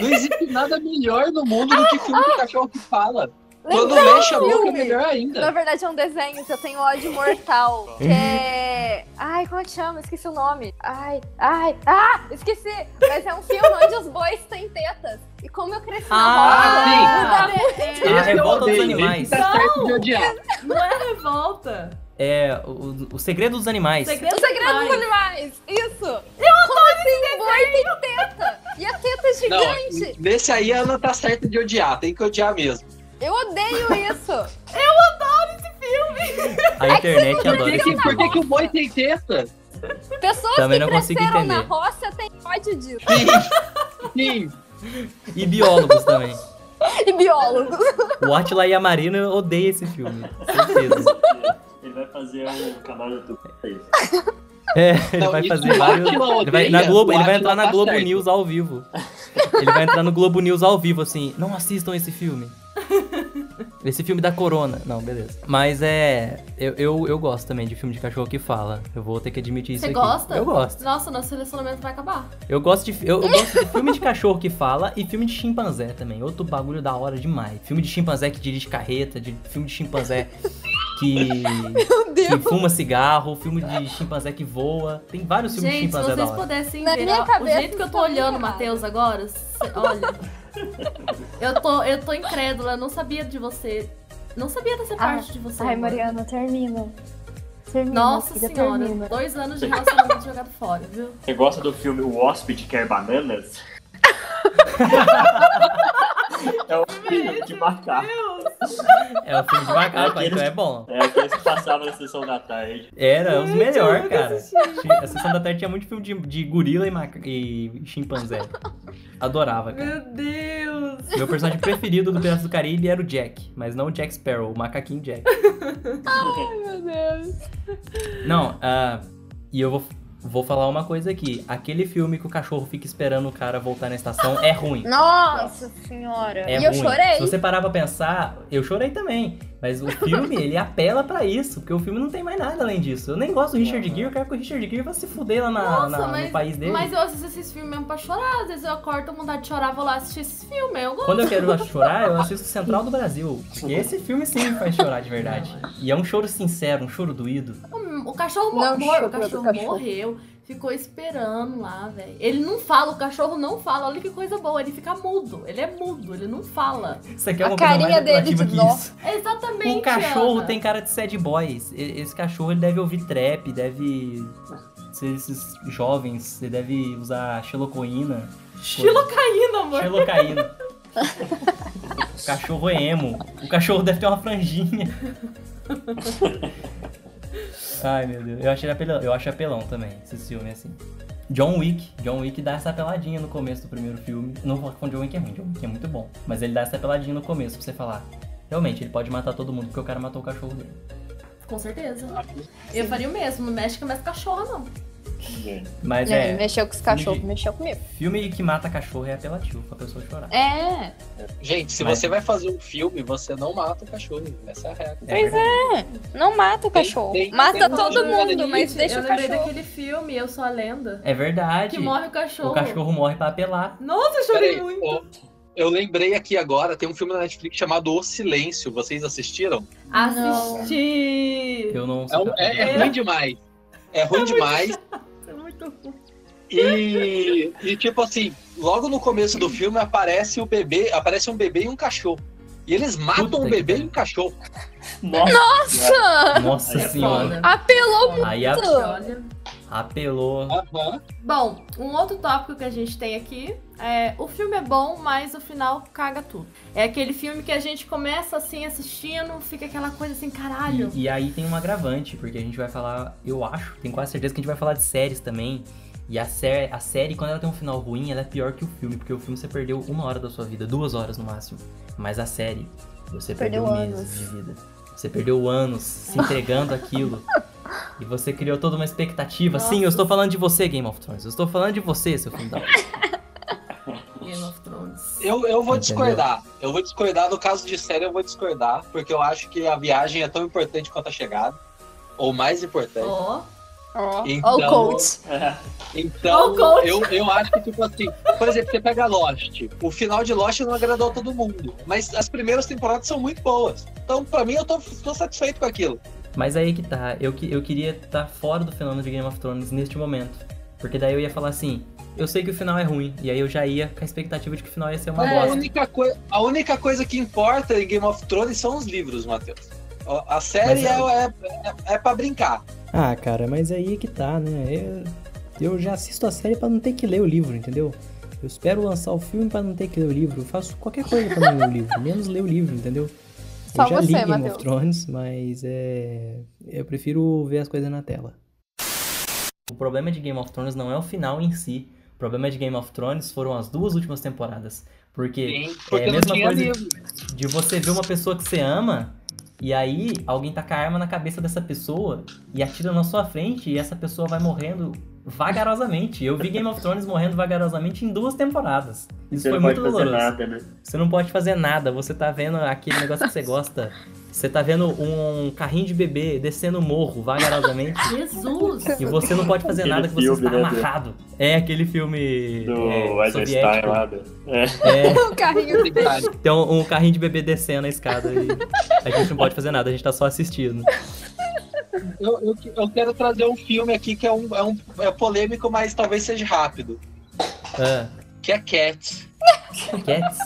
S7: Não existe nada melhor no mundo do que filme de cachorro que fala. Quando
S6: Lembrei
S7: mexe a
S6: um
S7: boca é
S6: filme.
S7: melhor
S6: Na
S7: ainda.
S6: verdade é um desenho que eu tenho ódio mortal. que é. Ai, como é que chama? Esqueci o nome. Ai, ai, ah! Esqueci! Mas é um filme onde os bois têm tetas. E como eu cresci na
S3: Ah,
S6: roda, muda
S3: é,
S2: A
S7: Esse eu
S2: revolta dos
S7: odeio, esse
S2: animais.
S7: um Tá certo de odiar.
S3: não é revolta.
S2: É o, o segredo dos animais.
S6: o segredo dos animais. Isso! Como assim? Boi tem teta! E a teta é
S7: Não,
S6: gigante!
S7: nesse aí ela tá certa de odiar, tem que odiar mesmo.
S6: Eu odeio isso!
S2: A internet
S7: Por
S2: adora
S7: que,
S2: esse
S7: que- por
S2: filme.
S7: É que, que o boi tem teta?
S6: Pessoas
S2: Também
S6: que
S2: não consigo
S6: cresceram na
S2: entender.
S6: roça têm ódio disso.
S7: Sim, sim.
S2: E biólogos também.
S6: E biólogos.
S2: O Atila e a Marina odeiam esse filme. Certeza.
S1: Ele vai fazer um canal no YouTube pra isso.
S2: É, ele
S7: Não,
S2: vai
S7: isso
S2: fazer
S7: o
S2: vários.
S7: Átila
S2: Ele vai,
S7: odeia,
S2: na Globo,
S7: o
S2: ele vai
S7: Átila
S2: entrar na
S7: tá
S2: Globo
S7: certo.
S2: News ao vivo. Ele vai entrar no Globo News ao vivo, assim. Não assistam esse filme. Esse filme da Corona. Não, beleza. Mas é. Eu, eu, eu gosto também de filme de cachorro que fala. Eu vou ter que admitir isso
S3: Você
S2: aqui.
S3: gosta?
S2: Eu gosto.
S3: Nossa, nosso relacionamento vai acabar.
S2: Eu gosto de, eu, eu gosto de filme de cachorro que fala e filme de chimpanzé também. Outro bagulho da hora demais. Filme de chimpanzé que dirige carreta, de, filme de chimpanzé que,
S6: Meu
S2: que
S6: Deus!
S2: fuma cigarro, filme de chimpanzé que voa. Tem vários filmes de
S3: Gente, se
S2: chimpanzé da
S3: vocês
S2: hora.
S3: pudessem
S6: Na
S3: ver
S6: minha
S3: ó,
S6: cabeça,
S3: o jeito que eu tô
S6: isso tá
S3: olhando o
S6: muito
S3: Matheus agora, cê- olha. eu, tô, eu tô incrédula, eu não sabia de você. Não sabia dessa parte de você.
S6: Ah, Ai,
S3: mano.
S6: Mariana, termina. Termina,
S3: Nossa
S6: filha,
S3: senhora,
S6: termina.
S3: dois anos de relacionamento jogado fora, viu?
S1: Você gosta do filme O Hóspede Quer Bananas? é um filme de macaco.
S2: É o filme de macaco,
S1: Aqueles-
S2: então é bom.
S1: É aquele que passava na sessão da tarde.
S2: Era os melhores, cara. Tinha- A sessão da tarde tinha muito filme de, de gorila e, maca- e chimpanzé. Adorava, cara.
S3: Meu Deus!
S2: Meu personagem preferido do Piratas do Caribe era o Jack, mas não o Jack Sparrow, o macaquinho Jack.
S6: Meu Deus.
S2: Não, ah, e eu vou, vou falar uma coisa aqui. Aquele filme que o cachorro fica esperando o cara voltar na estação é ruim.
S6: Nossa senhora.
S2: É
S6: e eu
S2: ruim.
S6: chorei.
S2: Se você parar pra pensar, eu chorei também. Mas o filme, ele apela pra isso, porque o filme não tem mais nada além disso. Eu nem gosto do Richard Gere, eu quero que o Richard Gere vá se fuder lá na-
S3: Nossa,
S2: Tá na-
S3: mas,
S2: no país dele.
S3: mas eu assisto esses filmes mesmo pra chorar. Às vezes eu acordo com vontade de chorar, vou lá assistir esses filmes. Eu gosto.
S2: Quando eu quero chorar, eu assisto Central do Brasil. E esse filme sim me faz chorar de verdade. E é um choro sincero, um choro doído.
S3: Hum, O cachorro, mo-
S6: Não,
S3: mor-
S6: chorou
S3: o cachorro,
S6: do cachorro.
S3: morreu, ficou esperando lá, velho. Ele não fala, o cachorro não fala. Olha que coisa boa, ele fica mudo. Ele é mudo, ele não fala. É
S2: Isso aqui é
S6: A
S2: uma coisa mais
S6: carinha dele
S2: apelativa
S6: de
S2: que
S6: dó.
S2: isso.
S3: Exatamente.
S2: O cachorro
S3: Ana.
S2: tem cara de sad boys. E- Esse cachorro ele deve ouvir trap, deve ser esses jovens, ele deve usar xilocoína.
S3: Xilocaína, amor.
S2: Xilocaína. o cachorro é emo. O cachorro deve ter uma franjinha. Ai, meu Deus. Eu, achei apelão, eu acho apelão também, esse filme, assim. John Wick. John Wick dá essa apeladinha no começo do primeiro filme. Não vou falar que o John Wick é ruim, John Wick é muito bom. Mas ele dá essa apeladinha no começo pra você falar. Realmente, ele pode matar todo mundo porque o cara matou o cachorro dele.
S3: Com certeza. Eu faria o mesmo, não mexe com a minha cachorra, não.
S2: Mas
S6: Não,
S2: é,
S6: ele Né, mexeu com
S2: cachorros,
S6: os cachorros,
S2: Entendi.
S6: mexeu comigo.
S2: filme que mata cachorro é apelativo pra pessoa chorar.
S6: É,
S7: Gente, se
S2: Mas-
S7: você vai fazer um filme, você não mata o cachorro. Essa é a regra.
S2: Pois é.
S6: não mata o
S7: Tem-
S6: cachorro.
S7: tem-
S6: mata
S7: tem-
S6: Tá todo
S7: tem-
S6: mundo,
S7: tem-
S6: mas deixa
S3: um eu
S6: o
S3: lembrei
S6: cachorro.
S3: daquele filme, Eu Sou a Lenda.
S2: É verdade.
S3: Que morre o cachorro.
S2: O cachorro morre pra apelar.
S3: Nossa, eu chorei
S7: Peraí,
S3: muito.
S7: ó, eu lembrei aqui agora, tem um filme na Netflix chamado O Silêncio. Vocês assistiram?
S3: Assisti!
S2: Eu não
S7: É,
S2: sou.
S7: um- é- é
S3: É.
S7: ruim demais. É ruim demais.
S3: Isso é muito ruim.
S7: E, e, tipo assim, logo no começo do filme aparece o bebê, aparece um bebê e um cachorro. E eles matam
S2: Puta
S7: um
S2: que
S7: bebê e
S2: pariu.
S7: um cachorro.
S1: Nossa!
S6: Então,
S2: Nossa
S1: É
S2: senhora.
S6: Apelou muito.
S2: Aí a-
S3: Olha.
S2: apelou.
S7: Aham.
S3: Bom, um outro tópico que a gente tem aqui é o filme é bom, mas o final caga tudo. É aquele filme que a gente começa assim assistindo, fica aquela coisa assim, caralho.
S2: E, e aí tem um agravante, porque a gente vai falar, eu acho, tenho quase certeza que a gente vai falar de séries também. E a, sé a série, quando ela tem um final ruim, ela é pior que o filme, porque o filme você perdeu uma hora da sua vida, duas horas no máximo. Mas a série, você perdeu,
S6: Perdeu
S2: meses
S6: anos.
S2: de vida. Você perdeu anos se entregando aquilo. E você criou toda uma expectativa. Sim, eu estou falando de você, Game of Thrones. Eu estou falando de você, seu filho da
S3: Game of Thrones.
S7: Eu, eu vou
S2: Entendeu?
S7: discordar. Eu vou discordar. No caso de série, eu vou discordar. Porque eu acho que a viagem é tão importante quanto a chegada. Ou mais importante.
S3: Ó,
S6: Ó, ó
S7: Então-
S6: o coach.
S1: é.
S7: Então,
S6: Oh, coach.
S7: eu, eu acho que, tipo assim, por exemplo, você pega Lost. O final de Lost não agradou todo mundo, mas as primeiras temporadas são muito boas. Então, pra mim, eu tô, tô satisfeito com aquilo.
S2: Mas aí que tá, eu, que- eu queria estar fora do fenômeno de Game of Thrones neste momento. Porque daí eu ia falar assim, eu sei que o final é ruim, e aí eu já ia com a expectativa de que o final ia ser uma
S7: a,
S2: bosta.
S7: única coi- a única coisa que importa em Game of Thrones são os livros, Matheus. Ó, A série
S2: Mas é-
S7: é, é, é, é pra brincar.
S12: Ah, cara, mas aí que tá, né? Eu, eu já assisto a série pra não ter que ler o livro, entendeu? Eu espero lançar o filme pra não ter que ler o livro. Eu faço qualquer coisa pra não ler o livro, menos ler o livro, entendeu?
S6: Só
S12: eu já
S6: você,
S12: li Game
S6: Matheus.
S12: of Thrones, mas é. Eu prefiro ver as coisas na tela.
S2: O problema de Game of Thrones não é o final em si. O problema de Game of Thrones foram as duas últimas temporadas. Porque
S7: Sim,
S2: é
S7: porque
S2: a
S7: não
S2: mesma
S7: tinha
S2: coisa
S7: livro.
S2: de você ver uma pessoa que você ama, e aí alguém taca a arma na cabeça dessa pessoa e atira na sua frente, e essa pessoa vai morrendo vagarosamente. Eu vi Game of Thrones morrendo vagarosamente em duas temporadas. Isso
S1: Você
S2: foi
S1: não pode
S2: muito
S1: fazer
S2: doloroso.
S1: nada, né?
S2: Você não pode fazer nada, você tá vendo aquele negócio que você gosta. Você tá vendo um carrinho de bebê descendo o morro vagarosamente.
S13: Jesus!
S2: E você não pode fazer
S1: Aquele
S2: nada que você
S1: filme,
S2: está
S1: né, Deus?
S2: amarrado. É aquele filme.
S1: Do
S2: é,
S1: Eisenstein
S2: soviético.
S1: lá. né? É.
S2: É,
S6: O carrinho dele.
S2: tem um, um carrinho de bebê descendo a escada e a gente não pode fazer nada, a gente tá só assistindo.
S7: Eu, eu, eu quero trazer um filme aqui que é, um, é, um, é polêmico, mas talvez seja rápido.
S2: Ah,
S7: Que é Cats.
S2: Cats?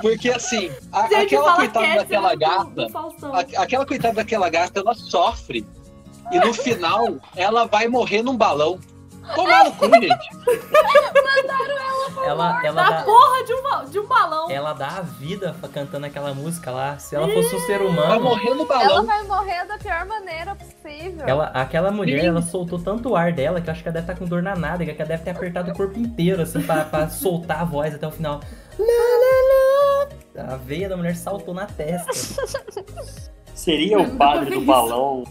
S7: Porque assim, a-
S3: Gente,
S7: aquela
S3: fala
S7: coitada
S3: Cats,
S7: daquela
S3: eu não-
S7: gata.
S3: não Faustão.
S7: a- aquela coitada daquela gata, ela sofre. E no final, ela vai morrer num balão. Tomar no cu, gente.
S2: Ela, ela,
S3: Na
S2: dá,
S3: porra de um, ba- de um balão.
S2: ela dá a vida fa- cantando aquela música lá. Se ela fosse um ser
S7: Vai
S2: humano,
S7: morrer no
S6: Ela
S7: balão.
S6: vai morrer da pior maneira possível.
S2: ela, aquela mulher,
S7: Sim.
S2: ela soltou tanto o ar dela que eu acho que ela deve estar com dor na nádega, que ela deve ter apertado o corpo inteiro, assim, pra, pra soltar a voz até o final. Lá, lá, lá. A veia da mulher saltou na testa.
S1: Seria o padre do balão.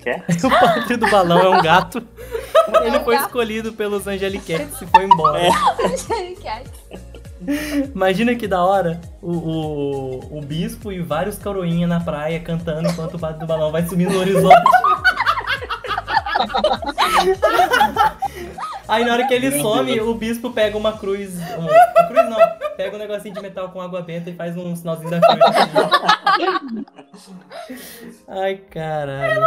S1: Quer?
S2: O padre do balão é um gato. Ele
S6: um
S2: foi
S6: gato. É.
S2: escolhido pelos Angeliquetes e foi embora.
S6: Gente, é.
S2: Imagina que da hora o, o, o bispo e vários coroinhas na praia cantando enquanto o padre do balão vai sumindo no horizonte. Aí na hora que ele some, o bispo pega uma cruz. um, Uma, uma cruz não, pega um negocinho de metal com água benta e faz um sinalzinho da cruz. Ai, caralho.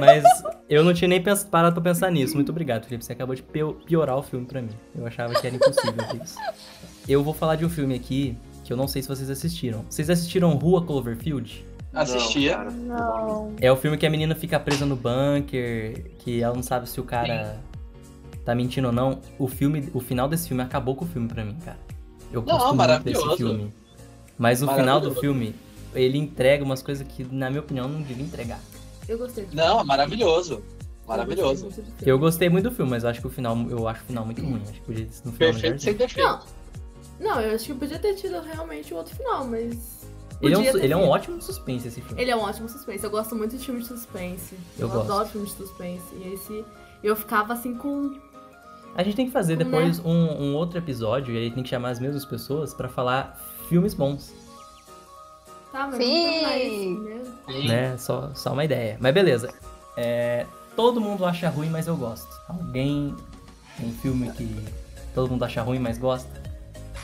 S2: Mas eu não tinha nem pens- parado pra pensar nisso. Muito obrigado, Felipe. Você acabou de pio- piorar o filme pra mim. Eu achava que era impossível ter isso. Eu vou falar de um filme aqui que eu não sei se vocês assistiram. Vocês assistiram Rua Cloverfield?
S7: Assistia.
S1: Não,
S6: não.
S2: É o filme que a menina fica presa no bunker, que ela não sabe se o cara tá mentindo ou não. O filme, o final desse filme acabou com o filme pra mim, cara. Eu
S7: Não,
S2: gosto muito desse
S7: maravilhoso.
S2: filme. Mas o final do
S7: Maravilhoso.
S2: filme, ele entrega umas coisas que, na minha opinião, não devia entregar.
S13: Eu gostei. de-
S7: Não, é maravilhoso.
S13: Eu
S7: Maravilhoso.
S13: gostei muito do filme.
S2: Eu gostei muito do filme, mas eu acho que o final, eu acho o final muito ruim. Acho que podia ter sido um final
S7: Perfeito
S2: melhorzinho.
S7: sem defeito.
S3: Não, eu acho que podia ter tido realmente um outro final, mas.
S2: Ele é, um,
S3: podia ter
S2: ele é um
S3: feito.
S2: ótimo suspense esse filme.
S3: Ele é um ótimo suspense. Eu gosto muito de filme de suspense.
S2: Eu
S3: eu
S2: gosto.
S3: adoro filme de suspense. E esse. Eu ficava assim com
S2: A gente tem que fazer
S3: Né?
S2: depois um, um outro episódio e aí tem que chamar as mesmas pessoas pra falar filmes bons,
S3: Tá, mas
S6: Sim.
S3: não tem mais, né?
S2: né? Só, só uma ideia. Mas beleza. É, todo mundo acha ruim, mas eu gosto. Alguém tem um filme que todo mundo acha ruim, mas gosta?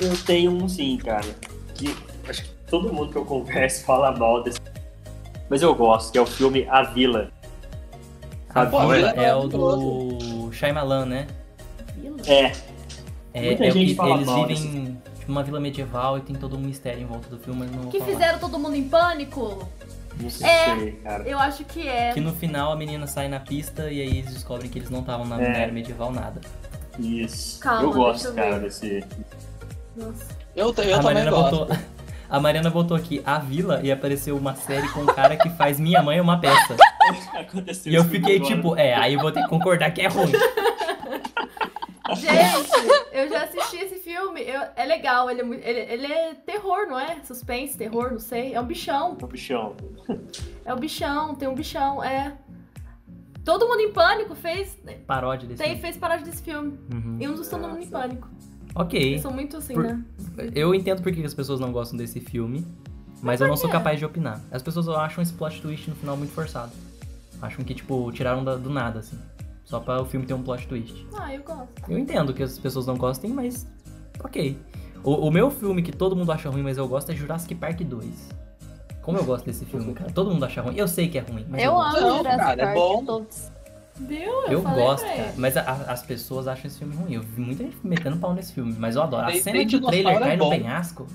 S1: Eu tenho um sim, cara. Que acho que todo mundo que eu converso fala mal desse. Mas eu gosto, que é o filme A Vila.
S2: A
S7: pô,
S2: Vila
S7: ele é
S2: é o do Shyamalan, né?
S1: É,
S2: É,
S1: Muita
S2: é o
S1: gente
S2: que
S1: fala
S2: eles
S1: mal
S2: vivem tipo, uma vila medieval e tem todo um mistério em volta do filme, mas não vou
S13: Que
S2: falar.
S13: fizeram todo mundo em pânico?
S1: não sei, cara.
S3: Eu acho que é.
S2: Que no final a menina sai na pista e aí eles descobrem que eles não estavam na
S1: É.
S2: na era medieval nada.
S1: Isso.
S3: Calma,
S1: eu
S3: deixa
S1: gosto,
S3: eu ver.
S1: cara, desse.
S3: Nossa.
S7: Eu, ta- eu
S2: a
S7: também
S2: Mariana
S7: gosto.
S2: botou. A Mariana botou aqui a vila e apareceu uma série com um cara que faz Minha Mãe é uma peça.
S1: Aconteceu
S2: E eu
S1: isso
S2: fiquei
S1: agora.
S2: tipo, é, aí eu vou ter que concordar que é ruim.
S3: Gente, eu já assisti esse filme. eu- é legal, ele é, mui- ele- ele é terror, não é? Suspense, terror, não sei. É um bichão.
S1: Ô, bichão.
S3: É um bichão, tem um bichão, é. Todo mundo em pânico fez.
S2: Paródia desse
S3: Tem,
S2: filme.
S3: fez paródia desse filme.
S2: Uhum.
S3: E um dos todo mundo em pânico.
S2: Ok.
S3: Eu sou muito assim,
S2: Por-
S3: né?
S2: Eu entendo porque as pessoas não gostam desse filme. Mas eu não sou
S8: por quê?
S2: capaz de opinar. As pessoas acham esse plot twist no final muito forçado. Acham que, tipo, tiraram da- do nada, assim. Só pra o filme ter um plot twist.
S3: Ah, eu gosto.
S2: Eu entendo que as pessoas não gostem, mas. Ok. O, o meu filme que todo mundo acha ruim, mas eu gosto, é Jurassic Park 2. Como eu gosto desse filme, cara. Todo mundo acha ruim. Eu sei que é ruim, mas eu,
S6: Eu
S2: gosto.
S6: amo Jurassic
S2: cara, é
S6: Park.
S2: bom.
S6: todos.
S3: Viu?
S2: Eu gosto, cara. Mas a- a- as pessoas acham esse filme ruim. Eu vi muita gente metendo pau nesse filme, mas eu adoro. A
S12: Tem-
S2: cena
S12: tem
S2: que o trailer
S12: dinossauro é
S2: cai no
S12: bom.
S2: penhasco.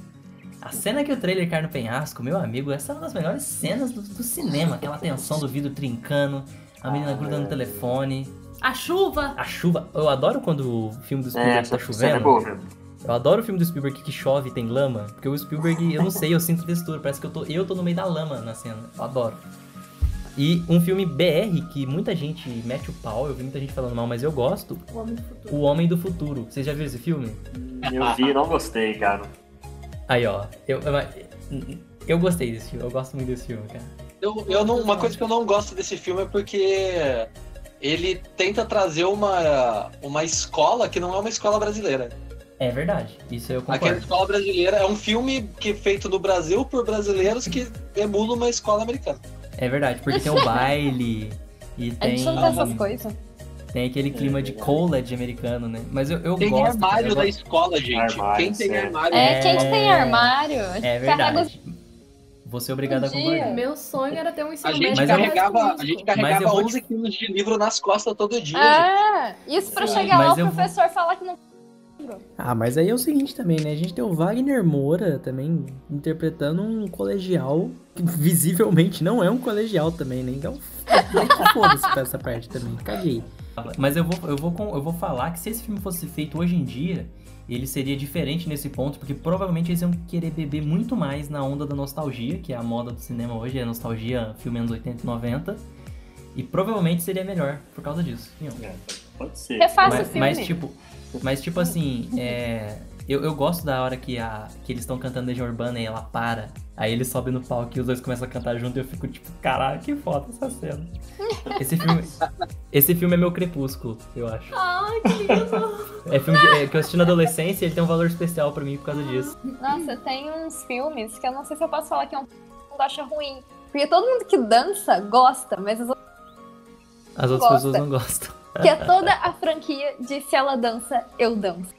S2: A cena que o trailer cai no penhasco, meu amigo, essa é uma das melhores cenas do, do cinema. Aquela tensão do vidro trincando, a menina grudando
S1: Ah,
S2: no telefone.
S13: A chuva.
S2: A chuva. Eu adoro quando o filme do Spielberg
S1: essa
S2: tá
S1: cena
S2: chovendo.
S1: é boa mesmo.
S2: Eu adoro o filme do Spielberg que chove e tem lama, porque o Spielberg, eu não sei, eu sinto textura, parece que eu tô, eu tô no meio da lama na cena. Eu adoro. E um filme BR que muita gente mete o pau, eu vi muita gente falando mal, mas eu gosto,
S3: O homem do futuro.
S2: O Homem do Futuro. Vocês já viram esse filme?
S1: Eu vi e não gostei, cara.
S2: Aí, ó. Eu, eu, eu gostei desse filme, eu gosto muito desse filme, cara.
S7: Eu, eu não, uma coisa que eu não gosto desse filme é porque ele tenta trazer uma, uma escola que não é uma escola brasileira.
S2: É verdade, isso eu
S7: Aquela
S2: concordo.
S7: escola brasileira é um filme que é feito no Brasil por brasileiros que emula uma escola americana.
S2: É verdade, porque tem o baile e
S6: A
S2: tem... um,
S6: gente não tem essas coisas.
S2: Tem aquele clima de college americano, né? Mas eu, eu
S7: É Tem
S2: gosto.
S7: armário
S2: eu
S7: da
S2: gosto-
S7: escola, gente. Quem tem
S2: sério.
S7: armário?
S6: É, quem que tem armário?
S2: É
S6: Carrega
S2: verdade. Vou ser obrigado a concordar.
S3: Meu sonho era ter um
S7: A
S3: ensino
S7: gente
S3: médio.
S2: Mas eu-
S7: carregava, a gente
S2: Mas eu
S7: carregava
S2: vou te-
S7: 11 quilos de livro nas costas todo dia, gente.
S6: Ah, isso pra
S12: Sim,
S6: chegar lá
S12: mas
S6: o
S12: eu vou-
S6: professor falar que não.
S12: Ah, mas aí é o seguinte também, né? A gente tem o Wagner Moura também interpretando um colegial que visivelmente não é um colegial também, né? Então, foda-se pra essa parte também. Caguei.
S2: Mas eu vou, eu, vou, com- eu vou falar que se esse filme fosse feito hoje em dia, ele seria diferente nesse ponto, porque provavelmente eles iam querer beber muito mais na onda da nostalgia, que é a moda do cinema hoje, é a nostalgia filme anos 80 e 90. E provavelmente seria melhor por causa disso.
S1: Pode ser.
S6: Refaça
S2: mas,
S6: o filme.
S2: Mas tipo, mas, tipo assim, é, eu, eu gosto da hora que, a, que eles estão cantando Legião Urbana e ela para. Aí ele sobe no palco e os dois começam a cantar junto e eu fico tipo, caralho, que foda essa cena. Esse filme, esse filme é meu crepúsculo, eu acho.
S3: Ai, que lindo.
S2: É filme de- é, que eu assisti na adolescência e ele tem um valor especial pra mim por causa disso.
S6: Nossa, tem uns filmes que eu não sei se eu posso falar que é um todo mundo acha ruim. Porque todo mundo que dança gosta, mas as outras-
S2: As outras
S6: Gosta.
S2: pessoas não gostam.
S6: que é toda a franquia de se ela dança, eu danço.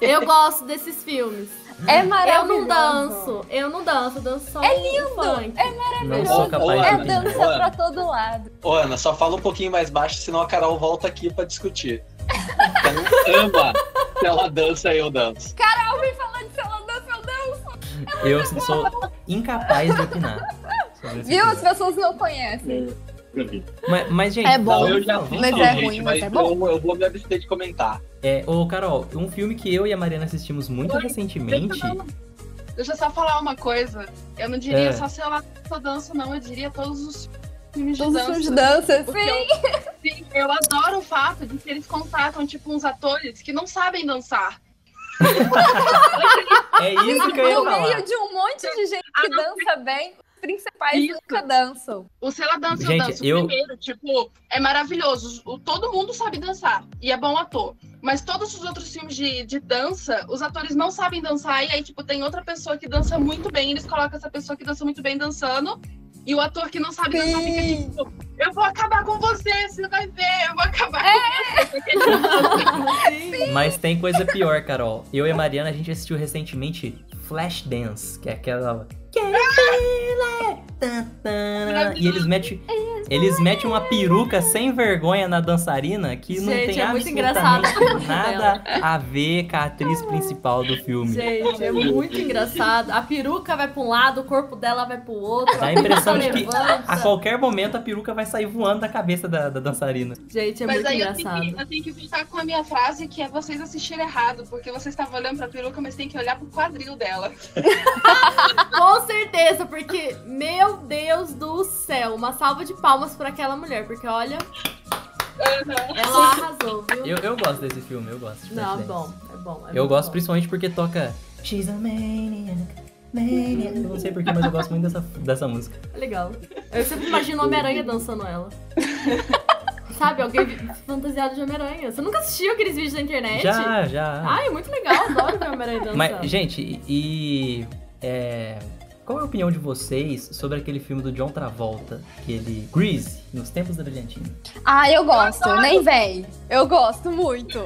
S3: Eu gosto desses filmes.
S6: É maravilhoso.
S3: Eu não danço, eu não danço, eu danço só
S6: É
S3: um
S6: lindo,
S3: funk.
S6: é maravilhoso.
S7: Não sou capaz de
S6: é
S7: opinar.
S6: dança
S7: Olha.
S6: pra todo lado.
S7: Ô, Ana, só fala um pouquinho mais baixo, senão a Carol volta aqui pra discutir. Ela ama. Se ela dança, eu danço.
S6: Carol vem falando se ela dança, eu danço.
S2: Eu assim, sou incapaz de opinar. sobre esse
S6: Viu?
S2: filme.
S6: As pessoas não conhecem.
S1: É,
S2: Mas, mas, gente,
S6: É bom,
S2: eu já vi,
S6: mas
S2: não,
S6: é
S2: gente,
S6: ruim, mas é bom.
S7: Eu, eu vou me abster de comentar.
S2: É, ô Carol, um filme que eu e a Mariana assistimos muito recentemente.
S11: Deixa eu só falar uma coisa. Eu não diria
S2: É.
S11: só se ela só dança, não. Eu diria todos os filmes
S6: Todos
S11: de
S6: os filmes de dança,
S11: dança. Porque Eu, sim, eu adoro o fato de que eles contratam, tipo, uns atores que não sabem dançar.
S2: É isso que eu ia
S6: No
S2: falar.
S6: meio de um monte de gente que dança bem, os principais nunca dançam.
S11: O Se Ela Dança,
S2: Gente,
S11: Eu Danço
S2: eu-
S11: primeiro, tipo, é maravilhoso. O, todo mundo sabe dançar e é bom ator. Mas todos os outros filmes de, de dança, os atores não sabem dançar. E aí, tipo, tem outra pessoa que dança muito bem. Eles colocam essa pessoa que dança muito bem dançando. E o ator que não sabe dançar fica tipo, eu vou acabar com você, você vai ver, eu vou acabar
S3: É
S2: É
S11: com você.
S2: Mas tem coisa pior, Carol. Eu e a Mariana, a gente assistiu recentemente Flashdance, que é aquela. Tã, E eles metem, eles metem uma peruca sem vergonha na dançarina que não
S3: Gente,
S2: tem
S3: é muito engraçado
S2: absolutamente
S3: a peruca
S2: nada a ver com a atriz principal do filme.
S3: Gente, é muito engraçado. A peruca vai pra um lado, o corpo dela vai pro outro.
S2: Dá a
S3: peruca
S2: impressão de que
S3: levanta.
S2: a qualquer momento a peruca vai sair voando da cabeça da, da dançarina.
S3: Gente, é
S11: Mas
S3: muito
S11: aí eu
S3: engraçado.
S11: tenho, que, eu tenho que ficar com a minha frase que é vocês assistirem errado, porque vocês estavam olhando pra peruca, mas tem que olhar pro quadril dela.
S3: Com certeza, porque, meu Deus do céu, uma salva de palmas pra aquela mulher, porque olha, ela arrasou, viu?
S2: Eu, eu gosto desse filme, eu gosto. de
S3: Não, é
S2: Flashdance.
S3: bom, é bom. é
S2: Eu
S3: muito
S2: gosto
S3: bom.
S2: principalmente porque toca. She's a maniac, maniac. Eu não sei porquê, mas eu gosto muito dessa, dessa música.
S3: É Legal. Eu sempre imagino o Homem-Aranha dançando ela. Sabe, alguém vi- fantasiado de Homem-Aranha. Você nunca assistiu aqueles vídeos da internet? é
S2: Já, já.
S3: Ai, é muito legal, adoro ver o Homem-Aranha dançando.
S2: Mas, gente, e. e, É, Qual é a opinião de vocês sobre aquele filme do John Travolta, aquele Grease, nos tempos da Brilhantina?
S6: Ah, eu gosto,
S11: adoro.
S6: nem vem. Eu gosto muito.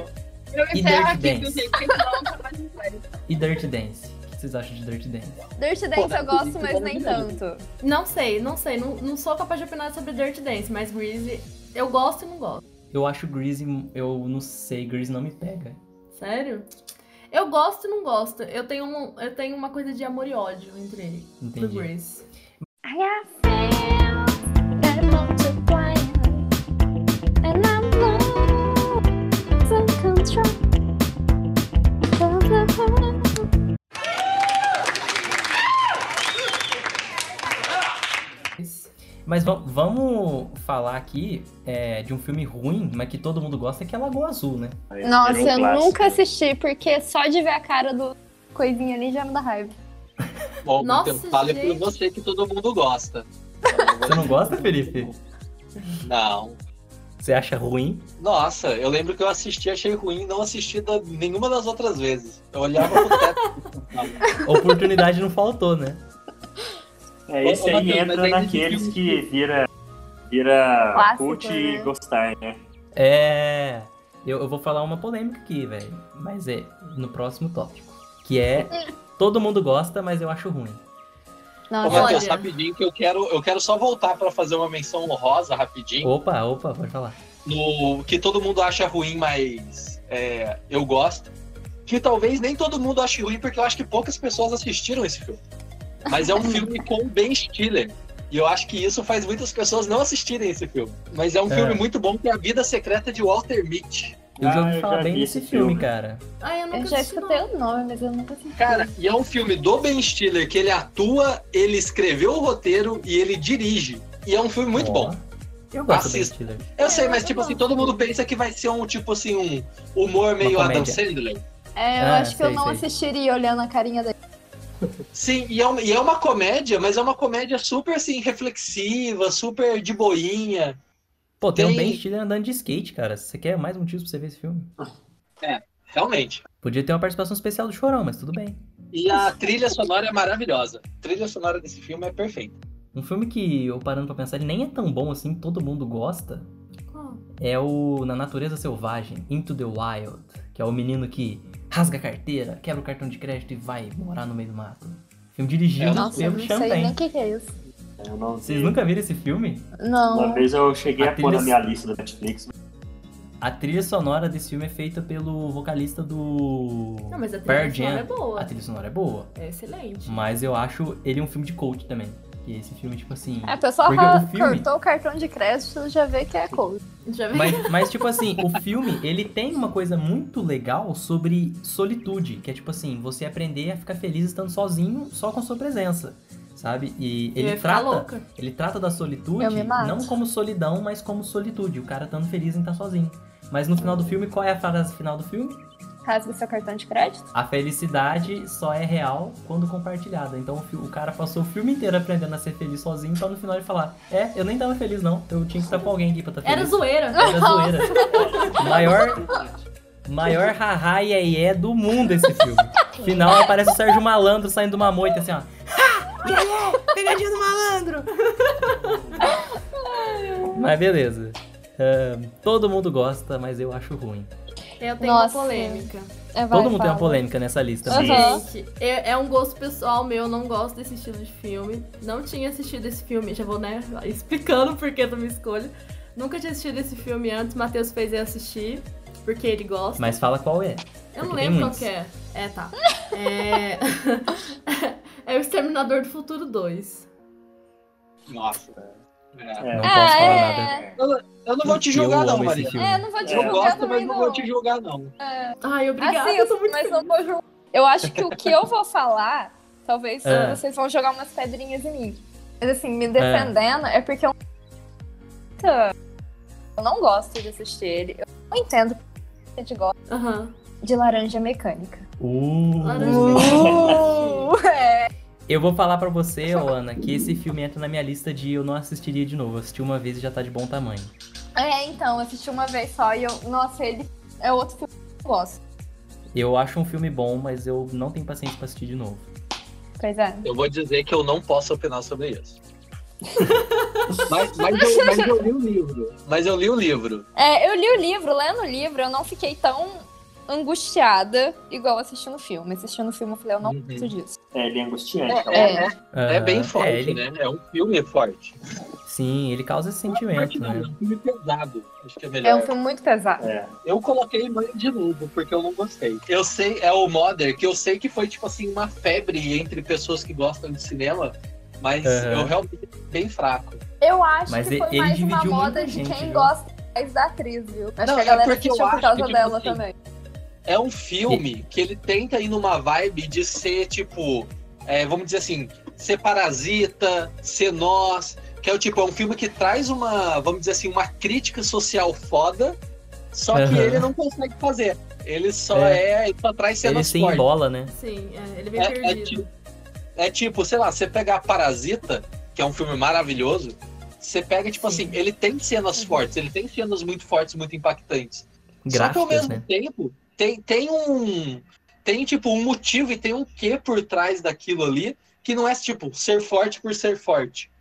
S11: Eu
S2: E
S11: encerro
S2: Dirty
S11: aqui,
S2: Dance.
S11: do jeito que eu não tô mais sério.
S2: E Dirty Dance. O que vocês acham de Dirty Dance?
S6: Dirty
S2: Pô,
S6: Dance eu
S7: tá
S2: inclusive,
S6: gosto, mas nem
S2: maravilhoso.
S6: tanto.
S13: Não sei, não sei. Não, não sou capaz de opinar sobre Dirty Dance, mas Greasy eu gosto e não gosto.
S2: Eu acho Grease, eu não sei, Grease não me pega.
S13: Sério? Eu gosto e não gosto. Eu tenho, um, eu tenho uma coisa de amor e ódio entre ele.
S2: Entendi.
S13: Pro Grease.
S2: Mas va- vamos falar aqui é, de um filme ruim, mas que todo mundo gosta, que é Lagoa Azul, né?
S7: um
S6: Nossa,
S1: um
S6: eu nunca assisti, porque só de ver a cara do coisinha ali já me dá raiva.
S7: Bom,
S6: Nossa,
S7: eu falo por
S6: gente.
S7: você que todo mundo gosta.
S2: Você não gosta, Felipe?
S7: Não.
S2: Você acha ruim?
S7: Nossa, eu lembro que eu assisti, achei ruim, não assisti da- nenhuma das outras vezes. Eu olhava pro teto.
S2: Oportunidade não faltou, né?
S1: É, esse aí entra naqueles que vira, vira
S2: Clássico,
S1: cult e
S2: né?
S1: gostar, né?
S2: É. Eu, eu vou falar uma polêmica aqui, velho. Mas é no próximo tópico. Que é. Todo mundo gosta, mas eu acho ruim.
S7: Ô, Matheus, rapidinho que eu quero, eu quero só voltar pra fazer uma menção honrosa rapidinho.
S2: Opa, opa, pode falar.
S7: no que todo mundo acha ruim, mas é, eu gosto. Que talvez nem todo mundo ache ruim, porque eu acho que poucas pessoas assistiram esse filme. Mas é um filme com o Ben Stiller. E eu acho que isso faz muitas pessoas não assistirem esse filme. Mas é um
S2: É.
S7: filme muito bom que é A Vida Secreta de Walter Mitty.
S2: Ah, Eu já ouvi falar bem desse filme, cara.
S13: Ai, eu
S6: nunca Eu já escutei o nome, mas eu nunca assisti.
S7: Cara, e é um filme do Ben Stiller que ele atua, ele escreveu o roteiro e ele dirige. E é um filme muito bom.
S2: Eu gosto
S7: Assista.
S2: do Ben Stiller.
S7: Eu sei, mas tipo assim, todo mundo pensa que vai ser um tipo assim, um humor meio Adam
S2: comédia.
S7: Sandler.
S6: É, eu
S7: Ah,
S6: acho que eu
S7: sei,
S6: não
S7: sei.
S6: assistiria olhando a carinha dele.
S7: Sim, e é, uma, e é uma comédia, mas é uma comédia super assim, reflexiva, super de boinha.
S2: Pô, tem, um
S7: Tem-
S2: Ben Stiller andando de skate, cara. Você quer mais motivos pra você ver esse filme?
S7: É, realmente.
S2: Podia ter uma participação especial do Chorão, mas tudo bem.
S7: E a trilha sonora é maravilhosa. A trilha sonora desse filme é perfeita.
S2: Um filme que eu parando pra pensar, ele nem é tão bom assim, todo mundo gosta.
S13: um-
S2: É o Na Natureza Selvagem, Into the Wild, que é o menino que rasga a carteira, quebra o cartão de crédito e vai morar no meio do mato. Filme dirigido
S6: Nossa, eu
S2: pelo
S6: não sei
S2: Champagne.
S6: nem o que, que é isso.
S2: Vocês nunca viram esse filme?
S6: Não.
S1: Uma vez eu cheguei a, pôr
S2: trilha-
S1: na minha lista da Netflix. né?
S2: A trilha sonora desse filme é feita pelo vocalista do
S13: Não, mas a trilha
S2: Pearl
S13: sonora
S2: Jam.
S13: é boa.
S2: A trilha sonora é boa.
S13: É excelente.
S2: Mas eu acho ele um filme de coach também. E esse filme, tipo assim.
S6: É, o pessoal
S2: porque
S6: ra-
S2: o filme,
S6: cortou o cartão de crédito já vê que é cold.
S13: Já
S2: Mas, mas, tipo assim, o filme, ele tem uma coisa muito legal sobre solitude, que é tipo assim, você aprender a ficar feliz estando sozinho, só com sua presença, sabe? E
S13: Eu
S2: ele
S13: ia ficar
S2: trata,
S13: louca.
S2: ele trata da solitude
S13: Eu me mato.
S2: não como solidão, mas como solitude, o cara estando feliz em estar sozinho. Mas no final do filme, qual é a frase final do filme?
S6: Rasga seu cartão de crédito.
S2: A felicidade só é real quando compartilhada. Então o fi- o cara passou o filme inteiro aprendendo a ser feliz sozinho, pra no final ele falar: É, eu nem tava feliz não, eu tinha que estar com alguém aqui pra estar feliz.
S13: Era zoeira.
S2: Era zoeira. Maior, maior haha e aí é do mundo esse filme. Final aparece o Sérgio Malandro saindo de uma moita assim, ó.
S7: é?
S2: Pegadinha do malandro! Mas beleza. Ahn, todo mundo gosta, mas eu acho ruim.
S13: Eu tenho
S6: Nossa.
S13: uma polêmica.
S6: É,
S2: todo mundo tem uma polêmica nessa lista. mas-
S13: Gente, é, é um gosto pessoal meu, eu não gosto desse estilo de filme. Não tinha assistido esse filme, já vou, né, explicando por que da minha escolha. Nunca tinha assistido esse filme antes, Matheus fez eu assistir, porque ele gosta.
S2: Mas fala qual é.
S13: eu não
S2: porque tem
S13: lembro qual
S2: muitos.
S13: que é. É, tá. É... é o Exterminador do Futuro 2.
S7: Nossa. é.
S2: Não
S1: É.
S6: É,
S2: posso falar nada.
S7: Eu, eu não vou te
S2: Eu
S7: julgar, não,
S2: amo esse
S7: Maria.
S2: filme. É, não
S6: vou te
S7: Eu
S6: julgar
S7: gosto,
S6: também,
S7: mas não vou te julgar, não.
S6: É.
S13: Ai, obrigada,
S6: Assim,
S13: eu tô muito
S6: mas eu não vou julgar. Eu acho que o que eu vou falar, talvez
S13: É.
S6: vocês vão jogar umas pedrinhas em mim. Mas assim, me defendendo é, porque eu... Puta, eu não gosto de assistir ele. Eu não entendo porque a gente gosta de laranja mecânica.
S2: Uh.
S6: Uh, é.
S2: Eu vou falar pra você, ô Ana, que esse filme entra na minha lista de eu não assistiria de novo. Eu assisti uma vez e já tá de bom tamanho.
S6: É, então, eu assisti uma vez só e eu. Nossa, ele é outro filme que eu gosto.
S2: Eu acho um filme bom, mas eu não tenho paciência pra assistir de novo.
S6: Pois é.
S7: Eu vou dizer que eu não posso opinar sobre isso. mas, mas eu, mas eu li o livro. Mas eu li o livro.
S6: É, eu li o livro, lendo o livro, eu não fiquei tão angustiada igual assistindo o filme. Assistindo o filme, eu falei, eu não
S1: Uhum.
S6: preciso disso.
S1: É, ele é angustiante.
S6: É,
S1: cara.
S6: é.
S7: É bem forte,
S2: Ah, ele-
S7: né? É um filme forte.
S2: Sim, ele causa esse sentimento, né?
S7: É um filme pesado. Acho que é melhor.
S6: É um filme muito pesado.
S1: É.
S7: Eu coloquei Mãe de novo, porque eu não gostei. Eu sei, é o Mother, que eu sei que foi, tipo assim, uma febre entre pessoas que gostam de cinema, mas
S2: Aham.
S7: eu realmente bem fraco.
S6: Eu acho
S2: Mas
S6: que
S2: e-
S6: foi
S2: ele
S6: mais uma
S2: dividiu muita
S6: moda de
S2: gente,
S6: quem
S2: viu?
S6: gosta mais da atriz, viu? Acho
S7: Não,
S6: que a
S7: é
S6: galera
S7: porque eu
S6: assistiu por
S7: acho
S6: causa
S7: que, tipo
S6: dela
S7: assim,
S6: também.
S7: É um filme que ele tenta ir numa vibe de ser, tipo, é, vamos dizer assim, ser parasita, ser nós, que é o tipo, é um filme que traz uma, vamos dizer assim, uma crítica social foda, só que
S2: Aham.
S7: ele não consegue fazer. Ele só é,
S2: É.
S7: ele só traz
S2: Ele
S7: cenas
S2: se
S7: fortes.
S2: embola, né?
S13: Sim, é, ele vem
S7: É, é,
S13: perdido.
S7: tipo, é tipo, sei lá, você pega Parasita, que é um filme maravilhoso, você pega, tipo assim, ele tem cenas fortes, ele tem cenas muito fortes, muito impactantes. Só que ao
S2: Gráficas,
S7: mesmo
S2: né?
S7: tempo, tem, tem um. Tem, tipo, um motivo e tem um quê por trás daquilo ali, que não é, tipo, ser forte por ser forte.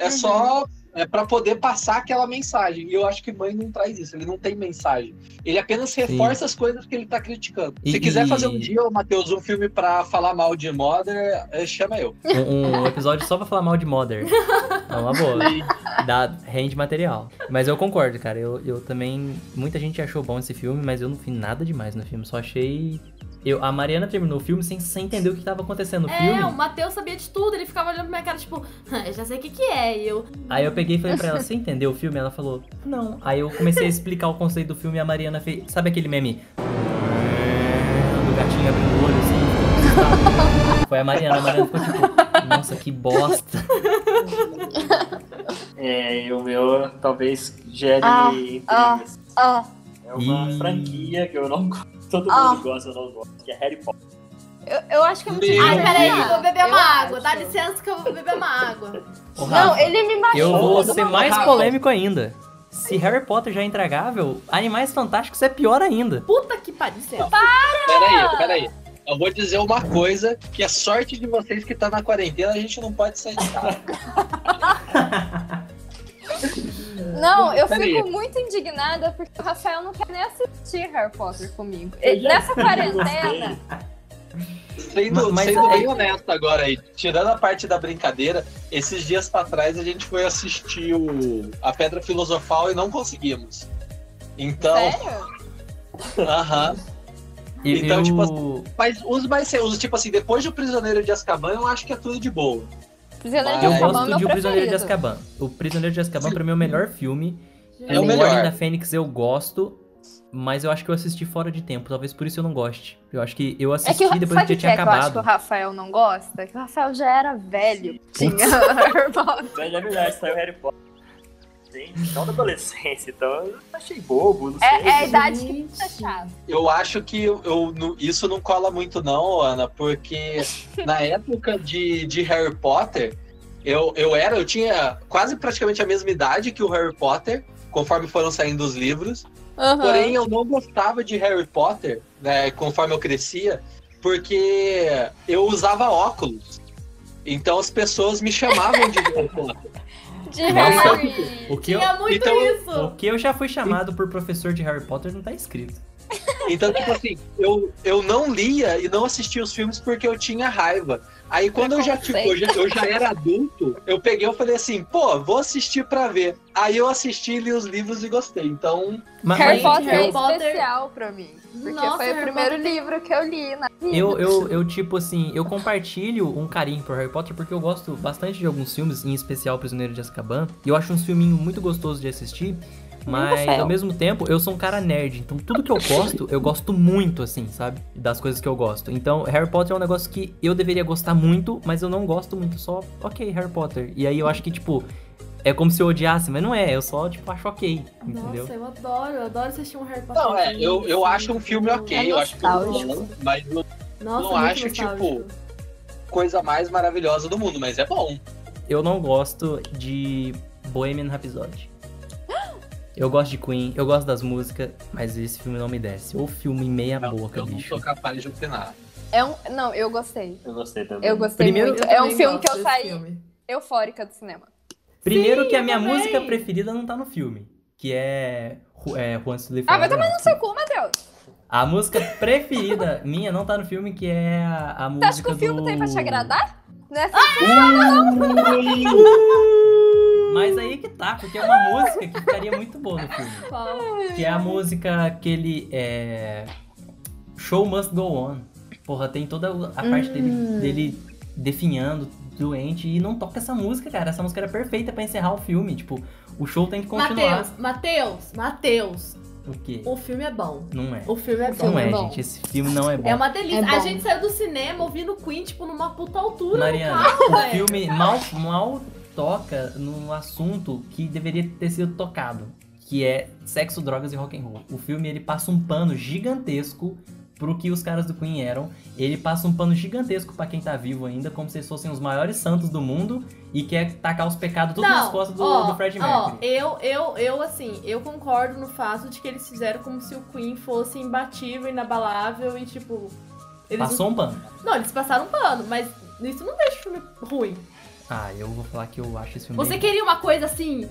S2: Uhum.
S7: É só. É para poder passar aquela mensagem. E eu acho que mãe não traz isso, ele não tem mensagem. Ele apenas reforça as coisas que ele tá criticando. Se
S2: E-
S7: quiser
S2: e-
S7: fazer um dia, ô, Matheus, um filme pra falar mal de Mother, eh, chama eu.
S2: Um, um episódio só pra falar mal de Mother. É uma boa. Dá, rende material. Mas eu concordo, cara. Eu, eu também. Muita gente achou bom esse filme, mas eu não vi nada demais no filme. Só achei. Eu, a Mariana terminou o filme sem, sem entender o que tava acontecendo no
S13: É,
S2: filme.
S13: o Matheus sabia de tudo, ele ficava olhando pra minha cara, tipo, "Ah, eu já sei o que que é, e eu...
S2: Aí eu peguei e falei pra ela, você entendeu o filme? Ela falou, não. Aí eu comecei a explicar o conceito do filme e a Mariana fez. Sabe aquele meme? Do gatinho abrindo o olho assim. tá? Foi a Mariana, a Mariana ficou tipo, nossa, que bosta.
S1: É, e o meu talvez gere
S6: Ah,
S1: intrigas.
S6: ah, ah.
S1: É uma franquia que eu não gosto. Todo
S6: Ah.
S1: mundo gosta, eu não gosto, que é Harry Potter.
S6: Eu, eu acho que é muito
S13: Ai, peraí,
S6: Ah,
S13: eu vou beber uma
S6: eu
S13: água,
S6: acho.
S13: dá licença que eu vou beber uma água.
S2: Ô, Rafa,
S6: Não, ele me machuca.
S2: Eu vou ser
S6: mano.
S2: mais
S6: Rafa.
S2: polêmico ainda. Se Harry Potter já é intragável, Animais Fantásticos é pior ainda.
S13: Puta que pariu, licença.
S7: Peraí, peraí. Eu vou dizer uma coisa, que é sorte de vocês que tá na quarentena, a gente não pode sair de casa.
S6: Não, eu
S7: Peraí.
S6: fico muito indignada porque o Rafael não quer nem assistir Harry Potter comigo.
S1: Eu já-
S6: Nessa
S1: gostei.
S6: quarentena,
S7: Sendo,
S2: Mas-
S7: sendo
S2: mas-
S7: bem honesto agora aí, tirando a parte da brincadeira, esses dias pra trás a gente foi assistir o A Pedra Filosofal e não conseguimos. Então,
S6: sério?
S7: aham.
S2: E-
S7: Então,
S2: eu-
S7: tipo
S6: Ah,
S7: Mas os mais os tipo assim, depois do Prisioneiro de Azkaban, eu acho que é tudo de boa.
S6: Prisioneiro de
S2: eu
S7: Azkaban é o
S6: Azkaban é
S2: gosto de
S6: meu
S2: O Prisioneiro de
S6: preferido.
S2: Azkaban. O Prisioneiro de Azkaban, pra mim, é o melhor filme.
S7: É o
S2: O
S7: melhor.
S2: Ordem da Fênix eu gosto, mas eu acho que eu assisti fora de tempo. Talvez por isso eu não goste. Eu acho que eu
S6: É
S2: assisti
S6: que o Ra-
S2: depois
S6: sabe
S2: que
S6: o
S2: já
S6: que, é
S2: tinha
S6: que eu acho que o
S2: acabado.
S6: Rafael não gosta? Que o Rafael já era velho. Tinha Harry Potter.
S1: Mas é verdade, saiu Harry Potter. Gente, não da adolescência, então eu achei bobo, não sei.
S6: É, é a idade que fica chato.
S7: Eu acho que eu, eu não- isso não cola muito, não, Ana, porque na época de, de Harry Potter, eu, eu era, eu tinha quase praticamente a mesma idade que o Harry Potter, conforme foram saindo os livros. Porém, eu não gostava de Harry Potter, né, conforme eu crescia, porque eu usava óculos. Então as pessoas me chamavam de Harry Potter.
S6: De
S2: Nossa.
S6: Harry.
S2: O que, eu,
S13: Tinha muito
S7: Então,
S13: isso.
S2: o que eu já fui chamado por professor de Harry Potter não tá escrito.
S7: Então, tipo assim, eu, eu não lia e não assistia os filmes porque eu tinha raiva. Aí quando eu já, tipo, eu já, eu já era adulto, eu peguei e falei assim, pô, vou assistir pra ver. Aí eu assisti, li os livros e gostei. Então,
S2: Ma- Mas,
S6: Harry Potter é
S13: Harry Potter-
S6: especial pra mim. Porque
S13: Nossa,
S6: foi o
S13: Harry
S6: primeiro
S13: Potter-
S6: livro que eu li né? na vida.
S2: Eu, eu, eu, tipo assim, eu compartilho um carinho pro Harry Potter porque eu gosto bastante de alguns filmes, em especial Prisioneiro de Azkaban. E eu acho um filminho muito gostoso de assistir. Mas,
S6: Rafael.
S2: ao mesmo tempo, eu sou um cara nerd. Então, tudo que eu gosto, eu gosto muito, assim, sabe? Das coisas que eu gosto. Então, Harry Potter é um negócio que eu deveria gostar muito, mas eu não gosto muito. Só, ok, Harry Potter. E aí, eu acho que, tipo, é como se eu odiasse, mas não é. Eu só, tipo, acho ok, entendeu?
S13: Nossa, eu adoro, eu adoro assistir um Harry Potter.
S7: não, é, eu, eu acho um filme ok,
S6: É
S7: eu acho que eu
S6: nostálgico.
S7: não, mas eu
S13: Nossa,
S7: não
S13: muito
S7: acho, tipo,
S13: nostálgico.
S7: coisa mais maravilhosa do mundo, mas é bom.
S2: Eu não gosto de Bohemian Rhapsody. Eu gosto de Queen, eu gosto das músicas, mas esse filme não me desce. Ou filme meia
S7: Não,
S2: boca,
S7: eu não
S2: É bicho.
S7: sou capaz de opinar.
S6: É um... Não, eu gostei.
S1: Eu gostei também.
S6: Eu gostei
S2: Primeiro-
S6: muito.
S2: Eu
S6: É um
S2: também
S6: filme
S2: gosto
S6: que
S2: desse
S6: eu saí eufórica do cinema.
S2: Primeiro
S6: Sim,
S2: que a
S6: eu
S2: minha
S6: também.
S2: música preferida não tá no filme, que é, Ju- é Juan Sully
S6: Ah, vai
S2: Forever.
S6: tomar no seu cu, Matheus.
S2: A música preferida minha não tá no filme, que é a, a
S6: Você acha
S2: música
S6: que o
S2: do...
S6: filme tem pra te agradar? Não é assim que funciona, não.
S2: Uh! Mas aí que tá, porque é uma música que ficaria muito boa no filme. Que é a música aquele. É... Show must go on. Porra, tem toda a parte
S12: Hum.
S2: dele, dele definhando, doente, e não toca essa música, cara. Essa música era perfeita pra encerrar o filme. Tipo, o show tem que continuar.
S13: Matheus, Matheus, Matheus.
S2: O quê?
S13: O filme é bom.
S2: Não é.
S13: O filme é bom.
S2: Não é,
S13: bom.
S2: gente. Esse filme não é bom.
S13: É uma delícia.
S2: É
S13: a
S2: bom.
S13: gente saiu do cinema ouvindo o Queen, tipo, numa puta altura
S2: Mariana,
S13: no carro,
S2: o
S13: velho.
S2: filme mal, mal toca num assunto que deveria ter sido tocado, que é sexo, drogas e rock and roll. O filme ele passa um pano gigantesco pro que os caras do Queen eram. Ele passa um pano gigantesco pra quem tá vivo ainda, como se eles fossem os maiores santos do mundo e quer tacar os pecados tudo nas costas do,
S13: ó,
S2: do Fred
S13: ó,
S2: Mercury.
S13: eu, eu, eu, assim, eu concordo no fato de que eles fizeram como se o Queen fosse imbatível, inabalável e, tipo... Eles
S2: Passou um pano.
S13: Não, eles passaram um pano, mas isso não deixa o filme ruim.
S2: Ah, eu vou falar que eu acho esse filme.
S13: Você
S2: bem-
S13: queria uma coisa assim,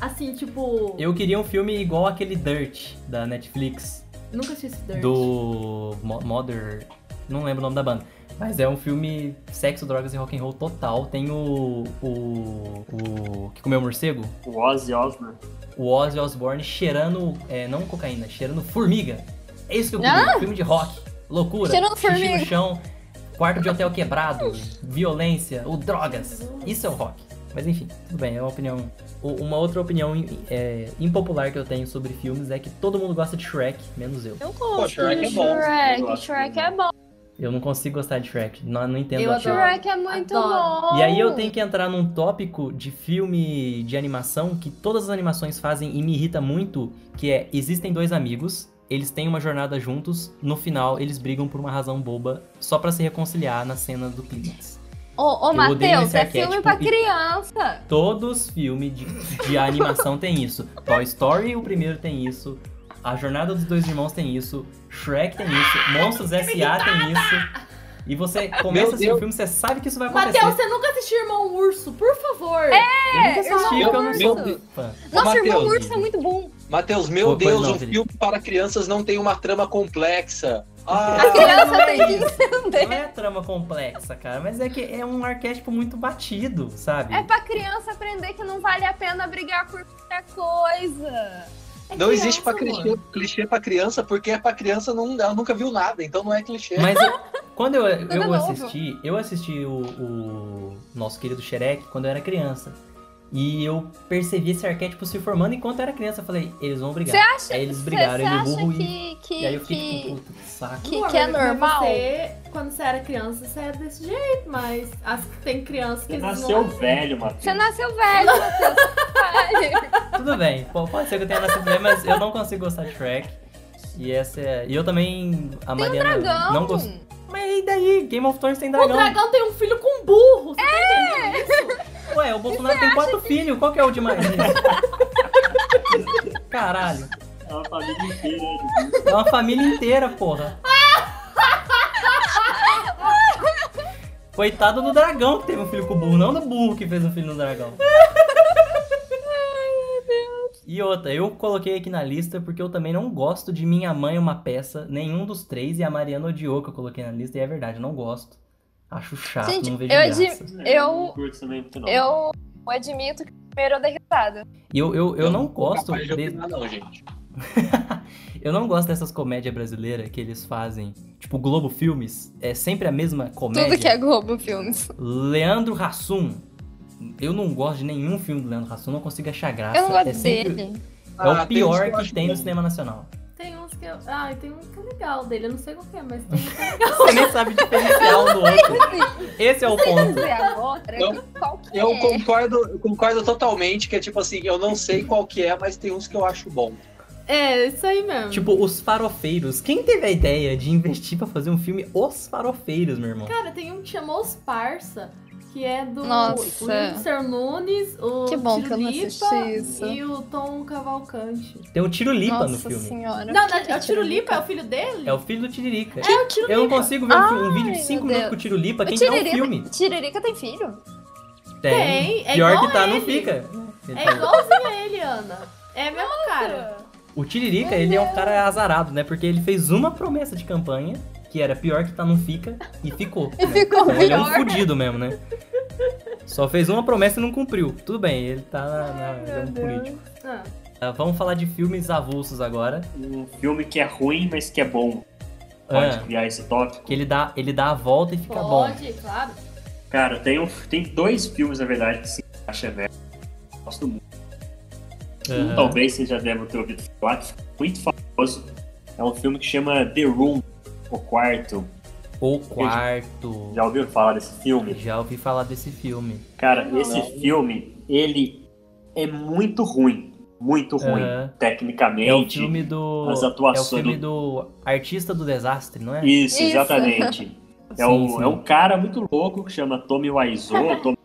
S13: assim, tipo...
S2: Eu queria um filme igual aquele Dirt da Netflix.
S13: Nunca assisti esse Dirt.
S2: do Mo- Mother, não lembro o nome da banda, mas é um filme sexo, drogas e rock and roll total. Tem o o, o que comeu morcego?
S1: O Ozzy Osbourne.
S2: O Ozzy Osbourne cheirando, é, não cocaína, cheirando formiga. É isso que eu queria,
S6: Ah!
S2: filme de rock, loucura,
S6: Cheirando
S2: xixi
S6: formiga.
S2: no chão, quarto de hotel quebrado, violência, ou drogas. Isso é o rock. Mas enfim, tudo bem, é uma opinião. O- Uma outra opinião é, impopular que eu tenho sobre filmes é que todo mundo gosta de Shrek, menos eu.
S3: Então
S6: Eu
S7: Pô, Shrek é bom. Eu
S6: Shrek,
S7: gosto
S6: Shrek é bom.
S2: Eu não consigo gostar de Shrek. Não, não entendo a Shrek.
S6: Shrek é muito bom.
S2: E aí eu tenho que entrar num tópico de filme de animação que todas as animações fazem e me irrita muito, que é existem dois amigos, eles têm uma jornada juntos, no final eles brigam por uma razão boba só pra se reconciliar na cena do clímax.
S6: Ô, ô
S2: Eu odeio
S6: Matheus,
S2: esse
S6: é filme
S2: arquétipo
S6: pra
S2: e-
S6: criança.
S2: Todos os filmes de, de animação tem isso. Toy Story, o primeiro tem isso. A Jornada dos Dois Irmãos tem isso. Shrek tem isso. Monstros S.A. tem isso. E você começa a assistir o filme, você sabe que isso vai acontecer.
S13: Matheus, você nunca assistiu Irmão Urso, por favor.
S6: É,
S2: Eu nunca assisti, porque eu não sou
S7: Urso.
S2: fã.
S6: Nossa, Irmão
S7: Matheus.
S6: Urso é muito bom.
S7: Matheus, meu
S2: Pô, pois
S7: Deus,
S2: não,
S7: um
S2: Felipe.
S7: filme para crianças não tem uma trama complexa. Ah,
S6: A criança
S2: não
S6: tem
S2: é
S6: que
S2: isso. Não
S6: entender.
S2: é trama complexa, cara, mas é que é um arquétipo muito batido, sabe?
S6: É pra criança aprender que não vale a pena brigar por qualquer coisa. É
S7: não existe pra
S6: criança,
S7: clichê,
S6: amor.
S7: clichê pra criança, porque é pra criança, não, ela nunca viu nada, então não é clichê.
S2: Mas eu- quando eu,
S7: Tudo
S2: eu
S7: novo.
S2: assisti, eu assisti o, o nosso querido Shrek quando eu era criança. E eu percebi esse arquétipo tipo, se formando enquanto eu era criança. Eu falei, eles vão brigar.
S6: Você acha,
S2: aí eles
S6: você-
S2: brigaram,
S6: você
S2: e o
S6: acha
S2: burro e-
S6: que, que,
S2: E aí eu fiquei
S6: que-
S2: tipo, puta, que saco.
S6: Que-
S13: Ué,
S6: que é
S13: mas
S6: normal.
S13: Você, quando você era criança, você era desse jeito, mas as, tem crianças que eles
S1: Você
S13: não é.
S1: nasceu
S13: nascem.
S1: velho, Matheus.
S6: Você nasceu velho, Matheus. um
S2: Tudo bem, po- pode ser que eu tenha nascido bem, mas eu não consigo gostar de Shrek. E essa é. E eu também.
S6: um
S2: A Mariana
S13: dragão.
S2: não gostou. Mas e daí? Game of Thrones tem
S13: O
S2: dragão.
S13: dragão tem um filho com um burro. Você tá entendendo isso?
S2: Ué, o Bolsonaro tem quatro filhos, qual que é o de mais? Caralho.
S1: É uma família inteira. né?
S2: É uma família inteira, porra. Coitado do dragão que teve um filho com o burro, não do burro que fez um filho no dragão. E outra, eu coloquei aqui na lista porque eu também não gosto de Minha Mãe é uma Peça, nenhum dos três, e a Mariana odiou que eu coloquei na lista, e é verdade, eu não gosto. Acho chato,
S6: Gente,
S2: não vejo
S6: eu,
S2: graça.
S6: admi- eu,
S1: curto isso também muito, não.
S6: eu admito que primeiro eu dei risada.
S2: E eu, eu, eu não gosto
S7: capaz Então de
S2: de-
S7: opinar, não, gente.
S2: Eu não gosto dessas comédias brasileiras que eles fazem. Tipo, Globo Filmes é sempre a mesma comédia.
S6: Tudo que é Globo Filmes.
S2: Leandro Hassum. Eu não gosto de nenhum filme do Leandro Hassum, não consigo achar graça.
S6: Eu não gosto
S2: é sempre...
S6: dele.
S2: É o
S7: Ah, tem uns que
S2: pior
S7: eu
S2: que,
S7: acho
S2: tem no
S7: bom.
S2: cinema nacional.
S13: Tem uns que eu... Ah, tem um que é legal dele. Eu não sei qual que é, mas tem um que é legal.
S2: Você nem sabe diferenciar um do outro. Esse é o ponto.
S6: dizer agora
S7: Eu-
S6: qual que
S7: Eu
S6: é.
S7: concordo, eu concordo totalmente que é tipo assim, eu não sei qual que é, mas tem uns que eu acho bom.
S13: É, isso aí mesmo.
S2: Tipo, os farofeiros. Quem teve a ideia de investir pra fazer um filme Os Farofeiros, meu irmão?
S13: Cara, tem um que chamou os parça. que é do
S6: Nossa.
S13: o Whindersson Nunes, o
S6: Que bom
S13: Tiro
S6: que eu não
S13: Lipa
S6: assisti isso.
S13: e o Tom Cavalcante.
S2: Tem o Tiro Lipa no
S6: Nossa
S2: filme.
S6: senhora.
S13: Não,
S6: o que que
S13: não, é o Tiro Lipa, é o filho dele?
S2: É o filho do Tiririca.
S6: É o Tiririca.
S2: Eu não consigo ver um, fi- um vídeo de
S6: Ai,
S2: 5
S6: meu
S2: minutos com o
S6: Deus.
S2: Tiro Lipa. Quem
S6: Tiririca,
S2: é o filme?
S6: Tiririca tem filho?
S13: Tem, é
S2: Pior
S13: igual
S2: que tá,
S13: a
S2: não
S13: ele.
S2: fica. tá
S13: É igualzinho a ele, Ana. É a mesma cara.
S2: O Tiririca, ele é um cara azarado, né? Porque ele fez uma promessa de campanha, que era pior que tá, não fica, e ficou.
S6: E ficou
S2: Então ele é um
S6: pior.
S2: fudido mesmo, né? Só fez uma promessa e não cumpriu. Tudo bem, ele tá na, na, ele é um político.
S13: Ah.
S2: Ah, vamos falar de filmes avulsos agora.
S1: Um filme que é ruim, mas que é bom. Pode criar esse tópico.
S2: Ah, Que ele dá, ele dá a volta e fica bom.
S13: Pode, claro.
S1: Cara, tem, um, tem dois filmes, na verdade, que se encaixa velho. Gosto muito.
S2: Aham. É.
S1: Um, talvez vocês já devam ter ouvido falar, que ficou muito famoso. É um filme que chama The Room, O Quarto.
S2: O Quarto.
S1: Já ouviu falar desse filme?
S2: Já ouvi falar desse filme.
S1: Cara,
S2: Não.
S1: esse filme, ele é muito ruim. Muito ruim,
S2: Aham.
S1: tecnicamente.
S2: É o filme do.
S1: As atuações
S2: É o filme
S1: do-
S2: do Artista do Desastre, não é?
S1: Isso, exatamente. É, um,
S2: Sim, sim.
S1: é um cara muito louco que chama Tommy Wiseau. Tommy-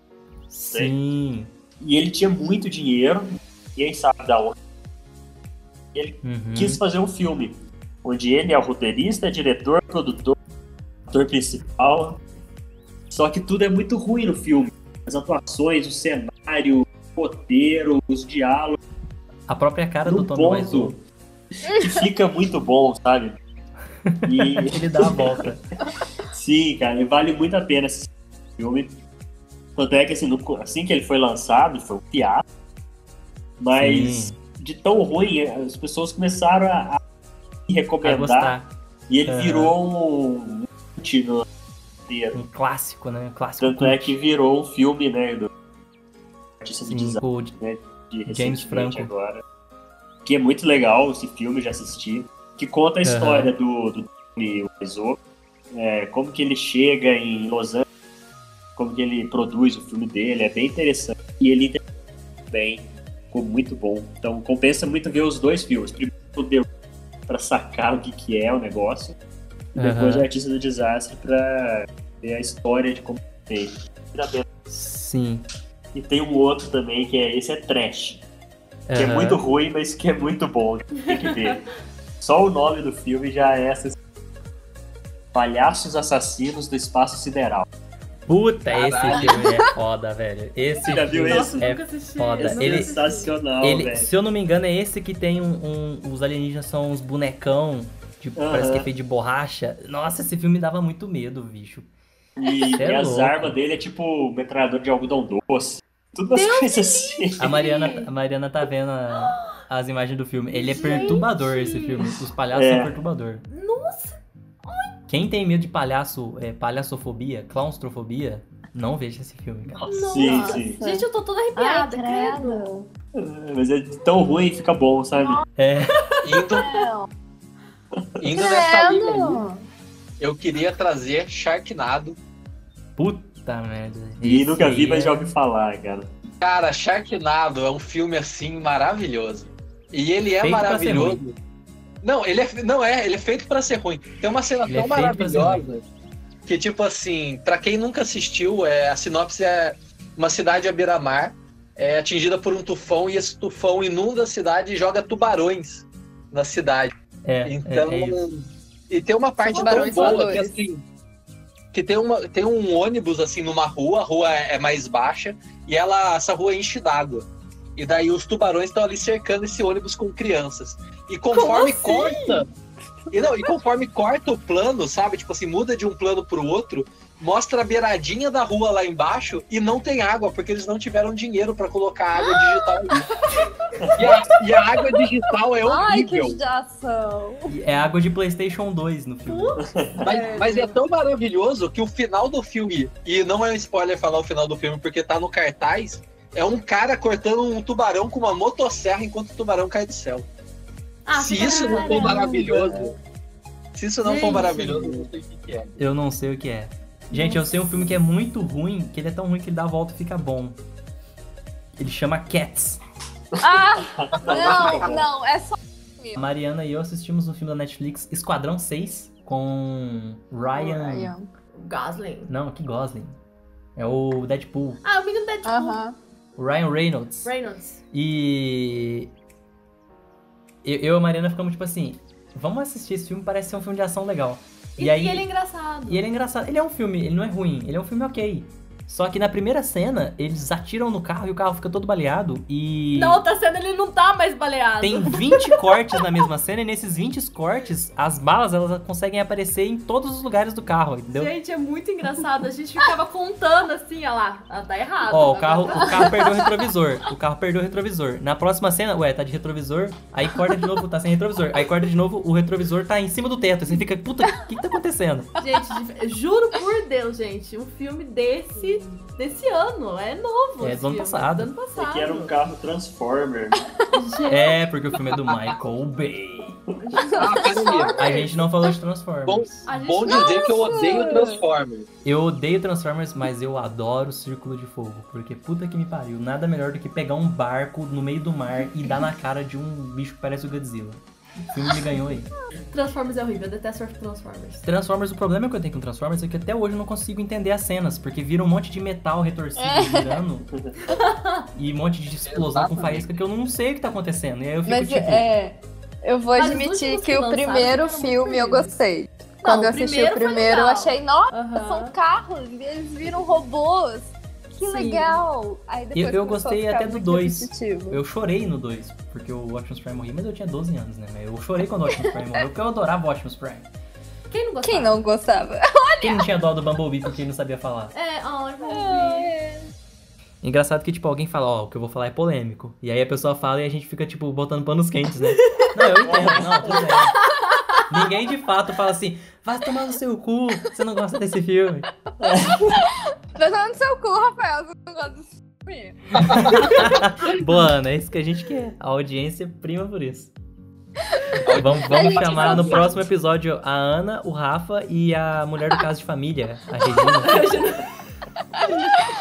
S2: Sim.
S1: E ele tinha muito dinheiro, ninguém sabe da onde. E ele
S2: Uhum.
S1: quis fazer um filme onde ele é o roteirista, diretor, produtor, ator principal. Só que tudo é muito ruim no filme. As atuações, o cenário, o roteiro, os diálogos.
S2: A própria cara
S1: do
S2: Tommy Wiseau.
S1: Que fica muito bom, sabe? E...
S2: é Ele dá a volta.
S1: Sim, cara, e vale muito a pena esse filme. Tanto é que assim, no co- assim que ele foi lançado, foi um piada. Mas
S2: Sim.
S1: de tão ruim, as pessoas começaram a, a
S2: Vai
S1: recomendar.
S2: gostar.
S1: E ele
S2: Aham.
S1: virou um cult no inteiro.
S2: Um clássico, né? Um clássico.
S1: Tanto é que virou um filme, né? Do artista do
S2: Sim,
S1: design,
S2: com
S1: né? De
S2: James
S1: recentemente
S2: Franco.
S1: agora. Que é muito legal esse filme, já assisti. Que conta a
S2: Aham.
S1: história do, do Tommy Wiseau. É, como que ele chega em Los Angeles, como que ele produz o filme dele, é bem interessante. E ele interpreta bem, ficou muito bom. Então compensa muito ver os dois filmes. Primeiro o The Room, pra sacar o que, que é o negócio, e depois
S2: Aham.
S1: o Artista do Desastre pra ver a história de como foi feito. Ainda bem.
S2: Sim.
S1: E tem um outro também, que é esse é trash. Que é
S2: Aham.
S1: muito ruim, mas que é muito bom. Tem que ver. Só o nome do filme já é essa. Palhaços Assassinos do Espaço Sideral.
S2: Puta,
S1: Caralho.
S2: esse filme é foda, velho. Esse
S1: Já viu
S2: filme
S1: esse?
S2: é
S1: Nunca assisti,
S2: foda.
S1: nunca
S2: Ele,
S1: assisti. Sensacional,
S2: ele-
S1: velho.
S2: Se eu não me engano, é esse que tem um, um- Os alienígenas são uns bonecão, tipo,
S1: Aham.
S2: parece que é feito de borracha. Nossa, esse filme dava muito medo, bicho.
S1: E,
S2: Cê é
S1: e as
S2: louco.
S1: armas dele é tipo metralhador de algodão doce. Tudo as coisas assim.
S2: A Mariana, a Mariana tá vendo a- as imagens do filme. Ele é perturbador, esse filme. Os palhaços
S1: É.
S2: são perturbador.
S13: Nossa!
S2: Quem tem medo de palhaço, é, palhaçofobia, claustrofobia, não veja esse filme, cara.
S1: Sim, sim.
S13: Gente, eu tô toda arrepiada, credo.
S1: Mas é tão ruim fica bom, sabe?
S2: É.
S7: Indo nessa linha aí, eu queria trazer Sharknado.
S2: Puta merda.
S1: E nunca vi,
S7: Esse
S1: mas
S7: é-
S1: já ouvi falar, cara.
S7: Cara, Sharknado é um filme assim maravilhoso. E ele é
S1: Feito pra ser
S7: maravilhoso. Não, ele é, não é, ele é feito pra ser ruim. Tem uma cena
S2: Ele é
S7: tão
S2: feito pra ser ruim.
S7: maravilhosa que tipo assim, pra quem nunca assistiu, é, a sinopse é uma cidade à beira-mar é atingida por um tufão e esse tufão inunda a cidade e joga tubarões na cidade.
S2: É,
S7: então,
S2: é, é isso.
S7: e tem uma parte tão
S6: Tubarões
S7: boa que
S6: voadores.
S7: assim, que tem, uma, tem um ônibus assim numa rua, a rua é mais baixa, e ela essa rua enche d'água. E daí os tubarões estão ali cercando esse ônibus com crianças. E conforme
S6: assim?
S7: corta. E, não, e conforme corta o plano, sabe? Tipo assim, muda de um plano pro outro, mostra a beiradinha da rua lá embaixo e não tem água, porque eles não tiveram dinheiro pra colocar água digital ali. E a, e a água digital é
S6: Ai, que
S7: horrível.
S6: judiação.
S2: É água de Playstation 2 no filme.
S7: Mas, mas é tão maravilhoso que o final do filme, e não é um spoiler falar o final do filme porque tá no cartaz, é um cara cortando um tubarão com uma motosserra enquanto o tubarão cai do céu.
S13: Ah,
S7: se
S13: fica
S7: isso não for
S13: caramba.
S7: maravilhoso, se isso não for
S13: Gente.
S7: maravilhoso, eu não sei o que, que é.
S2: Eu não sei o que é. Gente, eu sei um filme que é muito ruim, que ele é tão ruim que ele dá a volta e fica bom. Ele chama Cats.
S6: Ah, não, não, é só
S2: A Mariana e eu assistimos um filme da Netflix, Esquadrão 6, com Ryan.
S13: Gosling.
S2: Não, que Gosling. É o Deadpool.
S3: Ah, o
S13: tá,
S3: menino
S13: tipo,
S3: Deadpool. Aham.
S2: O Ryan Reynolds.
S3: Reynolds.
S2: E. Eu, eu e a Mariana ficamos tipo assim: vamos assistir esse filme, parece ser um filme de ação legal.
S3: E,
S2: E aí-
S3: e ele é engraçado.
S2: E ele é engraçado. Ele é um filme, ele não é ruim, ele é um filme ok. Só que na primeira cena, eles atiram no carro e o carro fica todo baleado e.
S3: Na outra cena ele não tá mais baleado.
S2: Tem 20 cortes na mesma cena e nesses 20 cortes, as balas elas conseguem aparecer em todos os lugares do carro, entendeu?
S3: Gente, é muito engraçado. A gente ficava contando assim, ó lá, ah, tá errado.
S2: Ó, o
S3: Agora
S2: carro,
S3: tá-
S2: o carro perdeu o retrovisor. O carro perdeu o retrovisor. Na próxima cena, ué, tá de retrovisor. Aí corta de novo, tá sem retrovisor. Aí corta de novo, o retrovisor tá em cima do teto. Você fica, puta, o que que tá acontecendo?
S3: Gente, de- juro por Deus, gente, um filme desse desse ano, é novo.
S2: É,
S3: esse
S2: do ano
S3: filme,
S2: passado.
S3: Do ano passado.
S1: Que era um carro Transformer.
S2: É, porque o filme é do Michael Bay. A gente não falou de Transformers.
S3: A
S7: Ah, Bom,
S3: gente-
S7: bom dizer que eu
S3: Nossa!
S7: odeio Transformers.
S2: Eu odeio Transformers, mas eu adoro Círculo de Fogo. Porque puta que me pariu. Nada melhor do que pegar um barco no meio do mar e dar na cara de um bicho que parece o Godzilla. O filme me ganhou aí.
S3: Transformers é horrível, eu detesto Transformers.
S2: Transformers, o problema que eu tenho com Transformers é que até hoje eu não consigo entender as cenas, porque vira um monte de metal retorcido
S6: É.
S2: girando e um monte de explosão com faísca que eu não sei o que tá acontecendo. E aí eu fico
S6: Mas
S2: tipo.
S6: é. Eu vou
S3: Mas os
S6: admitir
S3: últimos
S6: que
S3: que
S6: o
S3: lançaram
S6: primeiro
S3: foram muito
S6: filme eu gostei.
S3: o
S6: Quando eu assisti
S3: primeiro
S6: o
S3: foi
S6: primeiro, eu
S3: legal.
S6: achei, nossa,
S3: Aham.
S6: são carros, eles viram robôs. Que
S3: Sim.
S6: legal! Aí depois
S2: Eu, eu
S6: começou
S2: gostei
S6: a ficar
S2: até do
S6: muito
S2: 2.
S6: repetitivo.
S2: Eu chorei no 2, porque o Optimus Prime morri, mas eu tinha 12 anos, né? Eu chorei quando o Optimus Prime morreu, porque eu adorava o Optimus Prime.
S3: Quem não gosta?
S6: Quem não gostava?
S2: Quem não tinha dó do Bumblebee porque ele não sabia falar?
S3: É, ai, Bumblebee.
S2: Engraçado que, tipo, alguém fala, ó, o que eu vou falar é polêmico. E aí a pessoa fala e a gente fica, tipo, botando panos quentes, né? não, eu entendo, não, tudo bem. Ninguém de fato fala assim, vai tomar no seu cu, você não gosta desse filme.
S6: Vai tomar no seu cu, Rafael, você não gosta do filme.
S2: Boa, Ana, é isso que a gente quer. A audiência é prima por isso. Vamos,
S6: A
S2: vamos
S6: gente
S2: chamar
S6: não
S2: no
S6: sabe.
S2: próximo episódio a Ana, o Rafa e a mulher do caso de família, a Regina.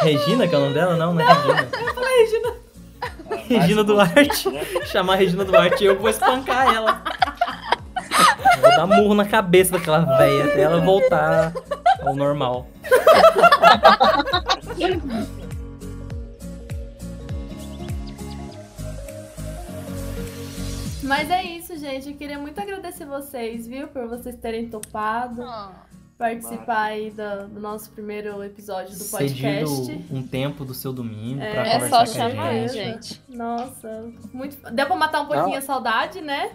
S2: Regina, que é o nome dela? Não, não é Regina.
S3: Eu falei, Regina.
S2: Regina Duarte. Chamar a Regina Duarte e eu vou espancar ela. Vou dar murro na cabeça daquela velha até ela voltar ao normal.
S3: Mas é isso, gente. Eu queria muito agradecer vocês, viu? Por vocês terem topado participar aí do, do nosso primeiro episódio do
S2: Cedido
S3: podcast.
S2: um tempo do seu domingo
S3: É,
S2: pra
S3: é
S2: conversar
S6: só
S2: com a
S6: chamar,
S2: gente.
S6: gente.
S3: Nossa, muito. Deu pra matar um pouquinho
S2: Não.
S3: a saudade, né?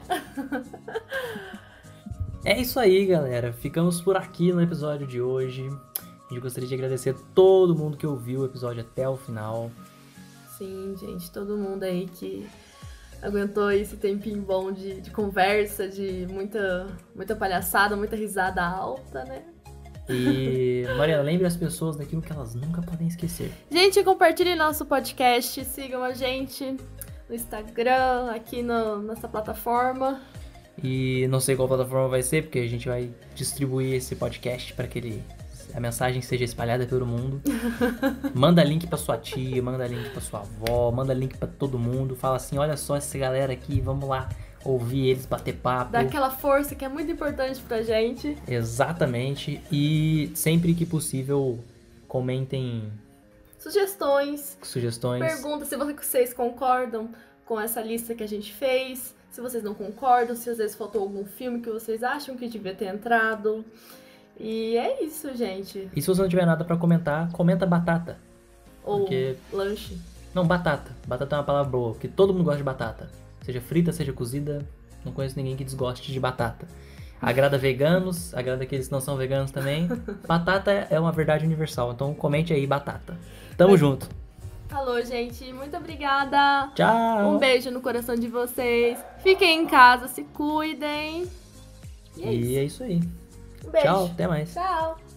S2: É isso aí, galera. Ficamos por aqui no episódio de hoje. A gente gostaria de agradecer a todo mundo que ouviu o episódio até o final.
S3: Sim, gente, todo mundo aí que aguentou esse tempinho bom de, de conversa, de muita, muita palhaçada, muita risada alta, né?
S2: E, Mariana, lembre as pessoas daquilo que elas nunca podem esquecer.
S3: Gente, compartilhe nosso podcast, sigam a gente no Instagram, aqui no, nessa plataforma.
S2: E não sei qual plataforma vai ser, porque a gente vai distribuir esse podcast para que ele, a mensagem seja espalhada pelo mundo. manda link para sua tia, manda link para sua avó, manda link para todo mundo. Fala assim, olha só essa galera aqui, vamos lá ouvir eles bater papo.
S3: Dá aquela força que é muito importante pra gente.
S2: Exatamente. E sempre que possível, comentem
S3: Sugestões,
S2: sugestões.
S3: pergunta se vocês concordam com essa lista que a gente fez, se vocês não concordam, se às vezes faltou algum filme que vocês acham que devia ter entrado. E é isso, gente.
S2: E se você não tiver nada para comentar, comenta batata.
S3: Ou
S2: Porque-
S3: lanche.
S2: Não, batata. Batata é uma palavra boa, porque todo mundo gosta de batata. Seja frita, seja cozida, não conheço ninguém que desgoste de batata. Agrada veganos, agrada aqueles que não são veganos também. batata é uma verdade universal, então comente aí batata. Tamo junto.
S3: Falou, gente. Muito obrigada.
S2: Tchau.
S3: Um beijo no coração de vocês. Fiquem em casa, se cuidem. E é
S2: E é isso aí.
S3: Um beijo.
S2: Tchau, até mais.
S3: Tchau.